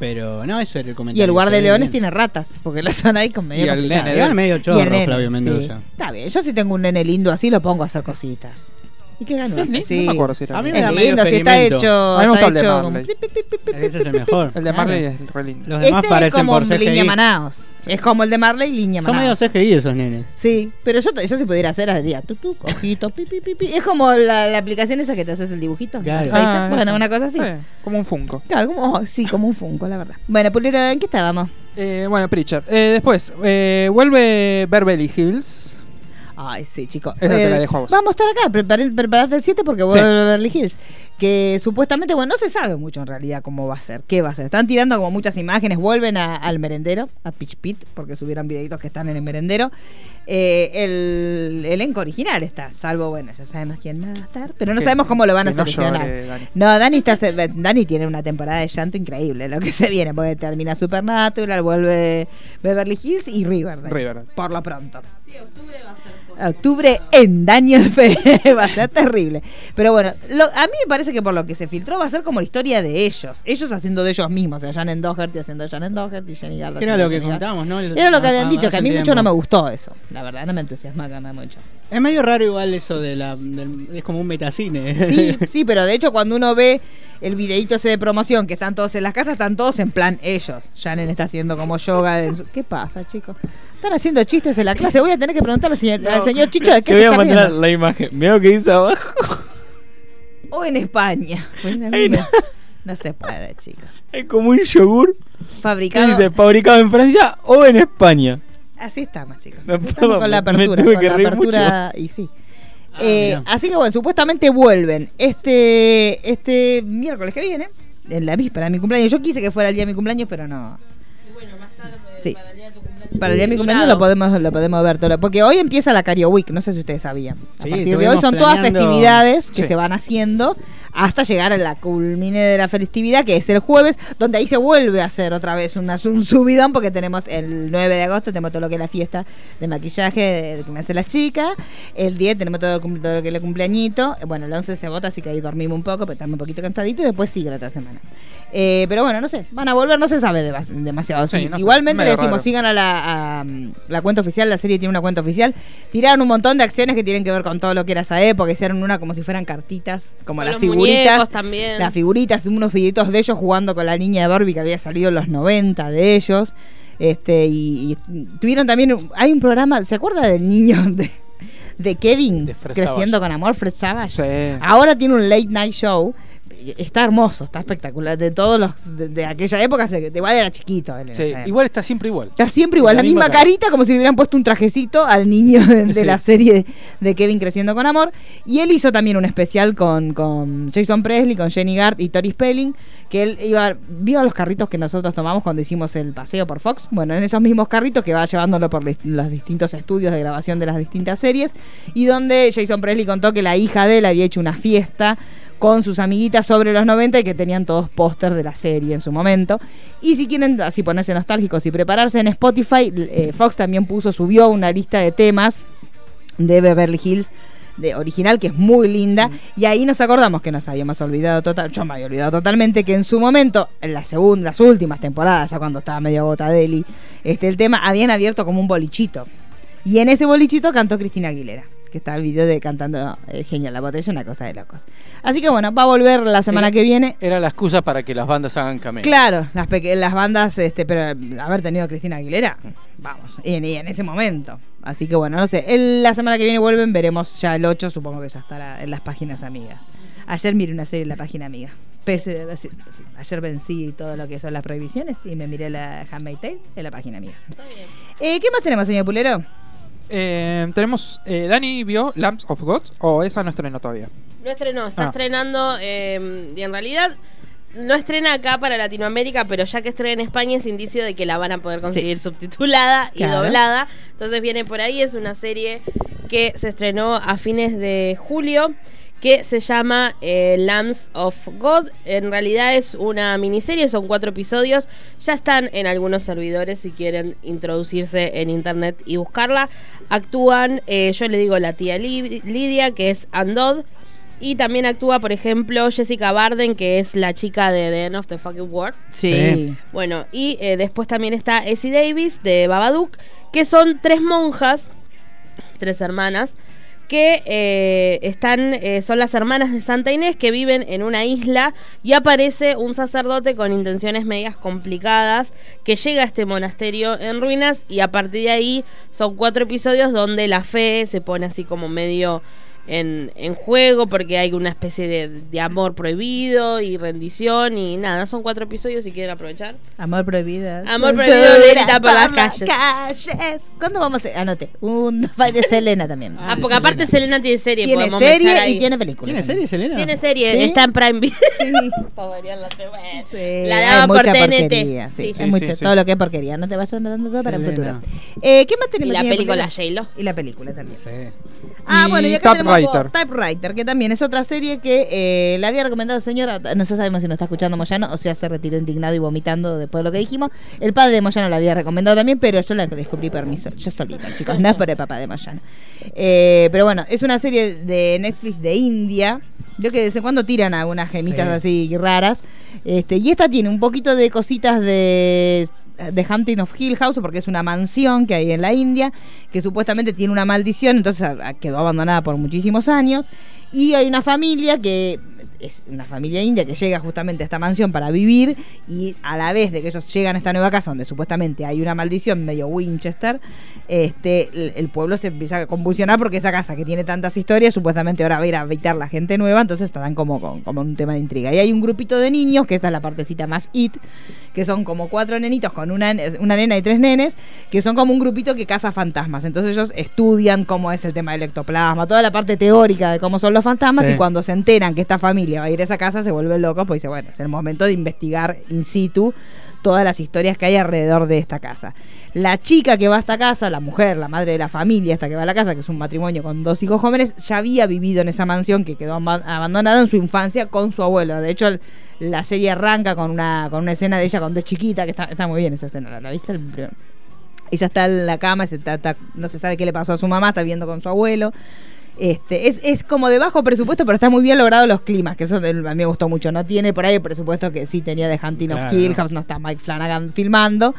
C: Pero no, eso era el comentario.
B: Y el guarda
C: Se
B: de
C: ve
B: leones
C: bien.
B: tiene ratas, porque lo son ahí con medio
E: Y el
B: complicado.
E: nene,
C: Igual medio
B: Y el
C: chorro,
B: nene,
C: Flavio
B: sí.
C: Mendoza.
B: Está bien, yo si tengo un nene lindo así lo pongo a hacer cositas. ¿Y qué ganó?
E: lindo,
B: Sí.
E: no me acuerdo si era
C: A mí me
B: Es
C: da medio
B: lindo, si está
C: experimento.
B: hecho,
E: A mí me gusta
B: está
E: el de
B: hecho
E: Marley.
B: con-
C: Ese es
B: <laughs>
C: el mejor.
E: El de Marley es re lindo.
C: Los demás
B: Este es
C: parecen
B: como
C: por
B: Liña
C: CGI.
B: Manaos. Es como el de Marley, Liña
C: Son
B: Manaos.
C: medio CGI esos nenes.
B: Sí, pero yo, yo si pudiera hacer, haría tu tu, ojito, pi, pi, pi, pi. Es como la, la aplicación esa que te haces el dibujito.
C: Claro.
B: Los faces.
E: Ah,
B: bueno,
E: eso.
B: una cosa así.
E: Sí, como un Funko.
B: Claro, como, oh, sí, como un Funko, la verdad. Bueno, Pulero, ¿en qué estábamos?
E: Eh, bueno, Pritchard. Eh, después, eh, vuelve Beverly Hills.
B: Ay, sí, chicos. Eh,
E: Esa te la dejo a vos.
B: Vamos a estar acá, prepar- preparate el 7 porque voy
E: Sí.
B: a Beverly Hills. Que supuestamente, bueno, no se sabe mucho en realidad cómo va a ser, qué va a ser. Están tirando como muchas imágenes, vuelven a- al merendero, a Pitch Pit, porque subieron videitos que están en el merendero. Eh, el elenco original está, salvo, bueno, ya sabemos quién va a estar, pero no
E: Que-
B: sabemos cómo lo van a
E: que no
B: solucionar.
E: llore, Dani.
B: No, Dani, está, se- eh, Dani tiene una temporada de llanto increíble, lo que se viene, porque termina Supernatural, vuelve Beverly Hills y Riverdale.
E: Riverdale.
B: Por lo pronto. Octubre en Daniel Fe <laughs> va a ser terrible. Pero bueno, lo- a mí me parece que por lo que se filtró va a ser como la historia de ellos. Ellos haciendo de ellos mismos. O sea, Janet Doherty haciendo Janet Doherty y Jenny Garland.
C: Que era
B: haciendo
C: lo que
B: Jenny Garland.
C: contábamos, ¿no? El-
B: Era lo que
C: a-
B: habían
C: a-
B: dicho,
C: hace
B: que a mí
C: un
B: mucho no me
C: tiempo.
B: gustó eso. La verdad, no me entusiasma nada mucho.
C: Es medio raro igual eso de la. del- es como un metacine. <laughs>
H: <laughs>
B: Sí, sí, pero de hecho cuando uno ve el videíto ese de promoción que están todos en las casas, están todos en plan ellos. Janen está haciendo como yoga. en su- ¿Qué pasa, chicos? Están haciendo chistes en la clase. Voy a tener que preguntarle al señor, al señor Chicho de qué
H: Te
B: se
H: voy a
B: está
H: mandar
B: riendo.
H: la imagen. Mira lo que dice abajo. <laughs>
B: O en España. Bueno,
H: Ay,
B: mira.
H: no.
B: no. se para, chicos.
H: Es como un yogur que
B: Fabricado.
H: dice fabricado en Francia o en España.
B: Así estamos, chicos.
H: No,
B: Estamos
H: perdón,
B: con la
H: me- me
B: apertura.
H: tuve
B: Con
H: que
B: la
H: reír
B: apertura. Y sí. Eh,
C: mirá.
B: así que bueno, supuestamente vuelven este, este miércoles que viene, en la víspera de mi cumpleaños. Yo quise que fuera el día de mi cumpleaños, pero no. Sí. Para el día de mi cumpleaños lo podemos, lo podemos ver todo. Porque hoy empieza la Cario Week, no sé si ustedes sabían. A partir
C: Sí,
B: de hoy
C: estuvimos
B: son todas
C: planeando-
B: festividades que
C: Sí.
B: se van haciendo hasta llegar a la culmine de la festividad, que es el jueves, donde ahí se vuelve a hacer otra vez una- un subidón, porque tenemos el 9 de agosto, tenemos todo lo que es la fiesta de maquillaje de- que me hace la chica. El 10 tenemos todo, el cum- todo lo que es el cumpleañito. Eh, Bueno, el 11 se vota, así que ahí dormimos un poco, pero estamos un poquito cansaditos y después sigue la otra semana. Eh, pero bueno, no sé, van a volver, no se sabe de- demasiado.
E: Sí,
B: Sí,
E: no sé,
B: Igualmente le
E: medio
B: decimos,
E: raro.
B: sigan a la, a, mm, la cuenta oficial, la serie tiene una cuenta oficial. Tiraron un montón de acciones que tienen que ver con todo lo que era esa época, hicieron una como si fueran cartitas, como
D: Con
B: las
D: los
B: figuritas.
D: muñecos también.
B: Las figuritas, unos videitos de ellos jugando con la niña de Barbie que había salido en los 90 de ellos. Este, y, y tuvieron también, un- hay un programa, ¿se acuerda del niño <laughs> de, de Kevin?
E: Fred
B: Creciendo
E: Savage.
B: con amor, Fred Savage.
E: Sí.
F: Ah.
B: Ahora tiene un late night show. Está hermoso, está espectacular. De todos los de, de aquella época, se- igual era chiquito. él en
F: Sí,
B: esa época.
F: igual está siempre igual.
B: Está siempre igual, la, misma, carita, como si le hubieran puesto un trajecito al niño de, de
F: Sí.
B: la serie de Kevin Creciendo con Amor. Y él hizo también un especial con, con Jason Presley, con Jenny Gard y Tori Spelling, que él iba, vio los carritos que nosotros tomamos cuando hicimos el paseo por Fox. Bueno, en esos mismos carritos que va llevándolo por li- los distintos estudios de grabación de las distintas series. Y donde Jason Presley contó que la hija de él había hecho una fiesta con sus amiguitas sobre los 90 y que tenían todos pósters de la serie en su momento. Y si quieren así ponerse nostálgicos y prepararse en Spotify, eh, Fox también puso, subió una lista de temas de Beverly Hills de original que es muy linda y ahí nos acordamos que nos habíamos olvidado total yo me había olvidado totalmente que en su momento en las segundas las últimas temporadas ya cuando estaba medio gotadeli este el tema habían abierto como un bolichito y en ese bolichito cantó Cristina Aguilera que está el video de cantando eh, genial la botella una cosa de locos así que bueno va a volver la semana
F: Era-
B: que viene
F: Era la excusa para que las bandas hagan cameo.
B: Claro, las, peque- las bandas, este, pero haber tenido a Cristina Aguilera, vamos, y en, y en ese momento. Así que bueno, no sé, el- la semana que viene vuelven, veremos ya el 8, supongo que ya estará en las páginas amigas. Ayer miré una serie en la página amiga. Pese a- sí, sí, ayer vencí todo lo que son las prohibiciones y me miré la Handmaid's Tale en la página amiga. Eh, ¿Qué más tenemos, señor Pulero?
E: Eh, tenemos. eh, Dani vio Lamps of God o esa no estrenó todavía.
D: No estrenó, está
E: Ah.
D: estrenando eh, y en realidad no estrena acá para Latinoamérica, pero ya que estrena en España es indicio de que la van a poder conseguir subtitulada y
B: Claro.
D: doblada. Entonces viene por ahí, es una serie que se estrenó a fines de julio que se llama eh, Lambs of God. En realidad es una miniserie, son cuatro episodios. Ya están en algunos servidores si quieren introducirse en internet y buscarla. Actúan, eh, yo le digo la tía Li- Lidia, que es Andod. Y también actúa, por ejemplo, Jessica Barden, que es la chica de The End of the Fucking World.
B: Sí.
D: Bueno, y eh, después también está Essie Davis de Babadook, que son tres monjas, tres hermanas, que eh, están, eh, son las hermanas de Santa Inés que viven en una isla y aparece un sacerdote con intenciones medias complicadas que llega a este monasterio en ruinas y a partir de ahí son cuatro episodios donde la fe se pone así como medio en, en juego porque hay una especie de, de amor prohibido y rendición y nada, son cuatro episodios si quieren aprovechar.
B: Amor prohibido.
D: Amor prohibido de gritar por las calles.
B: calles. ¿Cuándo vamos a...? Anote. Un <laughs> de Selena también.
D: Ah, porque aparte Selena tiene serie,
B: Tiene
D: podemos
B: serie
D: mechar ahí.
B: y tiene película.
C: ¿Tiene serie, Selena?
D: Tiene serie,
B: Sí.
D: está en Prime Video. <laughs> Para variar la tele. La daba
B: hay
D: por
B: mucha
D: TNT.
B: porquería, sí,
D: Sí.
B: hay
D: Sí,
B: mucho,
D: sí, sí.
B: todo lo que es porquería. No te vayas andando todo para el futuro.
C: Selena.
B: Eh, ¿Qué más tenemos?
D: Y la
B: señor
D: película
B: Pulero?
D: J-Lo.
B: Y la película también.
C: Sí.
B: Ah,
E: Y
B: bueno, y acá tenemos
E: Typewriter.
B: Typewriter, que también es otra serie que eh, la había recomendado el señor, no sé sabemos si nos está escuchando Moyano, o sea, se retiró indignado y vomitando después de lo que dijimos. El padre de Moyano la había recomendado también, pero yo la descubrí por mí sol- yo solita, chicos, no es por el papá de Moyano. Eh, pero bueno, es una serie de Netflix de India. Yo que de vez en cuando tiran algunas gemitas así raras. Este, y esta tiene un poquito de cositas de de Hunting of Hill House, porque es una mansión que hay en la India, que supuestamente tiene una maldición, entonces ah, quedó abandonada por muchísimos años. Y hay una familia que es una familia india que llega justamente a esta mansión para vivir y a la vez de que ellos llegan a esta nueva casa donde supuestamente hay una maldición medio Winchester, este, el, el pueblo se empieza a convulsionar porque esa casa que tiene tantas historias supuestamente ahora va a ir a habitar la gente nueva, entonces están como con como un tema de intriga. Y hay un grupito de niños, que esta es la partecita más it, que son como cuatro nenitos con una, una nena y tres nenes, que son como un grupito que caza fantasmas. Entonces ellos estudian cómo es el tema del ectoplasma, toda la parte teórica de cómo son los fantasmas
L: Sí.
B: y cuando se enteran que esta familia va a ir a esa casa se vuelven locos, pues dice, bueno, es el momento de investigar in situ todas las historias que hay alrededor de esta casa. La chica que va a esta casa, la mujer, la madre de la familia, esta que va a la casa, que es un matrimonio con dos hijos jóvenes, ya había vivido en esa mansión que quedó ama- abandonada en su infancia con su abuelo. De hecho, el- la serie arranca con una, con una escena de ella cuando es chiquita, que está, está muy bien esa escena, ¿la, la viste? El primer- Ella está en la cama, se está- está- no se sabe qué le pasó a su mamá, está viviendo con su abuelo. Este, es, es como de bajo presupuesto, pero está muy bien logrado los climas, que eso de- a mí me gustó mucho. No tiene por ahí el presupuesto que sí tenía de Hunting of
L: Claro.
B: Hill House, no está Mike Flanagan filmando.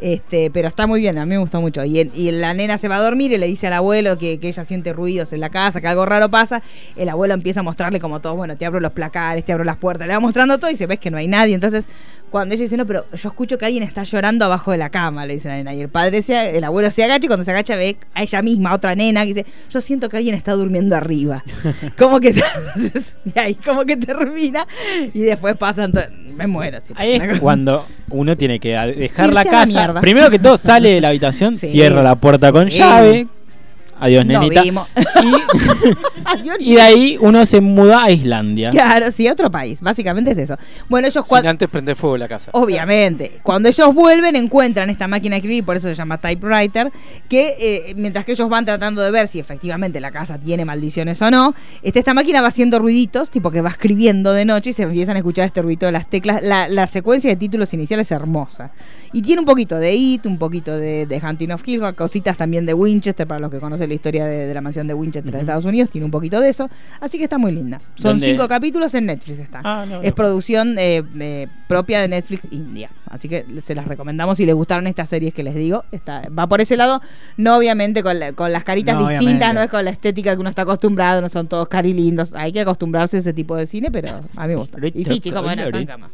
B: Este, pero está muy bien, a mí me gustó mucho. Y, en- y la nena se va a dormir y le dice al abuelo que, que ella siente ruidos en la casa, que algo raro pasa. El abuelo empieza a mostrarle como todo, bueno, te abro los placares, te abro las puertas, le va mostrando todo y se ves que no hay nadie. Entonces, cuando ella dice, no, pero yo escucho que alguien está llorando abajo de la cama, le dice la nena. Y el padre, se, el abuelo se agacha y cuando se agacha ve a ella misma, a otra nena, que dice, yo siento que alguien está durmiendo
H: <laughs>
B: arriba. como <laughs> que y ahí como que termina y después pasan, to- me muero. sí.
H: Ahí es cuando uno tiene que a- dejar
B: Irse
H: la
B: a la
H: casa.
B: mierda.
H: Primero que todo, sale de la
B: <laughs>
H: habitación,
B: Sí,
H: cierra la puerta con
B: sí.
H: llave. Adiós,
B: Nos
H: nenita.
B: vimos. <laughs>
H: Y de ahí uno se muda a Islandia.
B: Claro, sí, otro país. Básicamente es eso. Bueno, ellos cuando.
F: Sin antes prender fuego la casa.
B: Obviamente. Cuando ellos vuelven, encuentran esta máquina de escribir, por eso se llama typewriter, que eh, mientras que ellos van tratando de ver si efectivamente la casa tiene maldiciones o no, este, esta máquina va haciendo ruiditos, tipo que va escribiendo de noche y se empiezan a escuchar este ruido de las teclas. La, la secuencia de títulos iniciales es hermosa. Y tiene un poquito de It, un poquito de, de Hunting of Hill, House, cositas también de Winchester, para los que conocen la historia de, de la mansión de Winchester de Estados Unidos, tiene un poquito de eso. Así que está muy linda. Son
H: ¿Dónde?
B: cinco capítulos en Netflix
C: <laughs>
B: está.
C: Ah,
B: es producción eh, eh, propia de Netflix India. Así que se las recomendamos si les gustaron estas series que les digo. Está, va por ese lado, no obviamente con, la- con las caritas
L: No,
B: distintas,
L: obviamente.
B: no es con la estética que uno está acostumbrado, no son todos cari lindos. Hay que acostumbrarse a ese tipo de cine, pero a mí me gusta. Y sí, chicos, bueno, son como-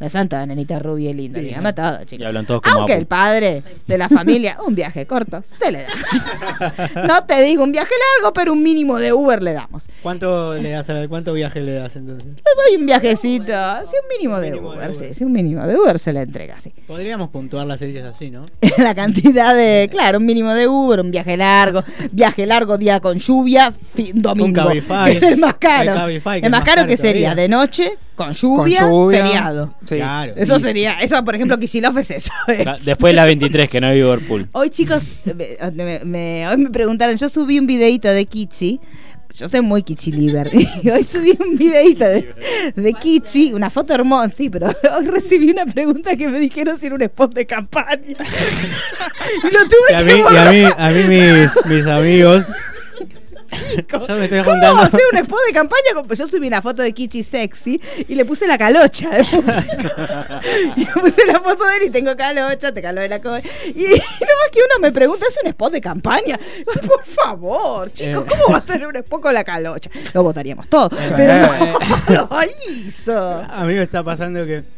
B: la santa nenita rubia y linda, que ama todo, chicos.
H: Y hablan todos como
B: Aunque
H: Apu.
B: el padre de la familia, un viaje corto, se le
L: <laughs>
B: da. no te digo un viaje largo, pero un mínimo de Uber le damos.
C: ¿Cuánto le das a la- cuánto viaje le das entonces?
B: Voy un viajecito, sí, un mínimo de Uber, sí, sí, un mínimo de Uber se la entrega, sí. <laughs>
C: Podríamos puntuar las series así, ¿no?
B: la cantidad de, claro, un mínimo de Uber, un viaje largo, viaje largo, día con lluvia, fin, domingo. <laughs>
C: Cabify.
B: que es el más caro.
C: El Cabify, que
B: el más caro que sería
C: todavía.
B: de noche, con lluvia,
E: lluvia.
B: feriado.
E: Sí.
C: Claro.
B: Eso
C: Y-
B: sería, eso por ejemplo Kisilov es eso. es.
H: Claro, Después
B: <laughs>
H: de las 23, que no hay Liverpool.
B: Hoy chicos, eh, me- ah, me- me- hoy me preguntaron, yo subí un videito de Kitsi. Yo soy muy Kitschiliver. <laughs> Y hoy subí un videito de, de Kitschy, una foto hermosa, sí, pero <laughs> hoy recibí una pregunta que me dijeron si era un spot de campaña. <laughs> y lo tuve
C: Y a
B: que
C: mí, y a
B: borrar.
C: mí, a mí mis, mis amigos. Yo me estoy
B: ¿Cómo vamos a
C: juntando.
B: hacer un spot de campaña? con- Yo subí una foto de Kitschy sexy y le puse la calocha. <laughs> Le puse, y le puse la foto de él y tengo calocha, te calo de la cosa. Y no más que uno me pregunta, ¿es un spot de campaña? Por favor, chicos,
L: Eh.
B: ¿cómo va a tener un spot con la calocha? Lo votaríamos todos.
C: Eh.
B: Pero no, <laughs> no lo hizo.
C: A mí me está pasando que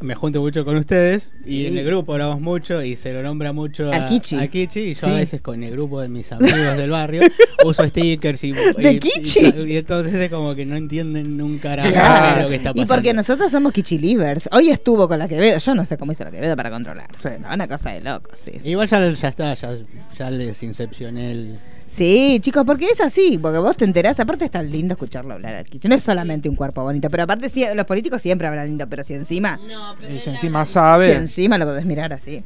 C: me junto mucho con ustedes y en el grupo hablamos mucho y se lo nombra mucho a,
B: Al Kichi.
C: a Kichi, y yo
B: Sí.
C: a veces con el grupo de mis amigos del barrio uso stickers y,
B: ¿De
C: y-
B: Kichi?
C: y, y entonces es como que no entienden nunca
B: Claro.
C: lo que está
B: Y
C: pasando.
B: porque nosotros somos Kichilivers. Hoy estuvo con la Quevedo. Yo no sé cómo hizo la Quevedo para controlar. Una cosa de locos, sí. sí.
C: Igual ya, ya está, ya, ya les incepcioné el...
B: Sí, chicos, porque es así, porque vos te enterás, aparte es tan lindo escucharlo hablar aquí. No es solamente un cuerpo bonito, pero aparte sí, los políticos siempre hablan lindo, pero si encima,
E: Y si encima sabe.
B: si encima lo podés mirar así.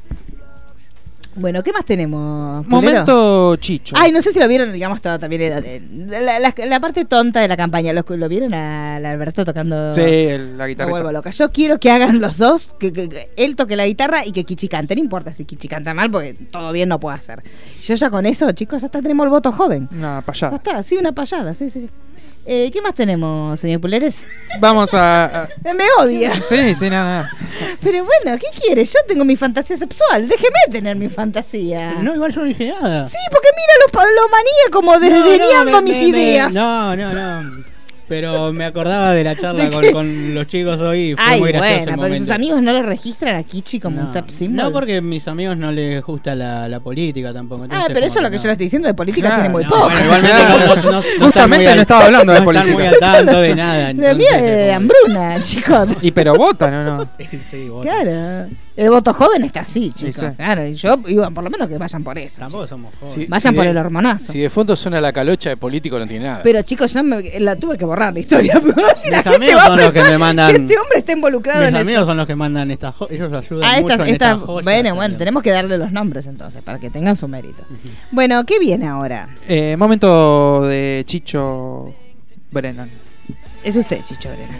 B: Bueno, ¿qué más tenemos? Pulero?
E: Momento chicho.
B: Ay, no sé si lo vieron, digamos, todo, también era de- la, la- la parte tonta de la campaña. ¿Lo, lo vieron al Alberto tocando?
E: Sí, el- la
B: Me
E: guitarra.
B: vuelvo loca. Yo quiero que hagan los dos, que, que- que él toque la guitarra y que Kichi cante. No importa si Kichi canta mal, porque todo bien no puede hacer. Yo ya con eso, chicos, hasta tenemos el voto joven.
E: Una
B: Ya
E: payada.
B: está, sí, una payada, sí, sí, sí. Eh, ¿Qué más tenemos, señor Puleres?
E: Vamos a. a-
C: Eh,
B: Me odia.
E: Sí, sí, nada, nada.
B: <laughs> Pero bueno, ¿qué quiere? Yo tengo mi fantasía sexual, déjeme tener mi fantasía.
C: No, igual yo no dije nada.
B: Sí, porque mira lo, lo manía como
C: No, no,
B: desdeñando
C: me-
B: mis
C: me- me-
B: ideas.
C: No, no, no. Pero me acordaba
B: <laughs>
C: de la charla con, con los chicos hoy. y Fue
B: Ay,
C: muy gracioso el
B: bueno, porque sus
C: momento.
B: amigos no lo registran a Kichi como un sex symbol.
C: No, porque a mis amigos no les gusta la, la política tampoco.
B: Ah, pero eso es lo que yo le estoy diciendo <laughs> de política
C: Claro,
B: tiene muy
C: no,
B: poco.
C: bueno,
E: <laughs>
C: igualmente como no- no están muy
E: Justamente
C: al-
E: no estaba hablando de
C: no están
E: política.
C: muy al tanto
B: <laughs>
C: de nada.
B: Lo mío es de hambruna,
C: <laughs>
B: chicos.
E: Y pero votan o no.
C: Sí, vos-
B: Claro. El voto joven está así,
E: Sí,
B: chicos.
E: sí.
B: Claro, y yo digo, por lo menos que vayan por eso.
C: Tampoco somos jóvenes.
F: Si-
B: Vayan
F: si
B: por
F: de-
B: el hormonazo.
F: Si de fondo suena la calocha de político, no tiene nada.
B: Pero chicos, yo me- la tuve que borrar la historia. <laughs> Porque si la
C: Mis
B: gente
C: amigos
B: va a
C: son los que
B: pensar
C: me mandan.
B: este hombre está involucrado en
C: Mis
B: eso.
C: amigos son los que mandan estas joyas. Ellos ayudan
B: Ah,
C: mucho
B: estas,
C: en estas
B: estas-
C: joyas.
B: bueno, bueno, tenemos que darle los nombres entonces, para que tengan su mérito. Bueno, ¿qué viene ahora?
E: Eh, momento de Chicho Brennan.
B: Es usted, Chicho Brennan.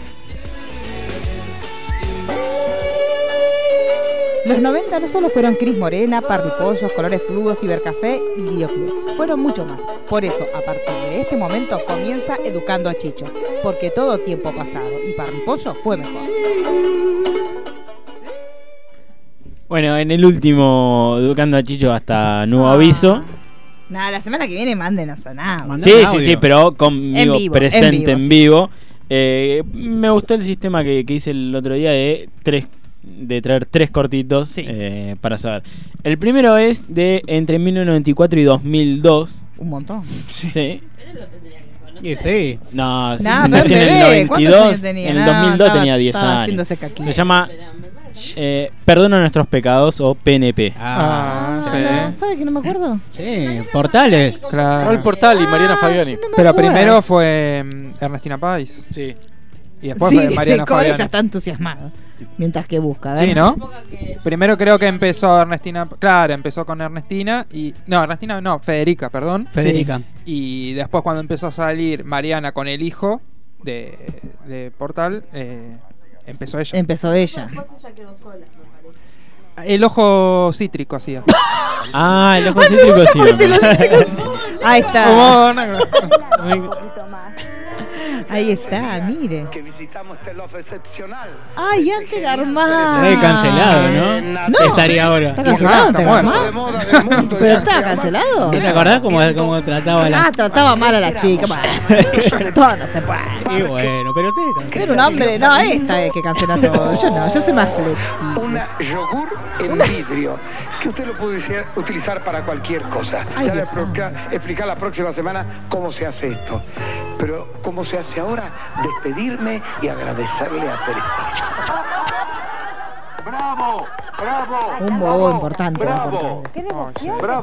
B: Los 90 no solo fueron Cris Morena, Parripollos, Colores Fluos, Cibercafé y Videoclub. Fueron mucho más. Por eso, a partir de este momento, comienza Educando a Chicho. Porque todo tiempo pasado y Parripollo fue mejor.
H: Bueno, en el último Educando a Chicho hasta nuevo aviso.
B: Nada, Ah. la semana que viene mándenos a nada.
H: Sí, sí, sí, pero conmigo
B: En vivo,
H: presente
B: en vivo,
H: en vivo. Eh, me gustó el sistema que, que hice el otro día de tres de traer tres cortitos eh, para saber. El primero es de entre 1994 y 2002.
B: Un montón.
H: Sí.
C: Y sí.
H: No, Ah, sí,
B: No,
H: nací en
B: pero
H: el
B: bebé, ¿cuántos
H: 92.
B: años tenía?
H: En el
B: No,
H: 2002
B: estaba-
H: tenía 10
B: estaba
H: años.
B: haciéndose caquita.
H: Se llama eh, Perdona nuestros pecados o PNP.
C: Ah,
E: sí.
B: ¿Sabe que no me acuerdo? Ah,
C: Sí, Eh, portales.
E: Claro.
F: Raúl Portal y Mariana Fabiani.
E: Pero
B: acuerdo.
E: primero fue mm, Ernestina Pais.
F: Sí.
E: Y después
B: sí,
E: fue
B: <laughs>
E: Mariana
B: Core ya
E: Fabiani.
B: está entusiasmado. Mientras que busca, a ver.
E: Sí, ¿no? Primero creo que empezó Ernestina. Claro, empezó con Ernestina y. No, Ernestina, no, Federica, perdón.
C: Federica.
E: Y después cuando empezó a salir Mariana con el hijo de, de Portal, eh, empezó ella.
B: Empezó ella.
E: El ojo cítrico
B: <laughs>
E: hacía.
H: Ah, el ojo cítrico sí.
B: Ahí está.
E: Como- no, no.
B: Ahí está, mire. Ay, antes Garmán.
C: Re cancelado, ¿no?
B: No.
C: Estaría ahora.
B: Está cancelado,
E: Está
B: antes
E: muerto.
B: Garmán. <laughs> Pero estaba cancelado.
C: ¿No te acordás cómo, cómo trataba la.?
B: Ah, trataba mal a la chica. bueno. <laughs> Todo no se puede.
C: Y bueno, pero ustedes cancelan.
B: Era un hombre, no, esta es que cancela todo. Yo no, yo soy más flexible.
L: Una yogur en vidrio que usted lo puede utilizar- utilizar para cualquier cosa.
B: Ay,
L: ya le
B: Dios santo.
L: explica- explicar la próxima semana cómo se hace esto. Pero cómo se hace ahora, despedirme y agradecerle a Teresa. ¡Bravo! ¡Bravo!
B: Un bobo importante.
L: ¡Bravo!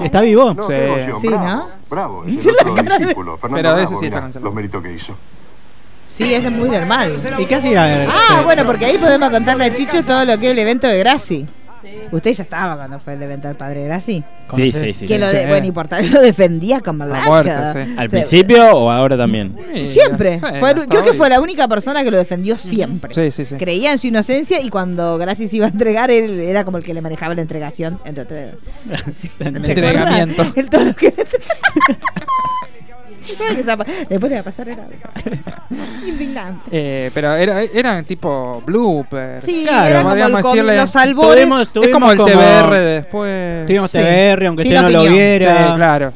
C: ¿Está vivo?
L: No,
E: Sí.
L: qué emoción,
B: Sí,
L: bravo,
B: ¿no? <laughs>
L: Bravo, es
B: Sí,
L: el
B: la
L: otro
B: cara de-
L: discípulo, Fernando
E: Pero ese
L: Bravo,
E: sí está
L: mirá
E: cancelado.
L: los méritos que hizo.
B: Sí, es muy normal.
C: ¿Y qué hacía? Este,
B: Ah, bueno, porque ahí podemos contarle a Chicho todo lo que es el evento de Graci. Usted ya estaba cuando fue el evento del padre Graci.
H: Sí, sí, sí.
B: que lo
E: sí.
B: de, bueno, y Portal <laughs> lo defendía como la
E: muerte,
B: vaca.
E: sí.
H: ¿Al
B: Se-
H: principio o ahora también?
B: <laughs> Siempre.
E: Sí,
B: Fue-
E: hasta
B: creo que
E: hoy.
B: fue la única persona que lo defendió siempre.
E: Sí, sí, sí.
B: Creía en su inocencia y cuando Graci se iba a entregar, él era como el que le manejaba la entregación. Entre,
E: <laughs>
B: sí, ¿se acuerda?
E: entregamiento.
B: Él todo lo que- <laughs> Todo lo que zapa- Después le va a pasar
E: <laughs>
B: era indignante.
E: Eh, pero era, eran tipo bloopers.
B: Sí,
C: claro,
B: era como
E: podríamos
B: el comi-
E: decirle-
B: los albores.
C: Tuvimos-
E: es como el
C: como-
E: TBR de después.
C: Tuvimos
B: Sí.
C: TBR, aunque
B: Sin
C: usted no lo
B: opinión.
E: Sí,
C: viera.
E: claro.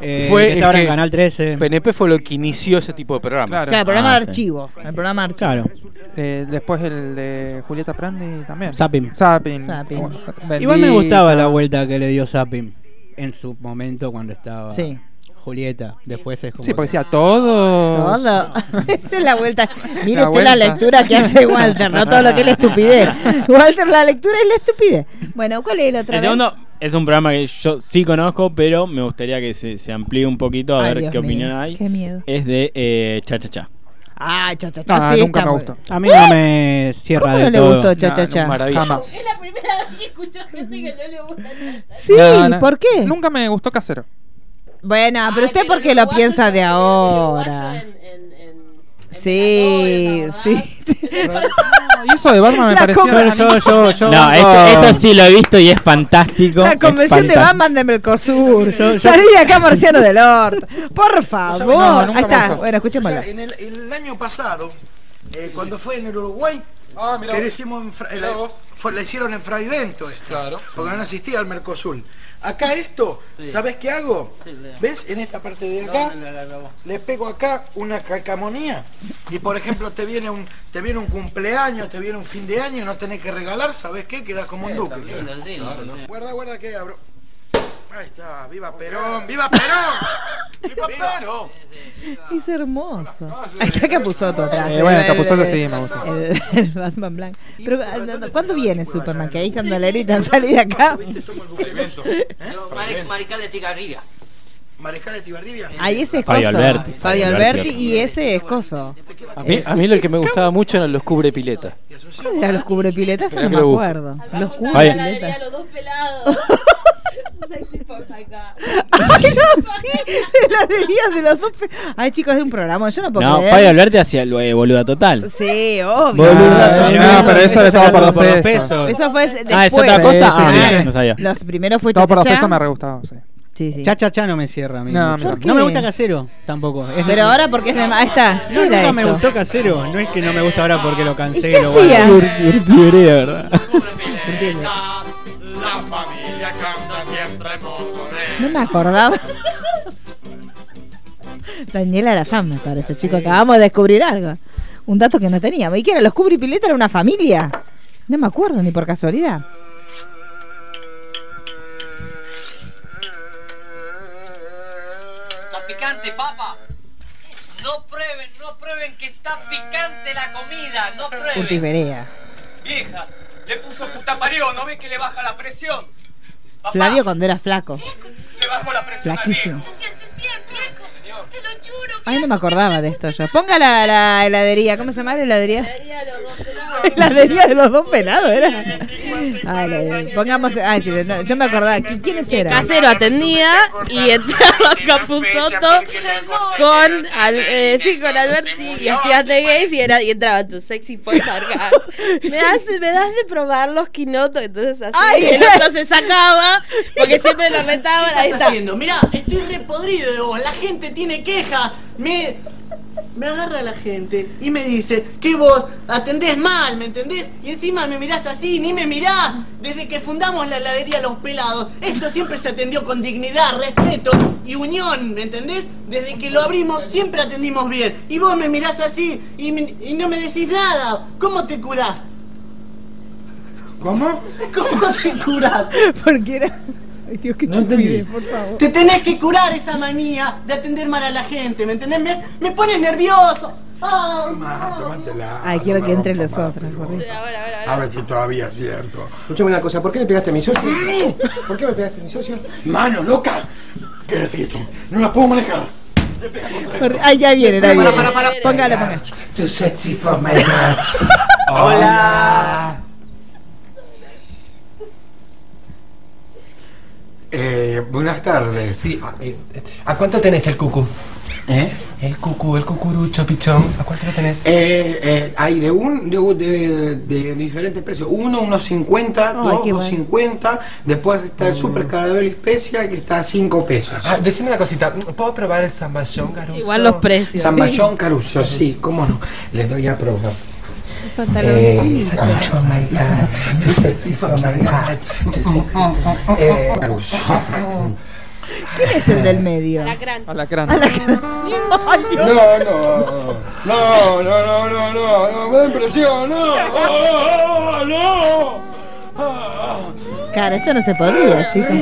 C: Eh,
F: Fue
C: que está
F: el
C: ahora
F: que-
C: en Canal 13.
F: PNP fue lo que inició ese tipo de programas.
E: Claro.
B: Claro, el programa
H: Ah,
B: de archivo. El programa de archivo.
C: Claro.
E: Eh, después el de Julieta Prandi también.
C: Zapping.
E: Zapping.
B: Zapping.
E: Bueno,
C: Igual me
E: Bendita.
C: gustaba la vuelta que le dio Zapping en su momento cuando estaba
B: Sí.
C: Julieta. Después es como.
E: Sí, porque decía todos.
B: Todo. <laughs> Esa es la vuelta. Mire
E: Oh, La
B: usted la
E: vuelta.
B: lectura que hace Walter, no todo lo que es la
E: <laughs>
B: estupidez. Walter, la lectura es la estupidez. Bueno, ¿cuál es el otro?
H: El segundo es un programa que yo sí conozco, pero me gustaría que se, se amplíe un poquito a ver qué opinión hay.
B: Qué miedo.
H: Es de eh, Cha Cha Cha.
B: Ah, cha, cha, cha.
E: Ah,
B: sí,
E: nunca
B: está
E: me
B: muy-
E: gustó.
C: A mí no me cierra
B: ¿Cómo
C: de
B: no le
C: todo.
B: gustó cha, cha, cha?
E: Jamás.
G: primera vez que escucho gente que no le gusta el chacha.
B: Sí,
E: No, no.
B: ¿por qué?
E: Nunca me gustó Casero.
B: Bueno,
D: Ah,
B: pero
G: Ay,
B: usted
G: pero
B: por qué lo
G: uruguayo
B: piensa de
G: también,
B: ahora.
G: el uruguayo en- en- en-
B: Sí,
G: en la novia,
B: sí.
E: Y eso de Barma me
B: La
E: pareció.
B: comer-
C: Yo, yo, yo, yo.
H: No, esto, esto sí lo he visto y es fantástico.
B: La convención
H: es
B: de
H: fanta-
B: Batman de Mercosur. Salí de acá, Marciano del Orto. Por favor.
E: No, nunca
B: Ahí
E: me
B: está.
E: gustó.
M: O
B: Bueno,
M: sea,
B: escuchémosla.
M: en el, el año pasado, eh, cuando fue en el Uruguay,
E: Ah, mirá
M: que
E: vos.
M: le hicimos en Fra-
E: Mirá
M: la-
E: vos.
M: fue- la hicieron en Fraivento esto,
E: Claro.
M: porque no existía el Mercosul. Acá esto,
E: Sí.
M: ¿sabés qué hago?
E: Sí, lea.
M: ¿Ves? En esta parte de acá, le pego acá una calcamonía y por ejemplo te viene un te viene un cumpleaños, te viene un fin de año y no tenés que regalar, ¿sabés qué? Quedás como un duque. Guarda, guarda que abro. Ahí está, viva Perón, viva Perón. viva Perón.
B: Es hermoso. Ahí está Capuzoto atrás.
E: Eh, bueno,
B: El-
E: Capusotto
B: el-
E: sí, me gusta.
B: El, el Batman blanco. Pero, ah, no, no, ¿cuándo viene Superman? Que ahí cuando le gritan salí de acá. <laughs>
M: Mariscal de Tigarribia. ¿Eh? Mariscal de Tigarribia.
B: Ahí ese es
F: Fabio
B: coso.
F: Alberti.
B: Fabio
F: Fabio
B: Alberti
F: Alberti.
B: y ese es coso.
F: A mí, a mí lo que me gustaba mucho eran los cubre pileta.
B: ¿Cuáles eran los cubrepiletas? Eso
F: Mirá
B: no
F: que
B: me
F: lo busco.
B: acuerdo. Los
F: Vaya.
B: cubrepiletas.
G: Los dos
D: <laughs>
G: pelados. Sexy for my God.
B: <laughs> Ay, no, sí. de La delias de los dos. pe- Ay, chicos, es un programa. Yo no puedo
H: No,
B: creer.
H: Fabio Alberti hacía el eh, boluda total.
B: Sí, obvio.
C: Ah,
H: Boluda
E: no, pero eso le estaba por dos
H: Por dos
E: pesos.
H: pesos.
B: Eso fue después.
H: Ah, ¿es otra cosa?
E: Sí, sí,
H: Ah,
E: sí,
H: bien,
E: sí.
H: no sabía.
B: Los primeros fue
E: Todo por dos
B: Cha-Cha-Cha.
E: pesos me re gustaba, sí.
B: Sí, sí.
C: Cha cha cha no me cierra a mí.
E: No, a mí
C: no,
E: tampoco.
C: me
B: qué?
C: gusta casero tampoco. Es-
B: Pero ahora porque es de... Ahí está.
C: No,
B: ¿Qué era
C: nunca me
B: esto?
C: gustó casero. No es que no me gusta ahora porque lo
B: qué
C: cancelo.
B: hacía?
C: bueno.
H: Divertido, verdad.
I: La familia canta siempre
B: No me acordaba. Daniela Arazán, me parece, chicos. Acabamos de descubrir algo. Un dato que no teníamos. ¿Y qué era? ¿Los cubripileta era una familia? No me acuerdo ni por casualidad.
N: Está picante, papa. No prueben, no prueben que está picante la comida. No
B: Curtis
N: prueben.
B: Berea.
N: Vieja, le puso puta parió, ¿no ves que le baja la presión? Papá,
B: Flavio cuando era flaco.
N: le bajó la presión. al
B: Flaquísimo.
N: viejo.
B: Ay, no me acordaba de esto yo. Ponga la, la heladería. ¿Cómo se llama la heladería?
D: <laughs>
B: heladería de los dos pelados, era. Ay, la- pongamos. Ay, sí, no, yo me acordaba. ¿Qui- ¿Quiénes
D: Que
B: eran?
D: Casero atendía y entraba Capuzotto con, al, eh, sí, con Alberti y hacías de gays y, era, y entraba tu
G: <laughs>
D: sexy por Vargas. Me, das, me das de probar los quinotos, entonces así.
N: Ay,
D: y el
G: <laughs>
D: otro se sacaba porque siempre lo retaban.
N: ¿Qué
D: Ahí
N: estás
D: está.
N: haciendo? Mirá, estoy re podrido de vos. La gente tiene quejas. Me, me agarra la gente y me dice que vos atendés mal, ¿me entendés? Y encima me mirás así, ni me mirás. Desde que fundamos la heladería Los Pelados, esto siempre se atendió con dignidad, respeto y unión, ¿me entendés? Desde que lo abrimos siempre atendimos bien. Y vos me mirás así y, me- y no me decís nada. ¿Cómo te curás?
M: ¿Cómo?
N: ¿Cómo te curás?
B: <laughs> Porque era. Ay, Dios, que
M: No
B: te
M: entendí.
B: cuide, por favor.
N: Te tenés que curar esa manía de atender mal a la gente, ¿me entendés? Me, me pone nervioso. Ay,
B: Ay, quiero que entren los otros.
M: Ahora sí todavía es cierto.
O: Escuchame una cosa, ¿por qué le pegaste a mi socio? ¿Por qué me pegaste a mi socio?
M: Mano, loca. ¿Qué es esto? No la puedo manejar.
B: Por- Ay, ya viene, ya viene.
M: Para, para, para.
B: Póngalo, póngalo.
M: Too sexy for my match. Ah. Hola. Eh, buenas tardes. Sí, a,
O: ah, eh, ¿A cuánto tenés el cucu?
M: ¿Eh?
O: El cucu, el cucurucho, pichón. ¿A cuánto lo tenés?
M: Eh, eh, hay de un de, un- de- de diferentes precios. Uno, unos 50, dos,
O: qué
M: unos 50. Después está el super carabel especial que está a 5 pesos.
O: Ah, decime una cosita, ¿puedo probar el zamballón, Garuso?
M: Igual los
D: precios.
M: Zamballón Caruso, sí, cómo no. Les doy a probar. Eh,
O: Pantaloncito.
M: ah, oh my God, too sexy for my God. Eh,
B: <laughs>
M: Caruso.
B: ¿Quién es el del medio? <laughs>
E: Alacrán.
B: Ay, Dios.
O: No, no, no, no, no, no, no, no, me da impresión, no, oh, no.
B: Cara, esto no se podía, chicos.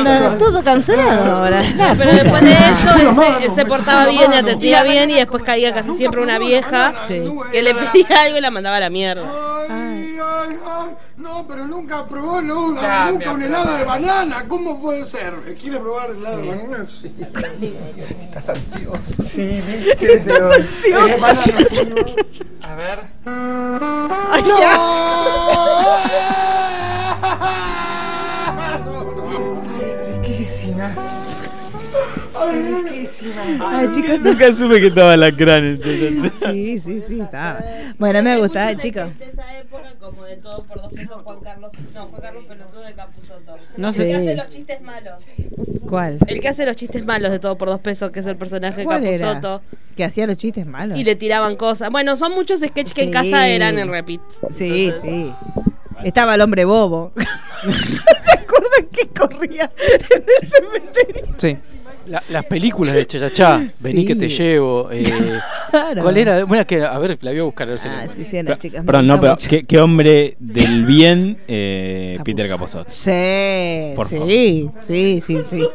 B: No, no, todo cancelado ahora. La
D: Ah, Pero
B: puta.
D: después de esto, él se, él se portaba bien y atendía bien y después caía casi siempre una vieja que le pedía algo y la mandaba a la mierda.
M: Ay, ay, ay. No, pero nunca probó no, no,
D: Cambia,
M: nunca un
D: pero-
M: helado de banana. ¿Cómo puede ser? ¿Quiere probar helado de banana? Sí.
O: Estás ansioso. Sí,
M: Estás ansioso.
O: Eh, banana, sí. A ver.
B: <laughs>
M: ¡No! Riquísima.
B: Ay, chicos.
H: Nunca supe que estaba la cráneo.
B: Sí, sí, sí, estaba. Bueno, me gustaba, chicos.
G: De esa época, como de todo por dos pesos, Juan Carlos. No, Juan Carlos Pelotudo de Capuzoto.
B: No
G: El
B: sé.
G: que hace los chistes malos.
B: ¿Cuál?
D: El que hace los chistes malos de todo por dos pesos, que es el personaje de
B: ¿Cuál era?
D: Capuzoto.
B: Que hacía los chistes malos.
D: Y le tiraban cosas. Bueno, son muchos sketches que en
B: Sí.
D: casa eran en repeat.
B: Sí, sí. Estaba el hombre bobo. <laughs>
F: Sí. La- las películas de Chachachá, vení
B: Sí.
F: que te llevo. eh,
B: <laughs> Claro.
F: ¿Cuál era? Bueno, que, a ver, la voy a buscar. A ver si la
B: Ah,
F: encuentro.
B: sí, sí, las chicas.
H: Perdón, no,
B: me
H: pero
B: gusta mucho.
H: qué, qué hombre del bien, eh, Peter Capozot.
B: Sí,
H: Por favor.
B: sí, sí, sí, <laughs> sí.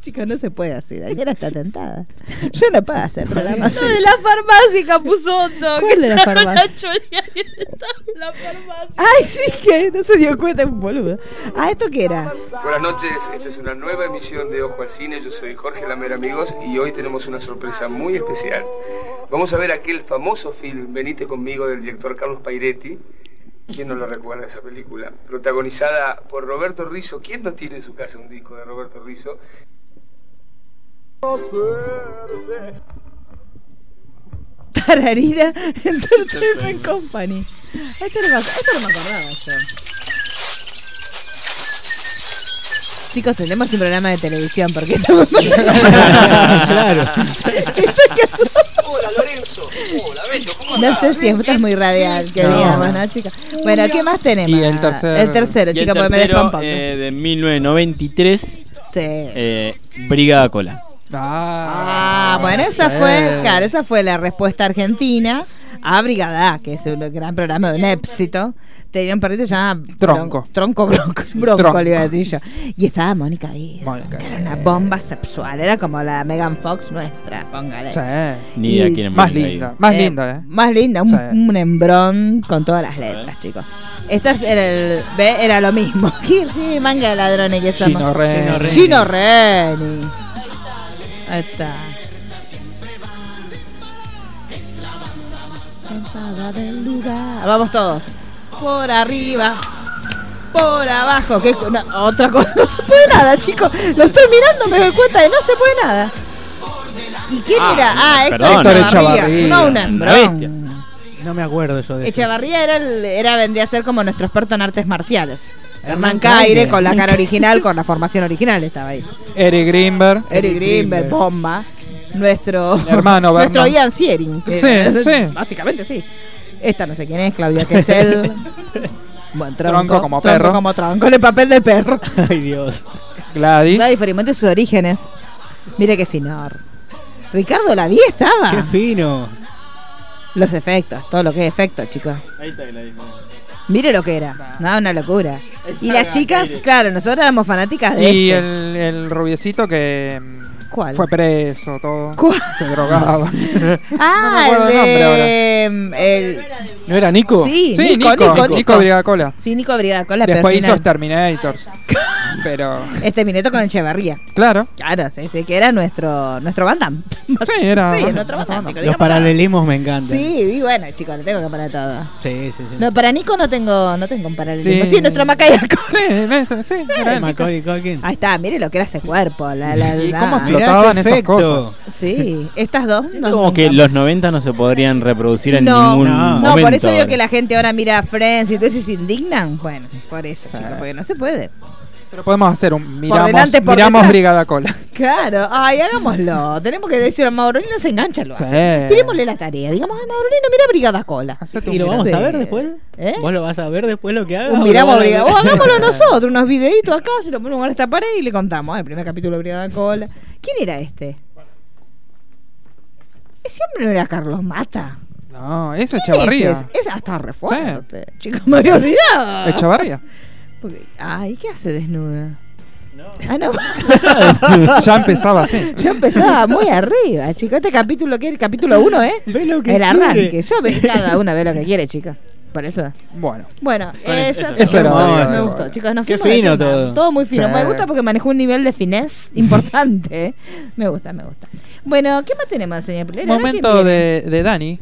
B: Chicos, no se puede así. Daniela está tentada. Yo no puedo hacer <laughs> programa así.
D: Lo de la farmacia, <laughs> Capuzoto.
B: ¿Cuál
D: que
B: de la
D: entraron
B: farmacia?
D: a chorear y estaba en la farmacia.
B: Ay, sí, que no se dio cuenta, un boludo. Ah, ¿esto qué era?
P: Buenas noches, esta es una nueva emisión de Ojo al Cine, yo soy Jorge Lamer amigos y hoy tenemos una sorpresa muy especial. Vamos a ver aquel famoso film Venite conmigo del director Carlos Pairetti, ¿quién no lo recuerda esa película? Protagonizada por Roberto Rizzo, ¿quién no tiene en su casa un disco de Roberto Rizzo?
B: <laughs> Tararida Entertainment Company. Esto no me, ac- esto no me acordaba yo. Chicos, tenemos un programa de televisión porque
H: <laughs>
B: estamos...
C: Claro.
B: Hola, Lorenzo. Hola, Beto. No sé si estás muy radial que
H: No.
B: digamos, ¿no, chicos? Bueno, ¿qué más tenemos?
H: Y el tercero.
B: El tercero,
H: Y el
B: chicos, porque me
H: tercero,
B: descompongo.
H: eh, de 1993,
B: Sí.
H: eh, Brigada Cola.
B: Ah, bueno, esa
H: sí.
B: fue, claro, esa fue la respuesta argentina a Brigada, A, que es un gran programa, un éxito. Tenía un partido llamado
E: Tronco.
B: Bron- Tronco Bronco. Bronco,
E: Tronco.
B: le iba a decir yo. Y estaba Mónica ahí. Era una bomba sexual, era como la Megan Fox nuestra, póngale.
H: Ni idea
B: Y-
H: quién es
E: Más
H: Mónica
E: linda,
H: ahí.
E: más linda, ¿eh?
B: Más linda, un,
E: Sí.
B: un hembrón con todas las letras, chicos. Esta es- era, el, ve, era lo mismo. <laughs> Qué, qué manga de ladrones que somos.
E: Gino Reni.
B: Gino Reni. Gino Reni. Ahí está. Sentada del lugar. Vamos todos. Por arriba. Por abajo. ¿Qué cu- no, otra cosa. No se puede nada, chicos. Lo estoy mirando, me doy cuenta de no se puede nada. ¿Y quién
H: Ah,
B: era? Ah, Héctor
H: perdón.
B: Echavarría.
H: Echavarría.
B: No, una
H: Una
B: hembrón.
H: bestia.
C: No me acuerdo yo de eso.
B: Echevarría era, el- era vendría a ser como nuestro experto en artes marciales. Hernán
C: Hernán
B: Caire
C: Caire.
B: con la cara original, con la formación original estaba ahí.
E: Eric Greenberg.
B: Eric Grimberg, bomba. Nuestro
E: El hermano
B: nuestro
E: Bernard.
B: Ian Siering. que-
E: Sí, sí.
B: Básicamente sí. Esta no sé quién es, Claudia
E: <laughs>
B: Quesel. Buen tronco,
E: Tronco como perro.
B: como tronco, con el papel de perro.
C: <laughs>
E: Ay, Dios. Gladys.
B: Gladys Farimonte, sus orígenes. Mire qué finor. Ricardo Lavie estaba.
C: Qué fino.
B: Los efectos, todo lo que es efectos, chicos.
H: Ahí está Gladys.
B: Mire lo que era. Nada, una locura. Y las chicas,
E: Aire.
B: claro, nosotros éramos fanáticas de
E: Y
B: este.
E: el, el rubiecito que mm,
B: ¿Cuál?
E: fue preso, todo.
B: ¿Cuál?
E: Se drogaba.
B: Ah,
E: No me acuerdo
B: el
E: el nombre
B: de... el-
F: ¿No era Nico?
B: Sí,
E: Sí,
B: Nico, Nico,
E: Nico,
B: Nico.
E: Nico Brigacola.
B: Sí, Nico Brigacola, pero
E: Después hizo
B: final.
E: Terminators. <laughs> Pero.
B: Este minuto con Echevarría.
E: <laughs> Claro.
B: Claro, sí, sí, que era nuestro, nuestro Van Damme.
E: Sí, era.
B: Sí, nuestro Van Damme, chicos,
C: Los
B: digamos.
C: paralelismos me encantan.
B: Sí, y bueno, chicos, le tengo que parar todo.
C: Sí, sí, sí.
B: No, para Nico no tengo, no tengo un paralelismo. Sí,
C: Sí.
B: nuestro Macay Alcohol.
E: <laughs> Sí, nuestro, sí,
C: era él. Macaulay Culkin.
B: Ahí está, mire lo que era ese cuerpo, la, la
E: Sí,
B: la-
E: cómo
H: Mirá
E: explotaban
H: ese
E: esas
H: efecto.
E: cosas.
B: Sí, estas dos no.
H: Como que los 90 no se podrían reproducir en
B: No,
H: ningún
B: no,
H: momento.
B: por eso veo
H: ahora.
B: que la gente ahora mira a Friends y todo eso y se indignan. Bueno, por eso, chicos, porque no se puede.
E: Pero podemos hacer un. Miramos,
B: delante, por
E: miramos
B: detrás.
E: Brigada Cola.
B: Claro, ay, hagámoslo. Tenemos que decirlo a Maurolino, se engancha lo
E: Sí.
B: hace. Tirémosle la tarea. Digamos, ay, Maurolino, mira Brigada Cola.
C: ¿Y lo vamos a ver después?
B: ¿Eh?
C: ¿Vos lo vas a ver después lo que <laughs> haga?
B: Un
C: o lo
B: miramos
C: vas a
B: Brigada
C: ver?
B: O
C: <laughs>
B: hagámoslo nosotros, unos videitos acá, se lo ponemos a esta pared y le contamos. ah, El primer capítulo de Brigada Cola. ¿Quién era este? Ese hombre no era Carlos Mata.
E: <laughs> No, ese es
B: ¿Quién
E: Echavarría.
B: Es, ese? Ese hasta re fuerte.
E: Sí.
B: Chicos, me había
E: Ah.
B: olvidado.
E: Echavarría.
B: Porque- ay, ¿qué hace desnuda? Ah, no. <laughs>
E: ya empezaba así.
B: Yo empezaba muy arriba, chicos. Este capítulo, que el capítulo 1, ¿eh?
C: Ve lo que
B: el arranque.
C: quiere.
B: Yo ve cada una ve lo que quiere, chicos. Por eso.
E: <laughs> Bueno.
B: Bueno,
E: Con
B: eso,
E: eso- eso era
B: me,
E: Rodrigo.
B: gustó, chicos. Nos
C: Qué
B: fuimos de
C: fino
B: tema.
C: todo.
B: Todo muy fino.
C: Sí.
B: Me gusta porque manejó un nivel de finés importante. ¿eh? Me gusta, me gusta. Bueno, ¿qué más tenemos, señor Pilero?
E: Momento de, de Dani.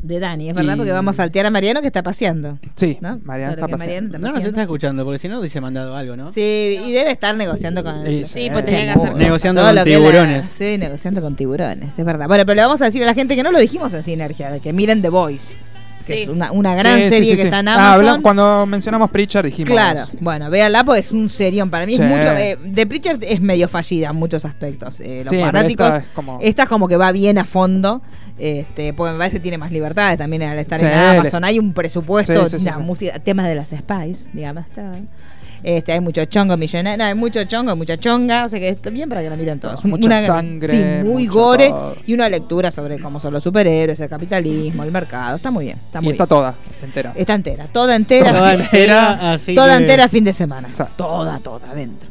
B: de Dani, es verdad,
C: Y-
B: porque vamos a saltear a Mariano que está paseando.
E: Sí,
B: ¿no?
E: Mariano
B: Claro
E: está
B: que Mariano
E: paseando.
B: está
C: <laughs> No nos está escuchando, porque si no hubiese mandado algo, ¿no?
B: Sí, y debe estar negociando con. eh,
C: Sí, Sí, pues tenía que hacer Negociando cosas. con
B: Todo lo que
C: tiburones.
B: la- sí, negociando con tiburones, es verdad. Bueno, pero le vamos a decir a la gente que no lo dijimos en Sinergia, de que miren The Voice. Que es una, una gran
E: Sí, sí,
B: serie
E: sí,
B: que
E: sí.
B: está en
E: Ah,
B: Amazon.
E: habla- cuando mencionamos Preacher dijimos.
B: Claro, bueno, véanla porque es un serión. Para mí
E: Sí.
B: es mucho. eh, The Preacher es medio fallida en muchos aspectos. eh, los
E: Sí, pero
B: fanáticos.
E: esta
B: Esta
E: es
B: es,
E: como-
B: como... que va bien a fondo. Este, porque me parece que tiene más libertades también al estar
E: Sí,
B: en
E: les-
B: Amazon. Hay un presupuesto,
E: Sí, sí, sí,
B: una
E: sí.
B: música, temas de las Spice, digamos. está. Este, hay mucho chongo millonario, no, hay mucho chongo, mucha chonga, o sea que está bien para que la miren todos.
E: Mucha
B: Una-
E: sangre,
B: sí, muy
E: mucho
B: gore
E: todo.
B: y una lectura sobre cómo son los superhéroes, el capitalismo, el mercado. Está muy bien, está
E: y
B: muy
E: está
B: bien. Este
E: toda, entera.
B: Está entera, toda entera.
E: Toda
B: sí.
E: entera, así
B: Toda
E: que-
B: entera fin de semana.
E: Exacto.
B: Toda, toda, adentro.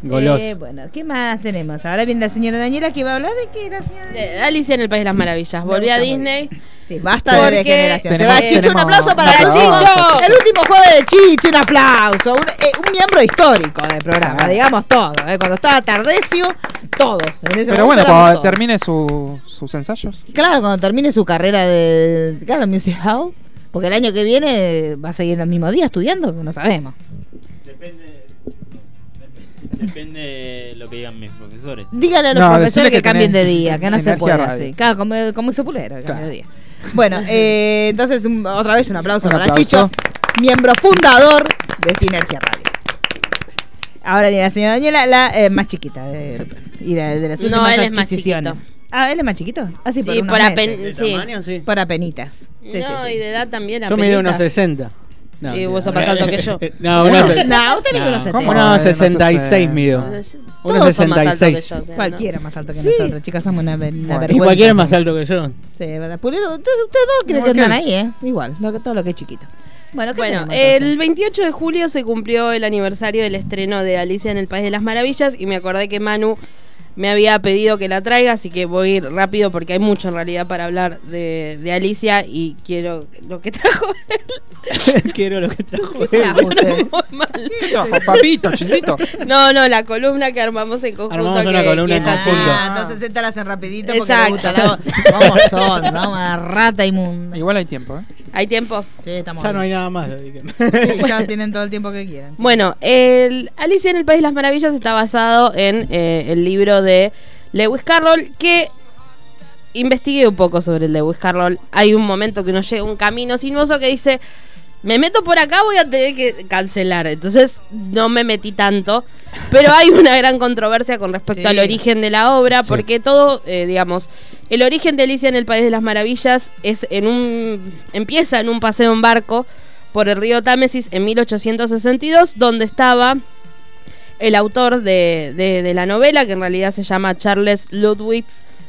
C: Goloso.
B: Eh, bueno, ¿qué más tenemos? Ahora viene la señora Daniela que va a hablar de que la señora...
D: De Eh, Alicia en el País de las Maravillas. Volví a Disney.
B: Sí, basta de degeneración. Se va Chicho, un aplauso para
D: el
B: Chicho.
D: Chicho.
B: El último jueves de Chicho, un aplauso. Un, eh, un miembro histórico del programa,
E: Ah.
B: digamos todo. eh. Cuando estaba Tardecio, todos. En ese
E: Pero
B: momento
E: bueno,
B: éramos
E: cuando
B: todos.
E: termine su- sus ensayos.
B: Claro, cuando termine su carrera de claro, Music Hall, porque el año que viene va a seguir el mismo día estudiando, no sabemos.
H: Depende lo que digan mis profesores.
B: Dígale a los
H: No, decirle
B: profesores que,
H: que
B: cambien de
H: tenés
B: día, que no se
H: sinergia
B: puede
H: radio.
B: así. Claro, como, como hizo Pulero, que
H: Claro.
B: cambie de día. Bueno, eh, entonces un- otra vez un aplauso
E: Un
B: para
E: aplauso.
B: Chicho, miembro fundador de Sinergia Radio. Ahora viene la señora Daniela, la eh, más chiquita de, y la, de las
D: No,
B: últimas
D: él es más
B: adquisiciones. Ah, él es más chiquito. Así por
D: Sí,
B: unos
D: por apen-
B: meses.
D: sí. ¿De tamaño? Sí.
B: Por apenitas. Sí, sí,
D: no,
B: sí.
D: y de edad también.
C: Yo mido unos
D: apenitas.
C: 60. No,
D: Y vos
C: mentira.
D: sos más alto que yo.
C: <laughs> No, unos
B: No, usted mide unos
C: ¿Cómo
B: 70.
E: Eh,
C: unos 66
B: No,
C: mido. Unos
B: Todos son más altos que
C: 66.
B: yo, o sea, Cualquiera más alto que
D: Sí.
B: nosotros, chicas, somos una, ver- una vergüenza.
C: Y cualquiera es más alto que yo. <laughs>
B: Sí, es verdad. Pulero, ustedes, ustedes dos creen que
C: ¿Por qué?
B: están ahí, ¿eh? Igual, lo que- todo lo que es chiquito. Bueno, ¿qué eh?
D: Bueno,
B: tenemos, entonces?
D: el 28 de julio se cumplió el aniversario del estreno de Alicia en el País de las Maravillas y me acordé que Manu me había pedido que la traiga, así que voy a ir rápido porque hay mucho en realidad para hablar de, de Alicia y quiero lo que trajo <laughs>
C: Quiero lo que trajo.
D: trajo
C: él.
D: usted? muy mal.
E: Ojo, papito, chisito.
D: No, no, la columna que armamos en conjunto.
C: Armamos
D: que,
C: una columna
D: que
C: en
D: es así.
C: conjunto.
B: Ah, entonces esta la hacen rapidito porque
D: Exacto.
B: le gusta la
D: <laughs>
B: voz. Vamos, son, vamos a la rata inmunda.
E: Igual hay tiempo, ¿eh?
D: Hay tiempo.
B: Sí, estamos
C: Ya no hay
B: bien.
C: nada más.
B: Sí, ya tienen todo el tiempo que quieran.
D: Bueno, el Alicia en el País de las Maravillas está basado en eh, el libro de Lewis Carroll, que investigué un poco sobre Lewis Carroll. Hay un momento que uno llega a un camino sinuoso que dice, me meto por acá, voy a tener que cancelar. Entonces no me metí tanto. Pero hay una gran controversia con respecto
B: Sí.
D: al origen de la obra, porque todo, eh, digamos, el origen de Alicia en el País de las Maravillas es en un empieza en un paseo en barco por el río Támesis en 1862, donde estaba el autor de, de- de la novela, que en realidad se llama Charles Ludwig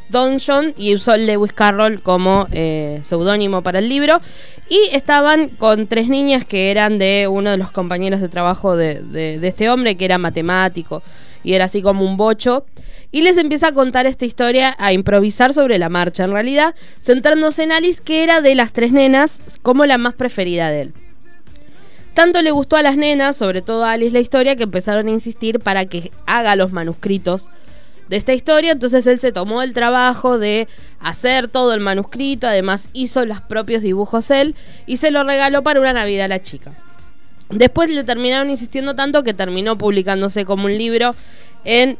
D: Donjon, y usó Lewis Carroll como eh, seudónimo para el libro. Y estaban con tres niñas que eran de uno de los compañeros de trabajo de, de- de este hombre, que era matemático y era así como un bocho. Y les empieza a contar esta historia, a improvisar sobre la marcha, en realidad, centrándose en Alice, que era de las tres nenas como la más preferida de él. Tanto le gustó a las nenas, sobre todo a Alice la historia, que empezaron a insistir para que haga los manuscritos de esta historia. Entonces él se tomó el trabajo de hacer todo el manuscrito, además hizo los propios dibujos él y se lo regaló para una Navidad a la chica. Después le terminaron insistiendo tanto que terminó publicándose como un libro en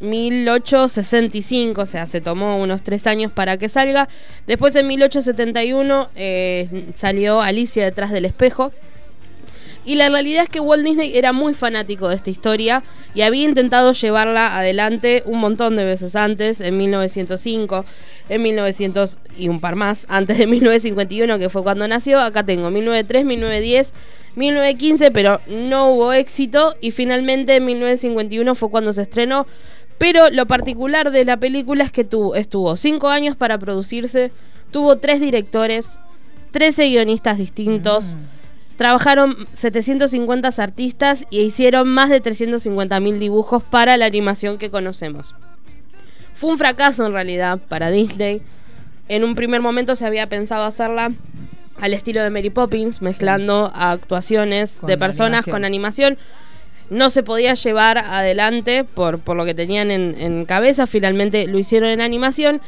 D: 1865, o sea, se tomó unos tres años para que salga. Después en 1871 eh, salió Alicia detrás del espejo. Y la realidad es que Walt Disney era muy fanático de esta historia y había intentado llevarla adelante un montón de veces antes, en 1905, en 1900 y un par más, antes de 1951, que fue cuando nació. Acá tengo 1903, 1910, 1915, pero no hubo éxito. Y finalmente en 1951 fue cuando se estrenó. Pero lo particular de la película es que tuvo, estuvo cinco años para producirse, tuvo tres directores, 13 guionistas distintos.
B: Mm.
D: Trabajaron 750 artistas y hicieron más de 350.000 dibujos para la animación que conocemos. Fue un fracaso en realidad para Disney. En un primer momento se había pensado hacerla al estilo de Mary Poppins, mezclando a actuaciones
B: Con
D: de
B: la
D: personas
B: animación.
D: con animación. No se podía llevar adelante por, por lo que tenían en, en cabeza. Finalmente lo hicieron en animación.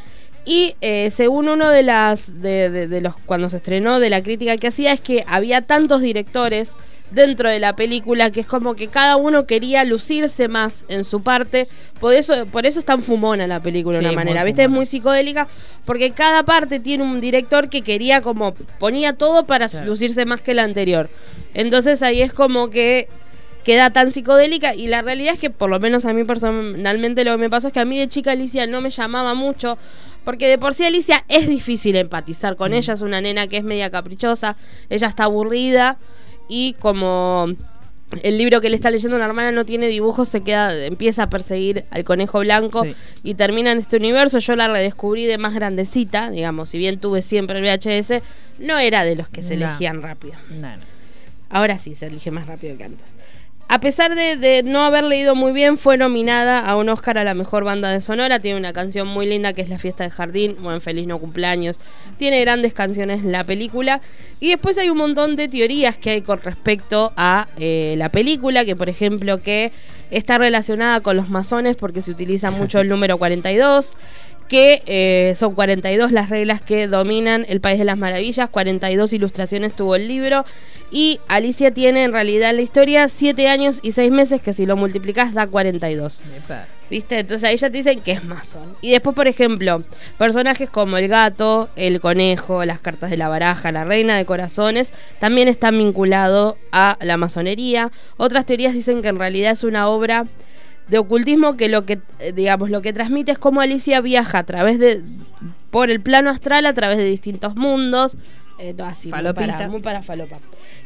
D: Y eh, según uno de las de, de- de los cuando se estrenó de la crítica que hacía es que había tantos directores dentro de la película que es como que cada uno quería lucirse más en su parte, por eso por eso es tan fumona la película de
B: Sí,
D: una
B: muy
D: manera, ¿viste? Es muy psicodélica porque cada parte tiene un director que quería como ponía todo para
B: Claro.
D: lucirse más que la anterior. Entonces ahí es como que queda tan psicodélica y la realidad es que por lo menos a mí personalmente lo que me pasó es que a mí de chica Alicia no me llamaba mucho porque de por sí Alicia es difícil empatizar
B: Mm.
D: con ella, es una nena que es media caprichosa, ella está aburrida y como el libro que le está leyendo una hermana no tiene dibujos, se queda empieza a perseguir al conejo blanco
B: Sí.
D: y termina en este universo. Yo la redescubrí de más grandecita, digamos, si bien tuve siempre el VHS, no era de los que se
B: No.
D: elegían rápido.
B: No, no.
D: Ahora sí, se elige más rápido que antes. A pesar de, de no haber leído muy bien, fue nominada a un Oscar a la mejor banda de sonora. Tiene una canción muy linda que es La fiesta de jardín, o en Feliz no cumpleaños. Tiene grandes canciones la película. Y después hay un montón de teorías que hay con respecto a eh, la película, que por ejemplo que está relacionada con los masones porque se utiliza mucho el número 42 que eh, son 42 las reglas que dominan el País de las Maravillas, 42 ilustraciones tuvo el libro y Alicia tiene en realidad en la historia 7 años y 6 meses que si lo multiplicas da 42. ¿Viste? Entonces ahí ya te dicen que es masón. Y después, por ejemplo, personajes como el gato, el conejo, las cartas de la baraja, la reina de corazones, también están vinculados a la masonería. Otras teorías dicen que en realidad es una obra de ocultismo que lo que, eh, digamos, lo que transmite es cómo Alicia viaja a través de, por el plano astral, a través de distintos mundos. Eh, todo así, muy
B: Falopita.
D: para- muy para falopa.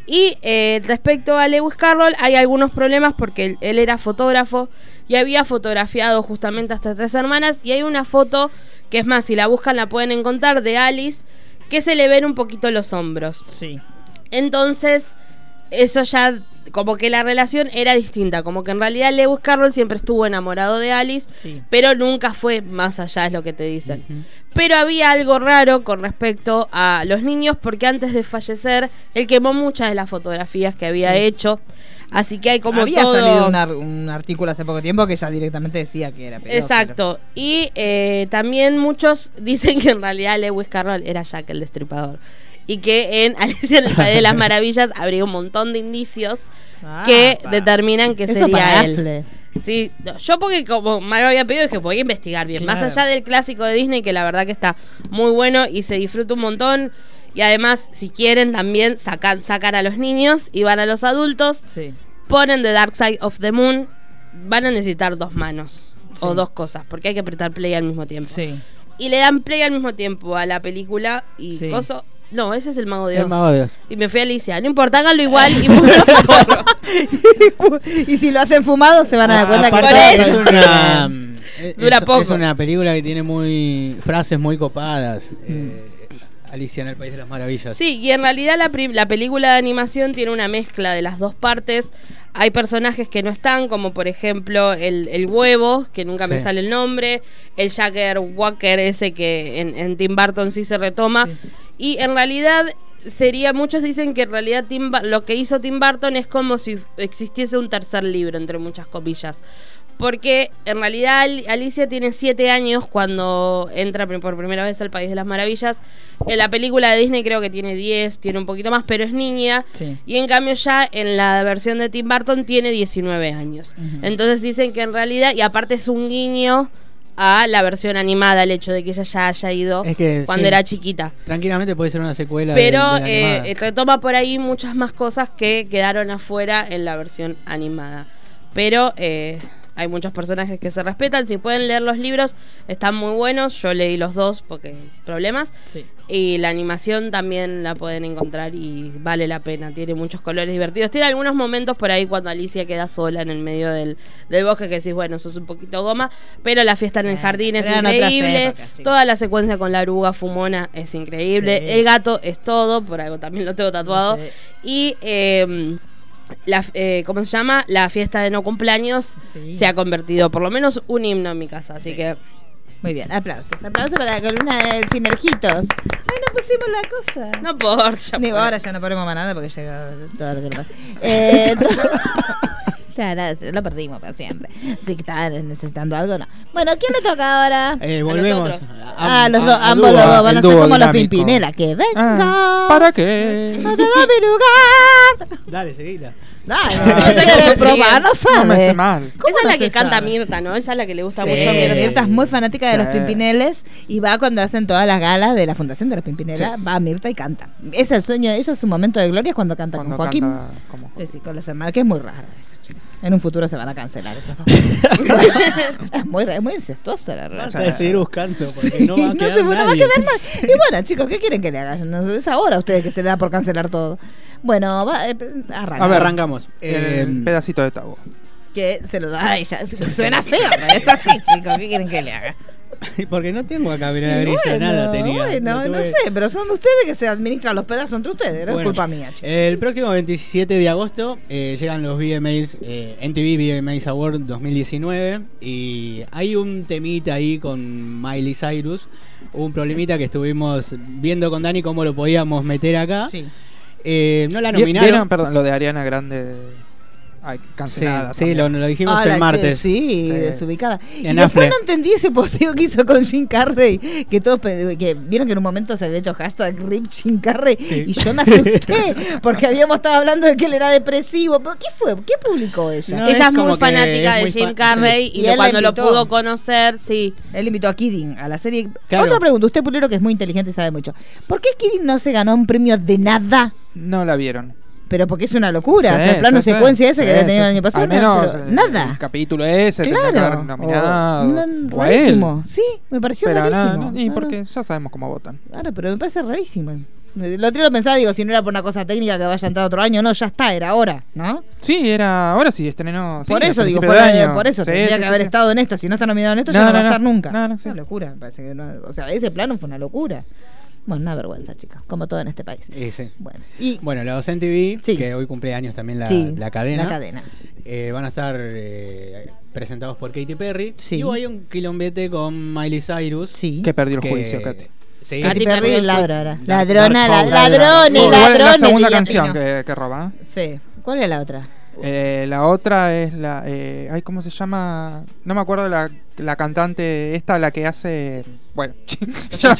D: Y eh, respecto a Lewis Carroll, hay algunos problemas porque él, él era fotógrafo y había fotografiado justamente hasta tres hermanas. Y hay una foto que es más, si la buscan la pueden encontrar de Alice, que se le ven un poquito los hombros.
B: Sí.
D: Entonces, eso ya, como que la relación era distinta. Como que en realidad Lewis Carroll siempre estuvo enamorado de Alice,
B: Sí.
D: pero nunca fue más allá, es lo que te dicen. Pero había algo raro con respecto a los niños, porque antes de fallecer, él quemó muchas de las fotografías que había
B: Sí.
D: hecho. Así que hay como
B: Había
D: todo.
B: salido un, ar- un artículo hace poco tiempo que ya directamente decía que era pedófilo.
D: Exacto. Y eh, también muchos <laughs> dicen que en realidad Lewis Carroll era Jack el Destripador. Y que en Alicia en el País
B: <laughs>
D: de las Maravillas habría un montón de indicios que
B: pa.
D: determinan que
B: Ah, Eso
D: sería
B: para
D: él.
B: Affle.
D: Sí, no, yo porque como me lo había pedido dije voy a investigar bien.
B: Claro.
D: Más allá del clásico de Disney que la verdad que está muy bueno y se disfruta un montón. Y además, si quieren, también sacan, sacan a los niños y van a los adultos. Ponen The Dark Side of the Moon. Van a necesitar dos manos o
B: Sí.
D: dos cosas porque hay que apretar play al mismo tiempo. <laughs> Y le dan play al mismo tiempo a la película y
B: Sí.
D: coso. No, ese es el Mago de
C: El
D: Oz.
C: Mago de Oz.
D: Y me fui a Alicia. No importa, háganlo igual
C: <laughs>
D: y pongan
B: Y si lo hacen fumado se van a dar cuenta que
C: Aparte,
B: todo
C: es
B: es- <laughs>
C: una, es-
D: Dura
C: es-
D: poco.
C: Es una película que tiene muy frases muy copadas.
B: Mm.
C: eh, Alicia en el País de las Maravillas.
D: Sí, y en realidad la, pri- la película de animación tiene una mezcla de las dos partes. Hay personajes que no están, como por ejemplo el, el huevo, que nunca me
B: Sí.
D: sale el nombre, el Jagger Walker ese que en, en Tim Burton sí se retoma. Y en realidad sería, muchos dicen que en realidad Tim Bur- lo que hizo Tim Burton es como si existiese un tercer libro, entre muchas comillas. Porque en realidad Al- Alicia tiene siete años cuando entra pri- por primera vez al País de las Maravillas. En la película de Disney creo que tiene 10, tiene un poquito más, pero es niña.
B: Sí.
D: Y en cambio ya en la versión de Tim Burton tiene 19 años. Entonces dicen que en realidad, y aparte es un guiño a la versión animada, el hecho de que ella ya haya ido
C: Es que,
D: cuando
C: sí.
D: era chiquita.
C: Tranquilamente puede ser una secuela. de-
D: Pero
C: de la
D: eh,
C: animada.
D: retoma por ahí muchas más cosas que quedaron afuera en la versión animada. Pero eh, hay muchos personajes que se respetan. Si pueden leer los libros, están muy buenos. Yo leí los dos porque problemas.
B: Sí.
D: Y la animación también la pueden encontrar y vale la pena. Tiene muchos colores divertidos. Tiene algunos momentos por ahí cuando Alicia queda sola en el medio del, del bosque que decís, bueno, sos un poquito goma. Pero la fiesta en el jardín es
B: Ah, eran otras
D: increíble.
B: épocas, chicos.
D: Toda la secuencia con la oruga fumona es increíble.
B: Sí.
D: El gato es todo, por algo también lo tengo tatuado.
B: Sí.
D: Y... eh, la, eh, ¿Cómo se llama? La fiesta de no cumpleaños
B: Sí.
D: se ha convertido por lo menos un himno en mi casa, así que
B: Muy bien, aplausos. Aplausos para la columna de Sinergitos. Ay, no pusimos la cosa.
D: No
B: <laughs>
D: por.
B: Digo, ahora ya no ponemos más nada porque llega todo lo que le pasa. Eh, to- Ya, era- lo perdimos para siempre. Si estás necesitando algo, no. Bueno, ¿quién le toca ahora?
C: Eh, volvemos.
B: nosotros.
C: A-
B: Ah, los
C: a-
B: dos,
C: a
B: ambos
C: dúo,
B: los dos van
C: el
B: a ser
C: dúo
B: como los
C: dinámico.
B: pimpinela. Que venga.
E: Ah, ¿Para qué?
B: No te da mi lugar.
C: <laughs> Dale, seguila.
B: Dale,
C: no
B: no
C: sé
B: sé
C: cómo
B: probar, no sabe.
E: No me hace mal.
D: Esa es
B: no
D: la
B: se
D: que canta
B: sabe?
D: Mirta, ¿no? Esa es la que le gusta
B: Sí,
D: mucho a Mirta.
B: Mirta es muy fanática de los
D: Sí.
B: Pimpineles y va cuando hacen todas las galas de la Fundación de los Pimpinela, va Mirta y canta. Ese es el sueño, ese es su momento de gloria es cuando canta
E: Cuando
B: con Joaquín.
E: canta
B: Sí, sí, con los hermanos, que es muy raro. En un futuro se van a cancelar esos
E: <laughs>
B: dos. es, muy, es muy incestuosa la
C: Basta
B: relación.
C: de seguir buscando porque no va a
B: <laughs> no,
C: quedar
B: se, no va a
C: nadie.
B: quedar más. Y bueno, chicos, ¿qué quieren que le hagan? No, es ahora a ustedes que se le da por cancelar todo. Bueno, va, eh, arranca.
E: A ver,
C: arrancamos. Em,
E: El pedacito de tabo.
B: Que se lo da a ella. Suena feo, pero es así, chicos. ¿Qué quieren que le haga?
C: <laughs> Porque no tengo acá mira,
B: Y
C: grilla, nada tenía.
B: Bueno,
C: No
B: no,
C: tuve-
B: sé, pero son ustedes que se administran los pedazos entre ustedes, no
C: Bueno, ¿eh?
B: es culpa mía. che.
C: El próximo 27 de agosto eh, llegan los VMAs, eh, MTV VMAs Award 2019 y hay un temita ahí con Miley Cyrus, un problemita que estuvimos viendo con Dani cómo lo podíamos meter acá. Eh, no la
E: Vi-
C: nominaron.
E: ¿Vieron, perdón, lo de Ariana Grande ay, cancelada?
C: Sí, sí,
E: también?
C: lo- lo dijimos
B: Ah, la
C: el martes.
B: che, sí,
E: Sí.
B: desubicada. y
C: En
B: después
C: Affleck.
B: no entendí ese posteo que hizo con Jim Carrey, que todos pe- que vieron que en un momento se había hecho hashtag RIP Jim Carrey y yo me
C: <laughs>
B: asusté porque habíamos estado hablando de que él era depresivo. ¿Pero qué fue? ¿Qué publicó ella?
D: ella es, muy fanática de Jim Carrey y,
B: él la
D: cuando lo
B: invitó.
D: pudo conocer, sí.
B: Él invitó a Kidding a la serie.
D: Claro.
B: Otra pregunta, usted Pulero que es muy inteligente y sabe mucho. ¿Por qué Kidding no se ganó un premio de nada?
E: No la vieron.
B: Pero porque es una locura, o sea, el plano
E: sí, sí.
B: secuencia ese que
E: Sí,
B: había tenido el
E: sí, sí.
B: año pasado,
E: Al menos,
B: pero
E: eh,
B: nada.
E: El capítulo ese tendría que
B: Claro.
E: haber nominado.
B: O-
E: O, a él.
B: rarísimo. Sí, me pareció
E: Pero nada,
B: rarísimo.
E: no, y porque ya sabemos cómo votan.
B: Claro, pero me parece rarísimo. El otro día lo pensaba, digo, si no era por una cosa técnica que vaya a entrar otro año, no, ya está, era ahora, ¿no?
E: Sí, era. Ahora sí, estrenó. sí,
B: por
E: a
B: eso, digo,
E: principio de
B: fuera de-
E: año.
B: por eso,
E: Sí,
B: tendría
E: sí,
B: que
E: sí,
B: haber
E: sí.
B: estado en esto. Si no está nominado en esto,
E: No,
B: ya no,
E: no,
B: va a
E: no.
B: estar nunca.
E: No, no,
B: es una locura, me parece que no- O sea, ese plano fue una locura. Bueno, una vergüenza, chicos, como todo en este país.
C: Eh, sí.
B: Bueno, y-
C: bueno, los MTV, que hoy cumple años también la,
B: Sí,
C: la cadena.
B: la cadena.
C: eh, van a estar eh, presentados por Katy Perry.
B: Sí.
C: Y hubo ahí un quilombete con Miley Cyrus.
B: Sí.
E: Que perdió el juicio, Katy.
B: Katy
C: Sí.
B: Katy Perry perdió el ladra juicio. ahora.
C: Dark-
B: Ladrona,
C: Dark
B: la-
C: Hole.
B: ladrones,
E: Oh, Igual es
B: ladrones,
E: La segunda
B: diría
E: canción
B: que
E: que, que roba.
B: Sí. ¿Cuál es la otra?
E: Eh, la otra es la. eh, ay, ¿cómo se llama? No me acuerdo la, la cantante esta, la que hace. Bueno, <laughs>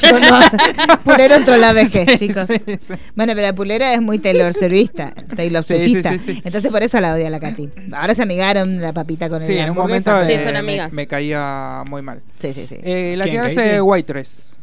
B: Yo no- pulero entró la vejez,
E: Sí,
B: chicos.
E: sí, sí.
B: Bueno, pero la pulera es muy Taylor servista, Taylor
E: Sí, sí,
B: surfista.
E: sí, sí.
B: Entonces por eso la odia la Katy. Ahora se amigaron la papita con el
E: Sí, en un
B: hamburguesa,
E: momento
B: pero-
E: eh, me- Me, caía muy mal.
B: Sí, sí, sí.
E: Eh, la que
B: ¿Quién,
E: hace
B: Katie?
E: White Dress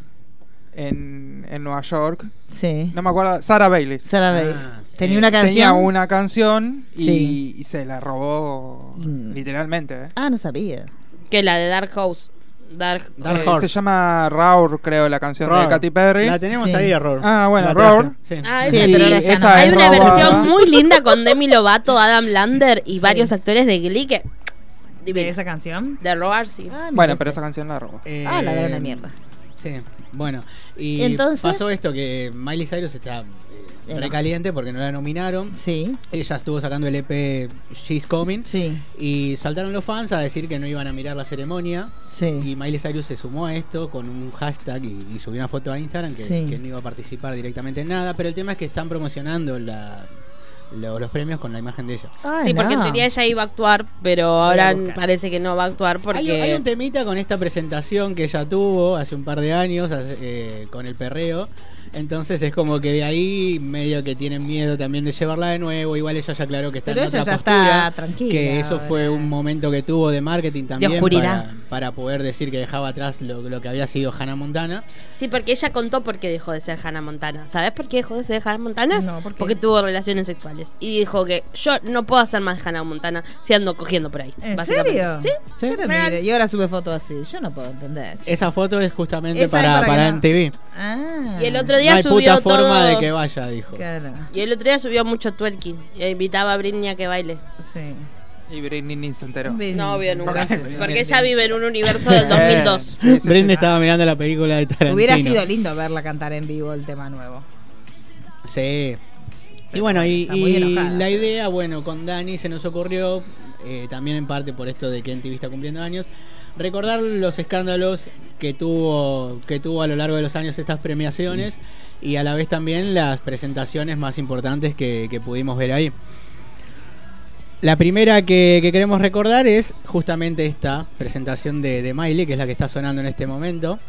E: en, en Nueva York.
B: Sí.
E: No me acuerdo. Sarah Bailey.
B: Sarah Bailey. Tenía
E: Eh,
B: una canción.
E: Tenía una canción y,
B: Sí.
E: y se la robó literalmente. eh.
B: Ah, no sabía.
D: Que la de Dark House. Dark,
E: Eh, se llama Roar, creo, la canción
C: Roar.
E: de Katy Perry.
C: La tenemos Sí. ahí a Roar.
E: Ah, bueno,
C: La
E: Roar.
C: traje, sí.
D: Ah,
E: Sí,
D: esa sí,
E: esa es
D: Hay una
E: robada.
D: versión muy linda con Demi Lovato, Adam Lander y varios actores de Glee que. ¿De
B: esa canción?
D: De robar, sí.
E: Eh, Bueno, pero esa Eh, canción la robó.
B: Ah, la de una mierda.
C: Eh, Sí, bueno. Y
B: Entonces-
C: pasó esto que Miley Cyrus está eh,
B: Enojada.
C: recaliente porque no la nominaron.
B: Sí.
C: Ella estuvo sacando el EP She's Coming.
B: Sí.
C: Y saltaron los fans a decir que no iban a mirar la ceremonia.
B: Sí.
C: Y Miley Cyrus se sumó a esto con un hashtag y, y subió una foto a Instagram que,
B: Sí.
C: que no iba a participar directamente en nada. Pero el tema es que están promocionando la- lo- los premios con la imagen de ella.
D: sí, porque en teoría ella iba a actuar, pero ahora
C: Pero, claro.
D: parece que no va a actuar
C: Hay,
D: porque.
C: hay un temita con esta presentación que ella tuvo hace un par de años hace- eh, con el perreo. Entonces es como que de ahí medio que tienen miedo también de llevarla de nuevo. Igual ella ya aclaró que está
B: Pero
C: en
B: ella
C: otra
B: ya
C: postura,
B: está tranquila
C: Que eso fue un momento que tuvo de marketing también
D: oscuridad.
C: Para, para poder decir que dejaba atrás lo, lo que había sido Hannah Montana.
D: Sí, porque ella contó por qué dejó de ser Hannah Montana. ¿Sabes por qué dejó de ser Hannah Montana?
B: No, ¿por qué?
D: Porque tuvo relaciones sexuales. Y dijo que yo no puedo hacer más Hannah Montana si ando cogiendo por ahí.
B: ¿En
D: básicamente.
B: serio?
D: Sí.
B: Pero
D: Real.
B: mire, y ahora sube fotos así. Yo no puedo entender.
C: Esa foto es justamente
B: Esa es
C: para,
B: para que
C: para
B: no-
C: MTV.
B: Ah.
D: Y el otro día
C: no hay
D: subió
C: puta forma
D: todo-
C: de que vaya, dijo. <laughs>
B: Claro.
D: Y el otro día subió mucho twerking. E invitaba a Britney a que baile.
B: Sí.
E: Y Britney ni se enteró.
D: No vio nunca.
E: Porque-
D: Porque ella vive en un
C: <laughs>
D: universo del 2002.
E: Sí, sí, sí.
C: Britney estaba mirando la película de Tarantino.
B: Hubiera sido lindo verla cantar en vivo el tema nuevo.
C: Sí. Y bueno, y,
B: está muy
C: y
B: enojada.
C: la idea, bueno, con Dani se nos ocurrió, eh, también en parte por esto de que NTV está cumpliendo años, recordar los escándalos que tuvo, que tuvo a lo largo de los años estas premiaciones
B: Mm.
C: y a la vez también las presentaciones más importantes que, que pudimos ver ahí. La primera que, que queremos recordar es justamente esta presentación de, de Miley, que es la que está sonando en este momento,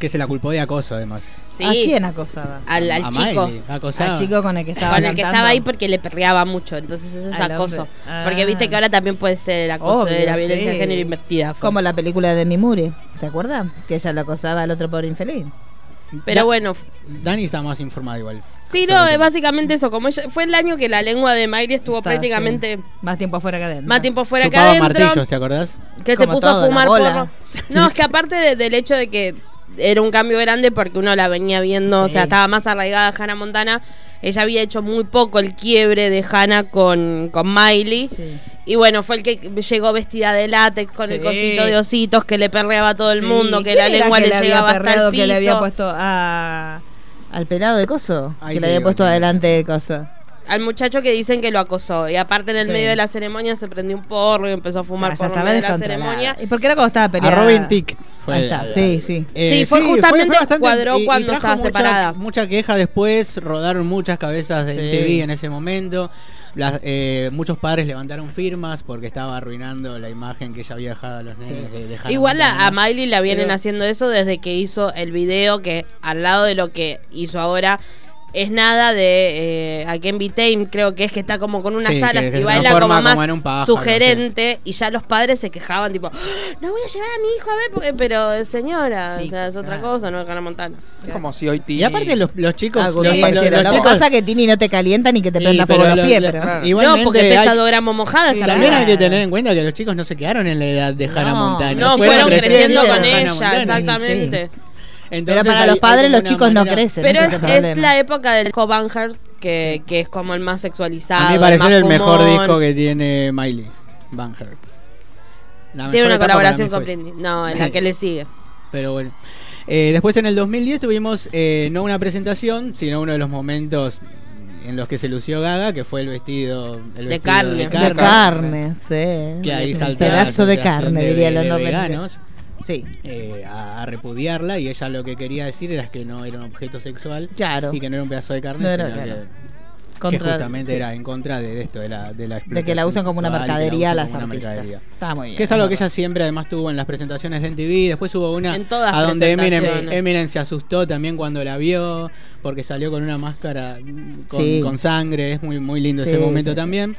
C: que se la culpó de acoso además.
D: Sí.
B: ¿A quién acosada?
D: Al, al
C: A
D: chico.
C: Miley, la acosaba.
B: Al chico con el que estaba
D: Con el que
B: cantando.
D: estaba ahí porque le perreaba mucho. Entonces eso es
B: Al
D: acoso.
B: hombre. Ah.
D: Porque viste que ahora también puede ser acoso de
B: Obvio,
D: la
B: sí.
D: violencia de género invertida.
B: Como la película de Mimuri, ¿se acuerda? Que ella lo acosaba al otro pobre infeliz.
D: Pero bueno.
C: Dani está más informada igual.
D: Sí, no, es básicamente eso. Como ella- fue el año que la lengua de Mayri estuvo
B: Está,
D: prácticamente
B: Más tiempo afuera que adentro.
D: más tiempo fuera que
C: Chupaba
D: adentro.
C: martillos, ¿te acordás?
D: Que se
B: Como
D: puso
B: todo,
D: a fumar
B: la bola.
D: porro. No, es que aparte de- del hecho de que era un cambio grande porque uno la venía viendo, o
B: Sí.
D: sea, estaba más arraigada a Hannah Montana. Ella había hecho muy poco el quiebre de Hannah con, con Miley. Y bueno, fue el que llegó vestida de látex con el
B: Sí.
D: cosito de ositos que le perreaba a todo el
B: Sí.
D: mundo, que
B: ¿Quién
D: la
B: era
D: lengua
B: que
D: le
B: había
D: llegaba hasta
B: perreado,
D: el
B: Que le había
D: piso.
B: puesto a- al pelado de coso.
D: Ay,
B: que le había
D: Dios
B: puesto
D: mío.
B: adelante de coso.
D: Al muchacho que dicen que lo acosó. Y aparte en el
B: Sí.
D: medio de la ceremonia se prendió un porro y empezó a fumar
B: Ah, ya
D: porro en
B: estaba
D: medio de la
B: descontrolada.
D: ceremonia.
B: ¿Y por qué era cuando estaba
C: A
B: peleada?
C: Robin Tick. fue
B: Ahí está,
C: la-
B: sí, sí.
C: Eh,
D: Sí, fue justamente
C: bastante-
D: cuadró cuando
C: trajo
D: estaba
C: mucha-
D: separada.
C: Mucha queja después, rodaron muchas cabezas de
D: Sí.
C: TV en ese momento. Las, eh, muchos padres levantaron firmas porque estaba arruinando la imagen que ella había dejado a los nenes. de- de Hannah
D: Igual a,
C: Montana.
D: a Miley la vienen
C: Pero-
D: haciendo eso desde que hizo el video que al lado de lo que hizo ahora es nada de eh, I Can Be Tamed, creo que es que está como con unas
C: Sí, que-
D: alas
C: que
D: y
C: se
D: baila
C: transforma
D: como más
C: como en un pájaro,
D: sugerente y ya los padres se quejaban tipo, "Ah, no voy a llevar a mi hijo a ver, porque- pero señora, o sea, es otra cosa, no es Hannah Montana.
E: Es como si hoy Tini.
C: Y aparte los, los chicos...
B: Ah,
C: los-
B: sí,
C: los-
B: sí,
C: los
B: lo que
C: chicos-
B: pasa es que Tini no te calienta ni que te
C: Y,
B: prenda fuego
C: pero
B: los
C: lo-
B: pies,
C: lo-
B: pero...
C: claro.
D: No,
C: Igualmente
D: porque pesa
C: hay-
D: dos gramos mojada esa
C: También
D: piba.
C: hay que tener en cuenta que los chicos no se quedaron en la edad de Hannah Montana.
D: no, fueron creciendo
B: Ah,
D: con
C: Hannah
D: ella,
C: Montana.
D: exactamente.
C: Entonces
B: Pero para
C: hay-
B: los
C: hay
B: padres
C: como
B: los
C: una
B: chicos no
C: manera-
B: crecen,
D: Pero
B: ese
D: es,
B: el
D: es
B: problema.
D: la época del Cobb Banghurst, que, que es como el más sexualizado.
C: A mi
D: el
C: parecer
D: más
C: el mejor
D: fumón.
C: disco que tiene Miley Banger.
D: Tiene una colaboración con Britney. No, en la que le sigue.
C: Pero bueno. Eh, después en el 2010 tuvimos eh, no una presentación, sino uno de los momentos en los que se lució Gaga, que fue el vestido, el
D: De
C: vestido
D: carne.
B: De carne, sí.
C: Que ahí
B: Un
C: salta la
B: pedazo de
C: asociación
B: carne,
C: de-
B: diría
C: de
B: los norteamericanos.
C: veganos.
B: Sí.
C: eh, a, a repudiarla y ella lo que quería decir era que no era un objeto sexual
B: Claro.
C: y que no era un pedazo de carne,
B: No era,
C: sino
B: claro.
C: que- que,
B: Contra-
C: justamente
B: sí.
C: era en contra de esto, de la, de la
B: De que la usan como una
C: explotación sexual y que
B: mercadería
C: la
B: las
C: usan como una
B: artistas.
C: mercadería.
B: Está muy bien.
C: Que es algo que ella siempre además tuvo en las presentaciones de MTV. Después hubo una
D: En todas
C: a donde Eminem,
D: presentaciones.
C: Eminem se asustó también cuando la vio, porque salió con una máscara mm, con,
B: Sí.
C: con sangre. Es muy, muy lindo
B: Sí,
C: ese momento
B: sí, sí.
C: también.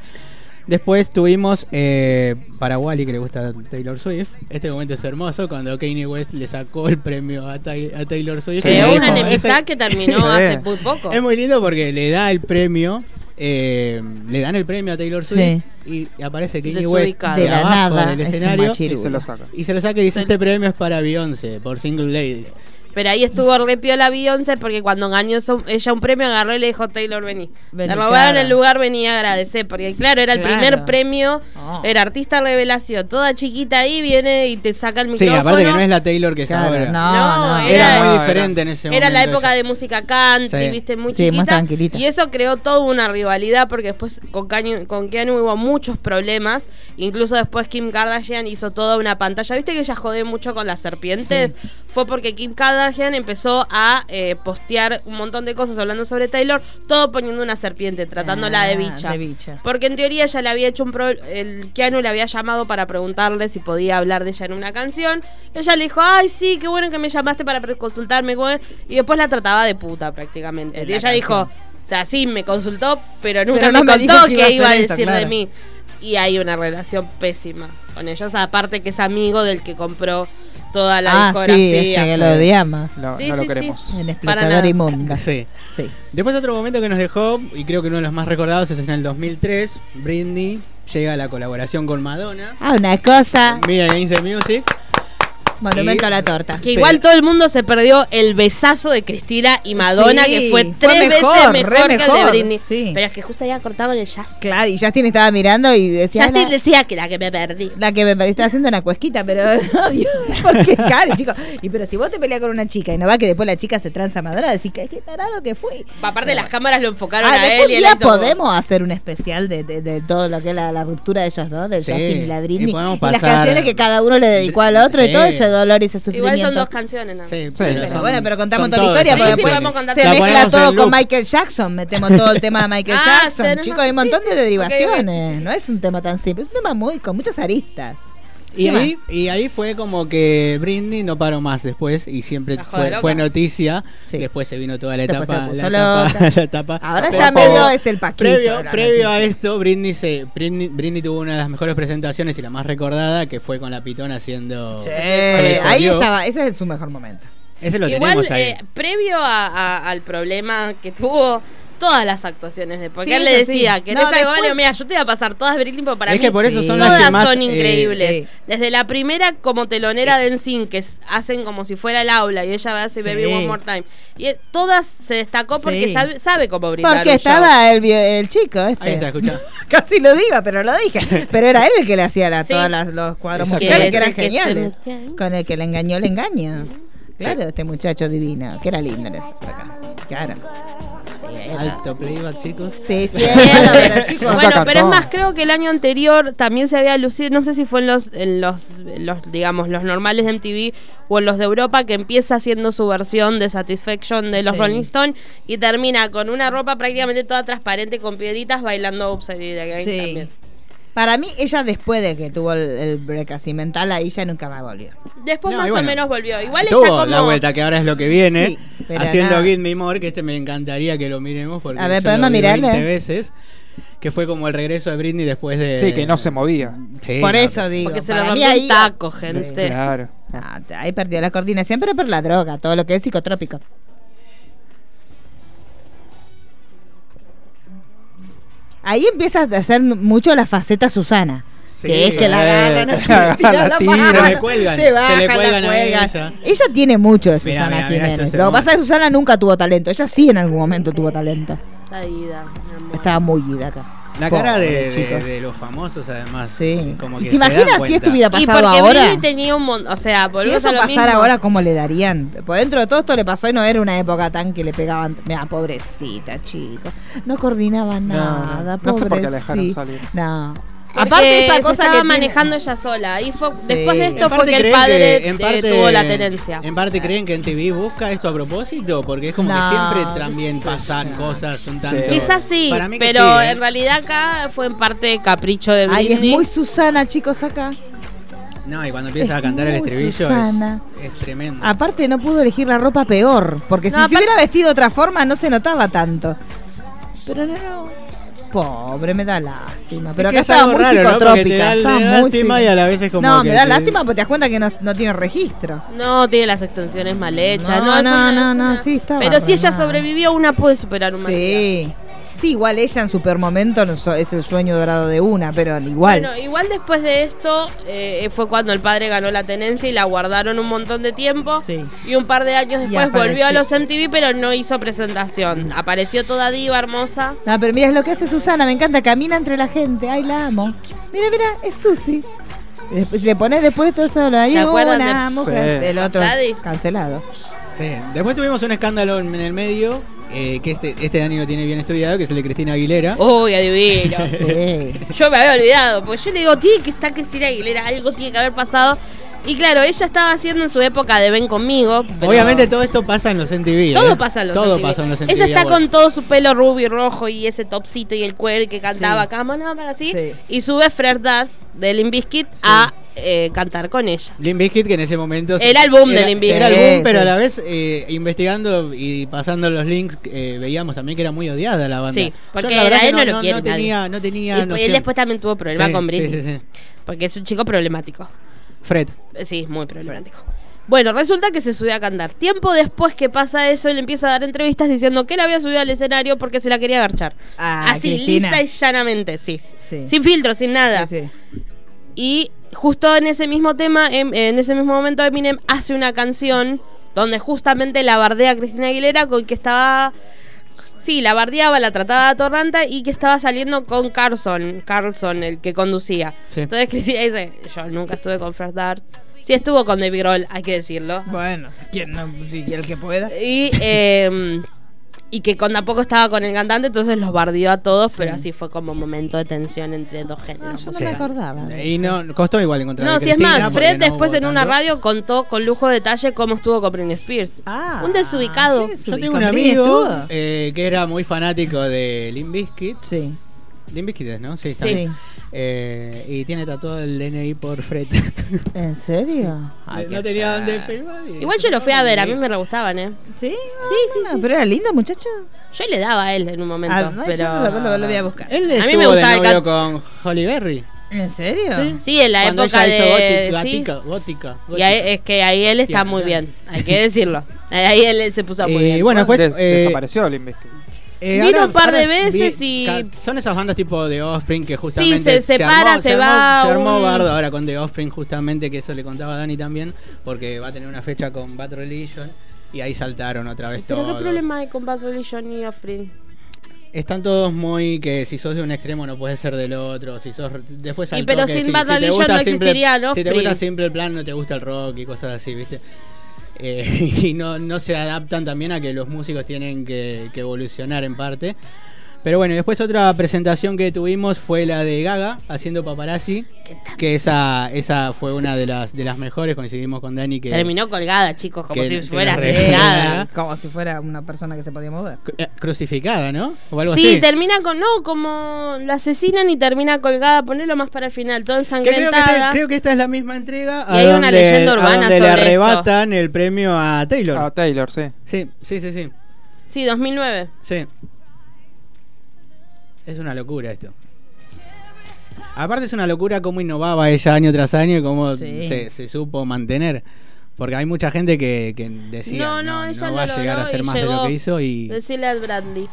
C: Después tuvimos eh, para Wally, que le gusta Taylor Swift. Este momento es hermoso cuando Kanye West le sacó el premio a, Tai- a Taylor Swift.
D: Que
C: Y le
D: una
C: dijo,
D: enemistad
C: "Ese-
D: que terminó hace muy poco.
C: es muy lindo porque le da el premio. eh, le dan el premio a Taylor Swift y aparece Kanye West
D: Desubicado.
C: de,
D: De la
C: abajo
D: nada,
C: del
D: es un
C: escenario
D: machirulo. Y se lo
E: saca.
C: Y se lo saca y dice: Este premio es para Beyoncé por Single Ladies.
D: Pero ahí estuvo re piola Beyoncé porque cuando ganó eso- ella un premio agarró y le dijo Taylor vení.
B: Vení,
D: le robaron
B: claro.
D: el lugar, vení a agradecer. Porque claro, era el
B: Claro.
D: primer premio,
B: Oh.
D: era artista revelación. Toda chiquita ahí viene y te saca el
C: Sí,
D: micrófono.
C: aparte que no es la Taylor que es
B: Claro,
C: ahora.
B: no, No, no.
C: era,
D: era-
C: muy diferente en ese momento.
D: Era la época de música country,
C: Sí.
D: viste, muy
B: Sí,
D: chiquita.
B: más tranquilita.
D: Y eso creó toda una rivalidad porque después con, Kanye- con Keanu hubo muchos problemas. Incluso después Kim Kardashian hizo toda una pantalla. ¿Viste que ella jode mucho con las serpientes? Fue porque Kim Kardashian empezó a eh, postear un montón de cosas hablando sobre Taylor, todo poniendo una serpiente, tratándola de
B: Ah,
D: bicha.
B: de bicha.
D: Porque en teoría ya le había hecho un pro el Keanu le había llamado para preguntarle si podía hablar de ella en una canción. Ella le dijo, ay sí, qué bueno que me llamaste para pre- consultarme. güey". Y después la trataba de puta prácticamente.
B: En
D: Y
B: la
D: ella dijo,
B: canción.
D: o sea, sí, me consultó, pero nunca
B: Pero no
D: me,
B: me dijo
D: contó
B: que
D: que
B: iba a
D: iba, a
B: hacer esto,
D: decir de
B: claro.
D: mí. Y hay una relación pésima con ellos, aparte que es amigo del que compró toda la
B: Ah, sí,
D: discografía.
B: ese que lo odiamos.
E: No,
D: Sí,
E: no
D: sí,
E: lo queremos.
C: Eh,
D: sí.
B: El
D: Para nada.
B: explotador inmunda.
C: Sí.
B: Sí.
C: Después otro momento que nos dejó, y creo que uno de los más recordados es en el 2003, Britney llega a la colaboración con Madonna.
B: Ah, una cosa.
C: Mira, Games the Music.
B: Monumento
C: Y-
B: a la torta.
D: Que igual todo el mundo se perdió el besazo de Cristina y Madonna,
B: Sí,
D: que fue
B: fue
D: tres
B: mejor, re
D: veces mejor que el de
B: mejor,
D: Britney.
B: sí.
D: Pero es que justo había cortado con el Justin.
B: Claro, y Justin estaba mirando y decía.
D: Justin
B: "La-
D: decía que la que me perdí.
B: La que me está haciendo una cuesquita, pero <laughs> obvio, porque claro, chico. Y pero si vos te peleas con una chica y no va que después la chica se tranza a Madonna, decís que qué tarado que fui.
D: Aparte las cámaras lo enfocaron
B: Ah,
D: a
B: después
D: él y él
B: ya
D: hizo como-
B: podemos hacer un especial de, de- de todo lo que es la, la ruptura de ellos dos, de
C: Sí,
B: Justin y la Britney.
C: y
B: Y
C: podemos
B: las
C: pasar-
B: canciones que cada uno le dedicó al otro y
C: Sí,
B: todo eso ese dolor y ese sufrimiento.
D: Igual son dos canciones, ¿no?
C: Sí,
B: pero
C: son-
B: bueno, pero contamos
C: son
B: toda la
C: todas,
B: historia. porque
C: son todas.
B: después
C: Sí, sí, vamos a
B: se
C: contar todas.
B: mezcla
C: La ponemos
B: todo
C: en
B: con
C: loop.
B: Michael Jackson. Metemos todo el tema de Michael
D: Ah,
B: Jackson.
D: tenés
B: Chicos,
D: razón,
B: hay un montón
D: sí,
B: de
D: sí.
B: derivaciones. No es un tema tan simple. Es un tema muy con muchas aristas.
C: Y
B: ¿Qué más?
C: ahí, y ahí fue como que Britney no paró más después y siempre
B: La joda
C: fue,
B: loca.
C: fue noticia. Después se vino toda la
B: Después
C: etapa.
B: se puso
C: La etapa, <laughs>
B: loca. <laughs>
C: la etapa.
B: Ahora
C: Pero
B: ya
C: poco-
B: medio es el paquito.
C: Previo,
B: la
C: previo
B: noticia.
C: a esto, Britney, se, Britney, Britney tuvo una de las mejores presentaciones y la más recordada, que fue con la pitona haciendo...
B: Sí,
C: se le
B: ahí
C: jodió.
B: estaba. Ese es su mejor momento.
C: Ese lo
D: Igual,
C: tenemos ahí.
D: eh, previo a- a- al problema que tuvo todas las actuaciones de porque
B: Sí,
D: él le
B: eso sí.
D: decía que
B: No,
D: no,
B: después-
D: mira yo te voy a pasar todas Britney porque para
C: Es
D: mí
C: que por eso son las
D: todas
C: que más,
D: son
C: eh,
D: increíbles
C: sí. Eh.
D: desde la primera como telonera de Ensign que s- hacen como si fuera el aula y ella hace
B: Sí.
D: Baby One More Time y eh, todas se destacó porque
B: Sí.
D: sabe, sabe cómo brindar
B: Porque
D: un show.
B: estaba el, vi- el chico este.
C: Ahí está, escuchá.
B: <laughs> Casi lo digo, pero lo dije. Pero era él el que le hacía la,
D: Sí.
B: todas las- los cuadros
D: Exacto.
B: musicales que
D: Que es
B: eran
D: el que se
B: geniales.
D: metía ahí.
B: Con el que le engañó, le engaño. Claro, este muchacho divino, que era lindo. en esa época. Claro.
C: Alto playback, chicos.
B: Sí, sí, bueno, pero chicos.
D: bueno, pero es más, creo que el año anterior también se había lucido, no sé si fue en los, en los, en los, digamos, los normales de MTV o en los de Europa, que empieza haciendo su versión de Satisfaction de los
B: Sí.
D: Rolling Stones y termina con una ropa prácticamente toda transparente con piedritas bailando Upside Down Again
B: Sí.
D: también.
B: Para mí, ella después de que tuvo el, el break así mental, ahí ya nunca más volvió.
D: Después
C: No,
D: más
C: y bueno.
D: o menos volvió. Igual
C: Tuvo
D: está como...
C: la vuelta que ahora es lo que viene.
B: Sí, pero
C: haciendo
B: nada.
C: Give Me More, que este me encantaría que lo miremos porque
B: A ver,
C: yo lo
B: podemos
C: vi
B: mirarlo. eh.
C: 20 veces. Que fue como el regreso de Britney después de.
E: Sí, que no se movía.
C: Sí,
B: Por
C: no,
B: eso
C: que sí.
B: digo.
D: Porque se
B: para
D: le
B: mí
D: rompió el
B: ahí-
D: taco,
B: Sí.
D: gente.
E: Claro.
B: Ah, ahí perdió la coordinación, pero por la droga, todo lo que es psicotrópico. Ahí empiezas a hacer mucho la faceta Susana.
C: Sí.
B: que es que la
C: Eh, <laughs>
B: agarran así,
C: te agarran,
B: tiran la
C: la tiran,
B: mano,
C: te le cuelgan,
B: te
C: te
B: bajan,
C: le
B: la
C: cuelgan a
B: cuelgan.
C: ella.
B: Ella tiene mucho de
C: Mirá,
B: Susana
C: mirá, este mirá, esto
B: Jiménez.
C: es
B: Lo que
C: hermoso.
B: pasa es que Susana nunca tuvo talento. Ella sí en algún momento tuvo talento.
D: Está ida, mi amor.
B: Estaba muy ida acá.
C: La cara
B: Pobre
C: de,
B: chica.
C: de- de los famosos, además.
B: Sí.
C: Ah, Como
B: ¿Y
C: que
B: se
C: dan
B: imagina si
C: cuenta.
B: esto hubiera
D: Y
B: pasado
D: porque
B: ahora?
D: Britney tenía un montón... O sea,
B: Si
D: volvemos
B: eso
D: a lo
B: pasara
D: mismo.
B: ahora, ¿cómo le darían? Por dentro de todo esto le pasó y no era una época tan que le pegaban. Mira, pobrecita, chicos. No coordinaban
E: No,
B: nada.
E: no. No sé por qué la
B: pobrecita.
E: dejaron salir.
B: No.
D: Porque
B: Aparte, esa
D: se
B: cosa
D: estaba
B: que tiene-
D: manejando ella sola. Ahí fue-
B: Sí.
D: Después de esto
C: En
D: fue
C: parte
D: que el
C: creen
D: padre
C: que- en
D: eh,
C: parte-
D: tuvo la tenencia.
C: En parte creen que NTV busca esto a propósito, porque es como
D: No,
C: que siempre también pasan cosas un tanto.
D: Quizás sí,
C: Para mí que
D: pero
C: sí, ¿eh?
D: en realidad acá fue en parte capricho de
B: Ay, es
D: Britney.
B: muy Susana, chicos, acá.
C: No, y cuando empiezas
B: es
C: a cantar el
B: muy
C: estribillo
B: Susana.
C: es, es tremendo.
D: Ah.
B: Aparte, no pudo elegir la ropa peor. Porque si
D: No,
B: se
D: aparte-
B: hubiera vestido de otra forma, no se notaba tanto. Pero no, no. Pobre, me da lástima. Pero acá
C: Es que es
B: estaba
C: algo
B: muy
C: raro, ¿no? Porque te
B: psicotrópica.
C: da-
B: estaba
C: te da
B: muy
C: lástima
B: psico-
C: y a la vez es como
B: No,
C: que
B: me da
C: te-
B: lástima porque te das cuenta que no, no tiene registro.
D: No, tiene las extensiones mal hechas.
B: No,
D: No,
B: no,
D: es una-
B: no,
D: es
B: no,
D: una-
B: sí, estaba
D: Pero si ella
B: arruinada.
D: sobrevivió, una puede superar un
B: Sí. Sí, igual ella en su peor momento no so- es el sueño dorado de una, pero igual.
D: Bueno, igual después de esto eh, fue cuando el padre ganó la tenencia y la guardaron un montón de tiempo. Y un par de años después volvió
B: apareció.
D: a los MTV, pero no hizo presentación. Apareció toda diva hermosa.
B: No, pero mira, es lo que hace Susana, me encanta, camina entre la gente, ay, la amo. Mira, mira, es Susi. Después- Le pones después todo eso, lo hay
D: ¿Se acuerdan
B: una
D: de-
B: mujer,
C: Sí.
B: el otro
D: Daddy.
B: cancelado.
C: Sí. Después tuvimos un escándalo en, en el medio, eh, que este, este Dani lo tiene bien estudiado, que es el de Cristina Aguilera.
D: Uy, adivino.
B: Sí.
D: Yo me había olvidado, porque yo le digo, tiene que estar Cristina Aguilera, algo tiene que haber pasado. Y claro, ella estaba haciendo en su época de Ven conmigo. pero-
C: Obviamente todo esto pasa en los MTV.
D: Todo
C: ¿eh?
D: pasa en los
C: Todo
D: MTV.
C: pasa en los MTV
D: Ella está
C: Awards.
D: con todo su pelo rubio y rojo y ese topsito y el cuero y que cantaba acá, maná, para así. Y sube Fred Durst de Limp Bizkit a eh, cantar con ella.
C: Limp Bizkit, que en ese momento.
D: El álbum de
C: era-
D: Limp Bizkit.
C: Era
D: Sí,
C: álbum,
D: sí.
C: pero a la vez eh, investigando y pasando los links, eh, veíamos también que era muy odiada la banda.
D: Sí,
C: Yo,
D: porque
C: la verdad
D: a
C: que
D: él no, lo quiere
C: no tenía,
D: nadie.
C: no tenía.
D: Y pues él
C: noción.
D: después también tuvo problemas
C: Sí,
D: con
C: sí,
D: Britney.
C: sí, sí.
D: Porque es un chico problemático.
C: Fred.
D: Sí, muy problemático. Bueno, resulta que se subió a cantar. Tiempo después que pasa eso, él empieza a dar entrevistas diciendo que la había subido al escenario porque se la quería agarchar.
B: Ah,
D: Así,
B: Cristina.
D: lisa y llanamente, sí. sí.
B: Sí.
D: Sin filtro, sin nada.
B: Sí, sí.
D: Y justo en ese mismo tema, en, en ese mismo momento, Eminem hace una canción donde justamente la bardea a Cristina Aguilera con que estaba. Sí, la bardeaba, la trataba de atorranta y que estaba saliendo con Carlson, Carlson, el que conducía.
C: Sí.
D: Entonces Cristina dice: Yo nunca estuve con Fred Dart. Sí estuvo con David Grohl, hay que decirlo. Eh,
B: Bueno, quien no, sí, el que pueda.
D: Y eh, y que con tampoco estaba con el cantante, entonces los bardió a todos, pero así fue como un momento de tensión entre dos géneros.
B: Ah, Yo no me
D: musicales.
B: acordaba.
C: Y no, costó igual encontrar
D: No,
C: a
D: si es
C: Cristina
D: más,
C: porque
D: Fred
C: no
D: después
C: hubo
D: en una
C: tanto.
D: radio contó con lujo de detalle cómo estuvo con Britney Spears.
B: Ah,
D: un desubicado.
C: Yo tengo un amigo eh, que era muy fanático de Limp Bizkit.
B: Sí.
C: Limp Bizkit es, ¿no? Sí, está
D: Sí.
C: bien. Eh, y tiene tatuado el DNI por Fred.
B: ¿En serio?
C: <laughs> Ay, no tenía dónde filmar.
D: Igual yo lo fui a ver, a mí me re gustaban, ¿eh?
B: ¿Sí?
D: Sí, sí, sí.
B: Pero era lindo, muchacho.
D: Yo le daba a él en un momento,
B: Ah, no, yo
D: pero...
B: lo- lo- lo voy a buscar.
C: Él
D: A mí
C: estuvo
D: me gustaba
C: de
D: el
C: novio
D: can-
C: con Holly Berry.
B: ¿En serio?
D: Sí, en la
C: Cuando
D: época
C: ella
D: de...
C: hizo Gótica,
D: sí.
C: gótica, gótica,
D: Y ahí- es que ahí él está muy bien, hay que decirlo. Ahí él se puso muy bien.
C: Y Eh, bueno, pues, después
E: Des- desapareció Limp Bizkit.
C: Eh,
D: Vino un par de veces y-
C: ca- Son esas bandas tipo de Offspring que justamente.
D: Sí, se separa, se va
C: Se armó
D: un-
C: bardo ahora con The Offspring, justamente, que eso le contaba a Dani también, porque va a tener una fecha con Bad Religion y ahí saltaron otra vez
D: Pero qué
C: todos.
D: problema hay con Bad Religion y Offering.
C: Están todos muy que si sos de un extremo no puedes ser del otro, si sos después saltó
D: pero
C: que
D: sin
C: si-
D: Bad
C: si te
D: Religion
C: gusta
D: no
C: Simple-
D: existiría el
C: Si te
D: Offspring.
C: gusta simple el plan no te gusta el rock y cosas así, ¿viste? Eh, <laughs> y no, no se adaptan también a que los músicos tienen que, que evolucionar en parte. Pero bueno, después otra presentación que tuvimos fue la de Gaga haciendo paparazzi, que esa esa fue una de las de las mejores, coincidimos con Dani que
D: Terminó colgada, chicos, como
C: que-
D: si
C: que
D: fuera
C: la re-
D: asesinada.
B: Como si fuera una persona que se podía mover.
C: cru- eh, crucificada, ¿no? O <laughs> algo
D: Sí,
C: así.
D: termina con. No, como la asesinan y termina colgada. Ponelo más para el final, toda
C: Que creo, que esta,
D: ensangrentada.
C: creo que esta es la misma entrega.
D: Y hay una leyenda urbana
C: a donde
D: sobre
C: le
D: esto.
C: arrebatan el premio a Taylor.
E: A Ah, Taylor, sí.
C: Sí, sí, sí, sí.
D: Sí, 2009.
C: Sí. Es una locura esto. Aparte es una locura cómo innovaba ella año tras año y cómo
D: Sí.
C: se, se supo mantener. Porque hay mucha gente que, que decía
D: no,
C: no,
D: no, ella
C: no va
D: lo
C: a llegar a
D: logró
C: ser
D: y
C: más de
D: llegó.
C: lo que hizo y
D: Decirle al Bradley.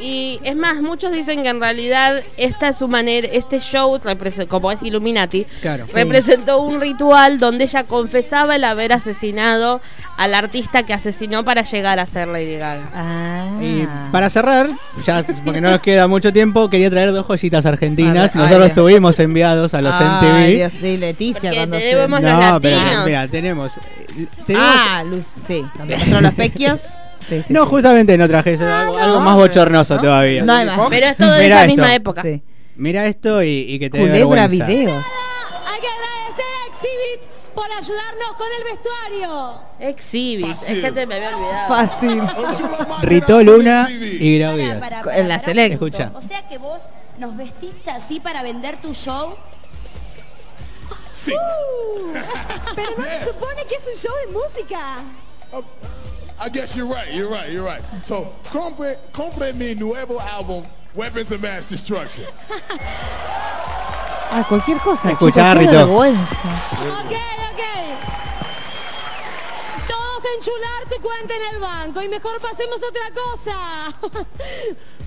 D: Y es más, muchos dicen que en realidad esta es su manera, este show, represe- como es Illuminati,
C: Claro. Sí.
D: representó un ritual donde ella confesaba el haber asesinado al artista que asesinó para llegar a ser Lady Gaga.
B: Ah.
C: Y
D: Ah.
C: para cerrar, ya porque no nos queda mucho tiempo, quería traer dos joyitas argentinas. Nosotros tuvimos enviados a los
B: Ay,
C: MTV.
B: Dios, sí, Leticia.
D: Porque
B: cuando se-
D: tenemos los
C: No, pero
D: latinos.
C: mira, tenemos. eh, tenemos-
B: Ah, Luz, <laughs> sí. Cuando mostró los pequios. <laughs> Sí, sí,
C: no,
B: sí.
C: justamente no traje eso, algo, algo más bochornoso todavía.
B: No hay más.
D: Pero es todo de
C: Mirá
D: esa
C: esto.
D: misma época.
B: Sí.
C: Mira esto y, y que te dé
B: Culebra
C: vergüenza.
B: videos.
Q: Hay que agradecer a Exhibit por ayudarnos con el vestuario.
D: Exhibit, es gente me había olvidado.
B: Fácil.
C: Ritó Luna y grabó videos.
B: En la select.
C: Escucha.
Q: O sea que vos nos vestiste así para vender tu show. ¡Uh!
R: Sí.
Q: Pero no se supone que es un show de música.
R: Oh, I guess you're right. You're right. You're right. So, compre, compre mi nuevo álbum, Weapons of Mass Destruction.
B: Ah, cualquier cosa.
C: Escuchá,
B: chicos, qué
C: Rito.
B: vergüenza.
Q: Ok, ok. Todos a enchular tu cuenta en el banco y mejor pasemos a otra cosa.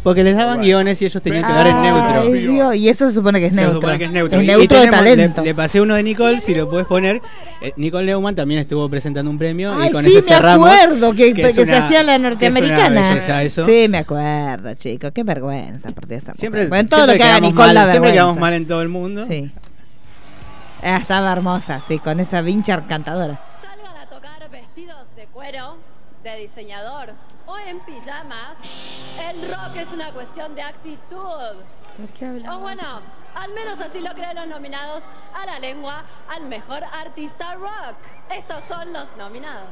C: Porque les daban guiones y ellos tenían que dar en neutro.
B: Ay, Dios, Y eso se supone que es
C: Se
B: neutro.
C: supone que es neutro.
B: Es
C: Y- y
B: neutro de
C: tenemos- le-
B: talento.
C: Le, pasé uno de Nicole, si lo puedes poner. Eh, Nicole Neumann también estuvo presentando un premio
B: Ay,
C: y con
B: sí,
C: eso
B: me
C: cerramos.
B: acuerdo que,
C: es
B: que se
C: una-
B: hacía la
C: que es una
B: norteamericana.
C: belleza eso.
B: Sí, me acuerdo, chicos. Qué vergüenza por esa mujer.
C: Siempre,
B: Bueno, todo lo
C: siempre
B: que haga
C: quedamos
B: Nicole
C: mal,
B: la
C: Siempre quedamos
B: vergüenza.
C: mal en todo el mundo.
B: Sí. Ah, estaba hermosa, sí, con esa vincha cantadora.
Q: Salgan a tocar vestidos de cuero, de diseñador o en pijamas. El rock es una cuestión de actitud. O bueno, al menos así lo creen los nominados a la lengua al mejor artista rock. Estos son los nominados.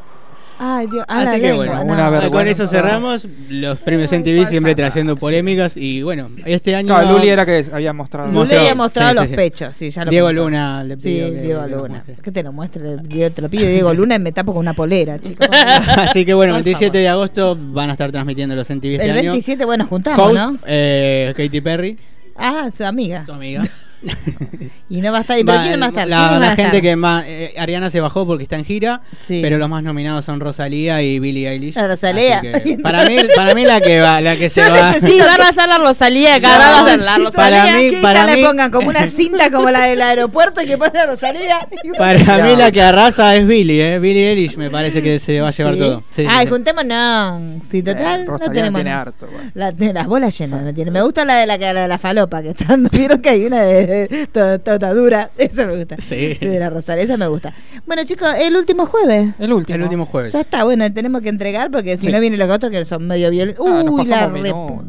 B: Ay, Dios, a la
C: Así que
B: lengua,
C: Ah, bueno,
B: no.
C: con eso cerramos los premios MTV siempre trayendo polémicas y bueno, este año...
E: No, Luli era que había mostrado.
B: Luli había mostrado los pechos, sí, ya lo
C: Diego
B: apuntó.
C: Luna le pidió
B: Sí,
C: que-
B: Diego
C: que nos
B: Luna. Que te lo muestre, Diego- te lo pide Diego Luna y me tapo con una polera,
C: <laughs>
B: chicos.
C: <laughs> Así que bueno,
B: Por
C: el 27 de agosto van a estar transmitiendo los MTV este
B: El
C: año.
B: 27, bueno, juntamos,
C: Host,
B: ¿no?
C: eh, Katy Perry.
B: Ah, su amiga. Su
C: amiga.
B: y no va a estar. ¿y ¿Pero
C: Va-
B: quién va a estar?
C: La,
B: ¿Quiénes
C: la
B: van a
C: gente
B: estar?
C: que más... eh, Ariana se bajó porque está en gira,
B: Sí.
C: pero los más nominados son Rosalía y Billie Eilish.
B: La Rosalía. <laughs>
C: Así que Para mí, para mí la que va, la que se
B: Yo
C: va...
D: Sí, va a arrasar la Rosalía, <laughs> acá va a arrasar la
B: Necesito
D: Rosalía.
C: Para mí-
B: que
C: para
B: ella
C: mí-
B: le pongan como
C: <laughs>
B: una cinta como la del aeropuerto y que pase a Rosalía. <laughs>
C: Para mí la que arrasa es Billy, ¿eh? Billy Eilish me parece que se va a llevar
B: Sí. Ah,
C: todo. Sí,
B: Ay,
C: sí, sí.
B: juntémonos. Si total, no
E: Eh, Rosalía
B: tenemos.
E: tiene
B: nada.
E: harto.
B: La- de las bolas llenas <laughs> no tiene. Me gusta la de la, la de la falopa que están. Vieron que hay una de, Todo- Totadura. <laughs> Esa me gusta.
C: Sí.
B: de la Rosario. Esa me gusta. Bueno, chicos, el último jueves.
E: El último.
C: El último jueves.
B: Ya está, bueno, tenemos que entregar porque si
C: Sí.
B: no vienen los otros que son medio violentos.
E: Ah, nos
B: Uy, la
E: pasamos
B: re-
E: minuto.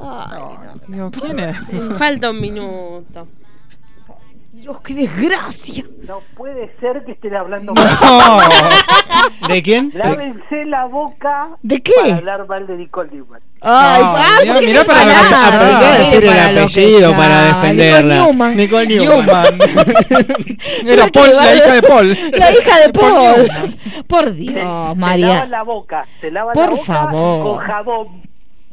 B: Ay,
E: Digo, ¿quién
D: <laughs>
E: es?
D: Falta un minuto.
B: Dios, qué desgracia.
F: No puede ser que estén hablando
C: ¿De quién?
B: Ah,
F: Lávense la boca
B: ¿De qué?
F: para hablar mal de Nicole Newman.
B: Ay,
C: No,
B: ay,
C: mirá,
B: ¿por qué
C: mirá
B: no
C: para
B: parás?
C: la- aprendí a
B: Dale
C: decir el
B: para lo que
C: apellido
B: ya.
C: para defenderla.
B: Nicole Newman.
C: Nicole
B: <laughs>
E: Newman. Era
B: Mirá que
E: Paul, la
B: bárbaro.
E: hija de Paul.
B: <laughs> La hija de Paul. Por Dios,
F: Se lavan
B: María.
F: la boca, se lavan la
B: Por
F: boca
B: favor.
F: con jabón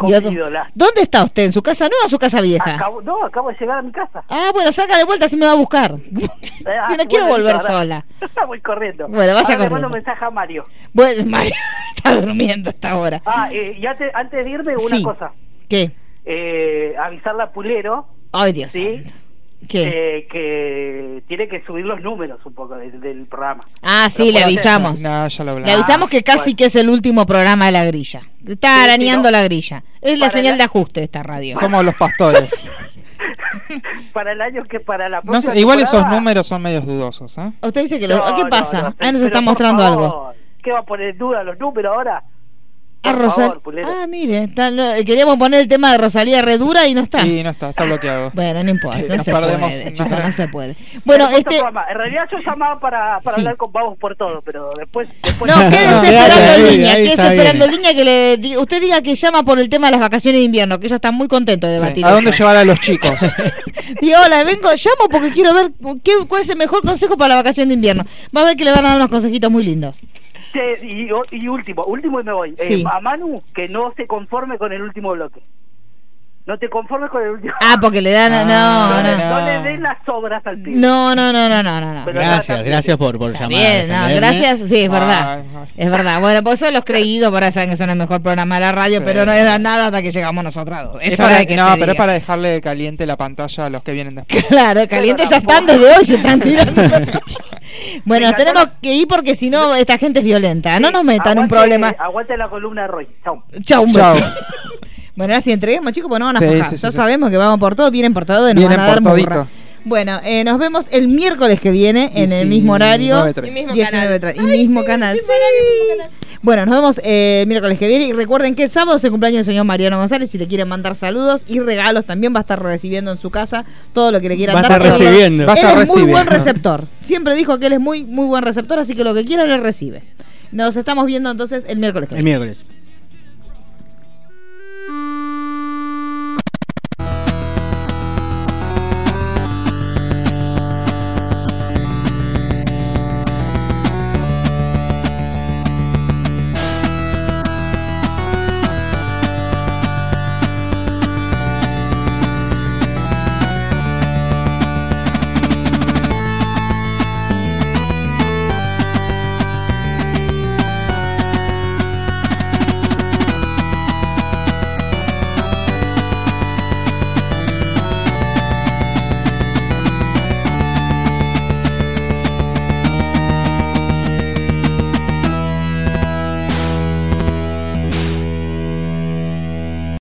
B: Dios,
F: cocídola.
B: ¿Dónde está usted? ¿En su casa nueva o su casa vieja?
F: Acabo, no, acabo de llegar a mi casa. <laughs>
B: Ah, bueno, salga de vuelta si me va a buscar.
F: Ah,
B: si no quiero
F: bueno,
B: volver
F: listo, ahora-
B: sola.
F: Voy corriendo.
B: Bueno, vaya
F: Ahora le
B: corriendo.
F: mando un mensaje a Mario.
B: Bueno, <laughs> María está durmiendo hasta ahora.
F: Ah, eh, y antes, antes de irme, una
B: Sí.
F: cosa.
B: ¿Qué?
F: Eh, avisarle a Pulero
B: Ay, Dios.
F: ¿sí?
B: ¿Qué?
F: Eh, que tiene que subir los números un poco del, del programa.
B: Ah, sí,
F: Pero
B: le
F: bueno,
B: avisamos.
E: No, ya
B: Le
E: lo hablamos.
B: avisamos que casi
F: bueno.
B: que es el último programa de la grilla. Está
F: Sí, sí,
B: arañando
F: no.
B: la grilla. Es la
F: Para
B: señal
F: la-
B: de ajuste de esta radio.
E: Somos los
B: <laughs>
E: pastores.
F: Para el año que para la
E: No
F: próxima
E: sé, igual esos
F: temporada-
E: números son medios dudosos, ¿eh?
B: Usted dice que lo...
F: No,
B: ¿Qué
F: no,
B: pasa?
F: no,
B: Ahí nos
F: pero
B: está
F: por
B: mostrando algo.
F: favor, ¿Qué va a poner en duda los números ahora?
B: Ah,
F: Por
B: Rosal-
F: favor, Pulero.
B: Ah, mire, está- no, eh, queríamos poner el tema de Rosalía Redura y no está.
E: Y no está, está bloqueado.
B: Bueno, no importa, no
E: Nos
B: se
E: perdemos
B: puede,
E: una-
B: chicos, no se puede. Bueno,
F: Hermoso
B: este...
F: programa. En realidad yo llamaba para, para
B: Sí.
F: hablar con Vamos por todo, pero después... después
B: No,
E: <laughs>
B: quédese
C: quédate
B: esperando en
C: ahí,
B: línea,
C: ahí
B: quédese
C: está
B: esperando en
C: bien.
B: línea que le di- usted diga que llama por el tema de las vacaciones de invierno, que ella está muy contento de debatir.
E: ¿A dónde
B: eso.
E: llevar a los chicos?
B: Diga, hola, vengo, llamo porque quiero ver qué, cuál es el mejor consejo para la vacación de invierno. Va a ver que le van a dar unos consejitos muy lindos.
F: Che, este, y, o- y último, último y me voy.
B: Sí.
F: Eh, a Manu, que no se conforme con el último bloque. No te conformes con el último
B: Ah, porque le dan... <laughs>
E: Ah,
B: no, no.
F: No le des las obras al pibe.
B: No, no, no, no, no, no. no.
C: Gracias, gracias por, por llamar. a ¿eh?
B: Bien, no,
C: defenderme.
B: gracias, sí, es verdad.
E: ¿eh? Ay, ay.
B: Es verdad. Bueno, pues son los creídos, por ahí saben que son el mejor programa de la radio,
E: Sí.
B: pero no era nada hasta que llegamos nosotros. dos.
E: Es
B: Eso
E: para-
B: es que
E: no,
B: se
E: pero es
B: diga.
E: para dejarle caliente la pantalla a los que vienen después.
B: <laughs> Claro, calientes ya están desde hoy, se están
E: <laughs>
B: tirando. bueno, nos tenemos que ir porque si no, esta gente es violenta. No nos metan un
F: Aguante-
B: problema.
F: Eh, Aguante la columna de Roy. Chau.
B: Chau, un
E: Chau.
B: beso. <laughs> Bueno, ahora sí entreguemos, chicos, porque no van a
E: Sí,
B: aflojar.
E: sí, sí,
B: ya
E: sí.
B: sabemos que vamos por todo, vienen por todo y nos
E: Vienen
B: van a dar
E: por todito.
B: murra. Bueno, eh, nos vemos el miércoles que viene en el mismo
E: 19
B: horario.
E: de tres.
D: Y mismo
B: 19 de tres. Y mismo canal. sí. Bueno, nos vemos eh, el miércoles que viene y recuerden que el sábado es el cumpleaños del señor Mariano González. Si le quieren mandar saludos y regalos, también va a estar recibiendo en su casa todo lo que le quieran
C: Va a
B: dar. Él
C: estar
B: es-
C: recibiendo.
B: Él
C: Va a
B: es
C: estar
B: muy buen
C: recibiendo.
B: receptor. Siempre dijo que él es muy, muy buen receptor, así que lo que quiera le recibe. Nos estamos viendo entonces el miércoles. que
C: El
B: viene.
C: miércoles.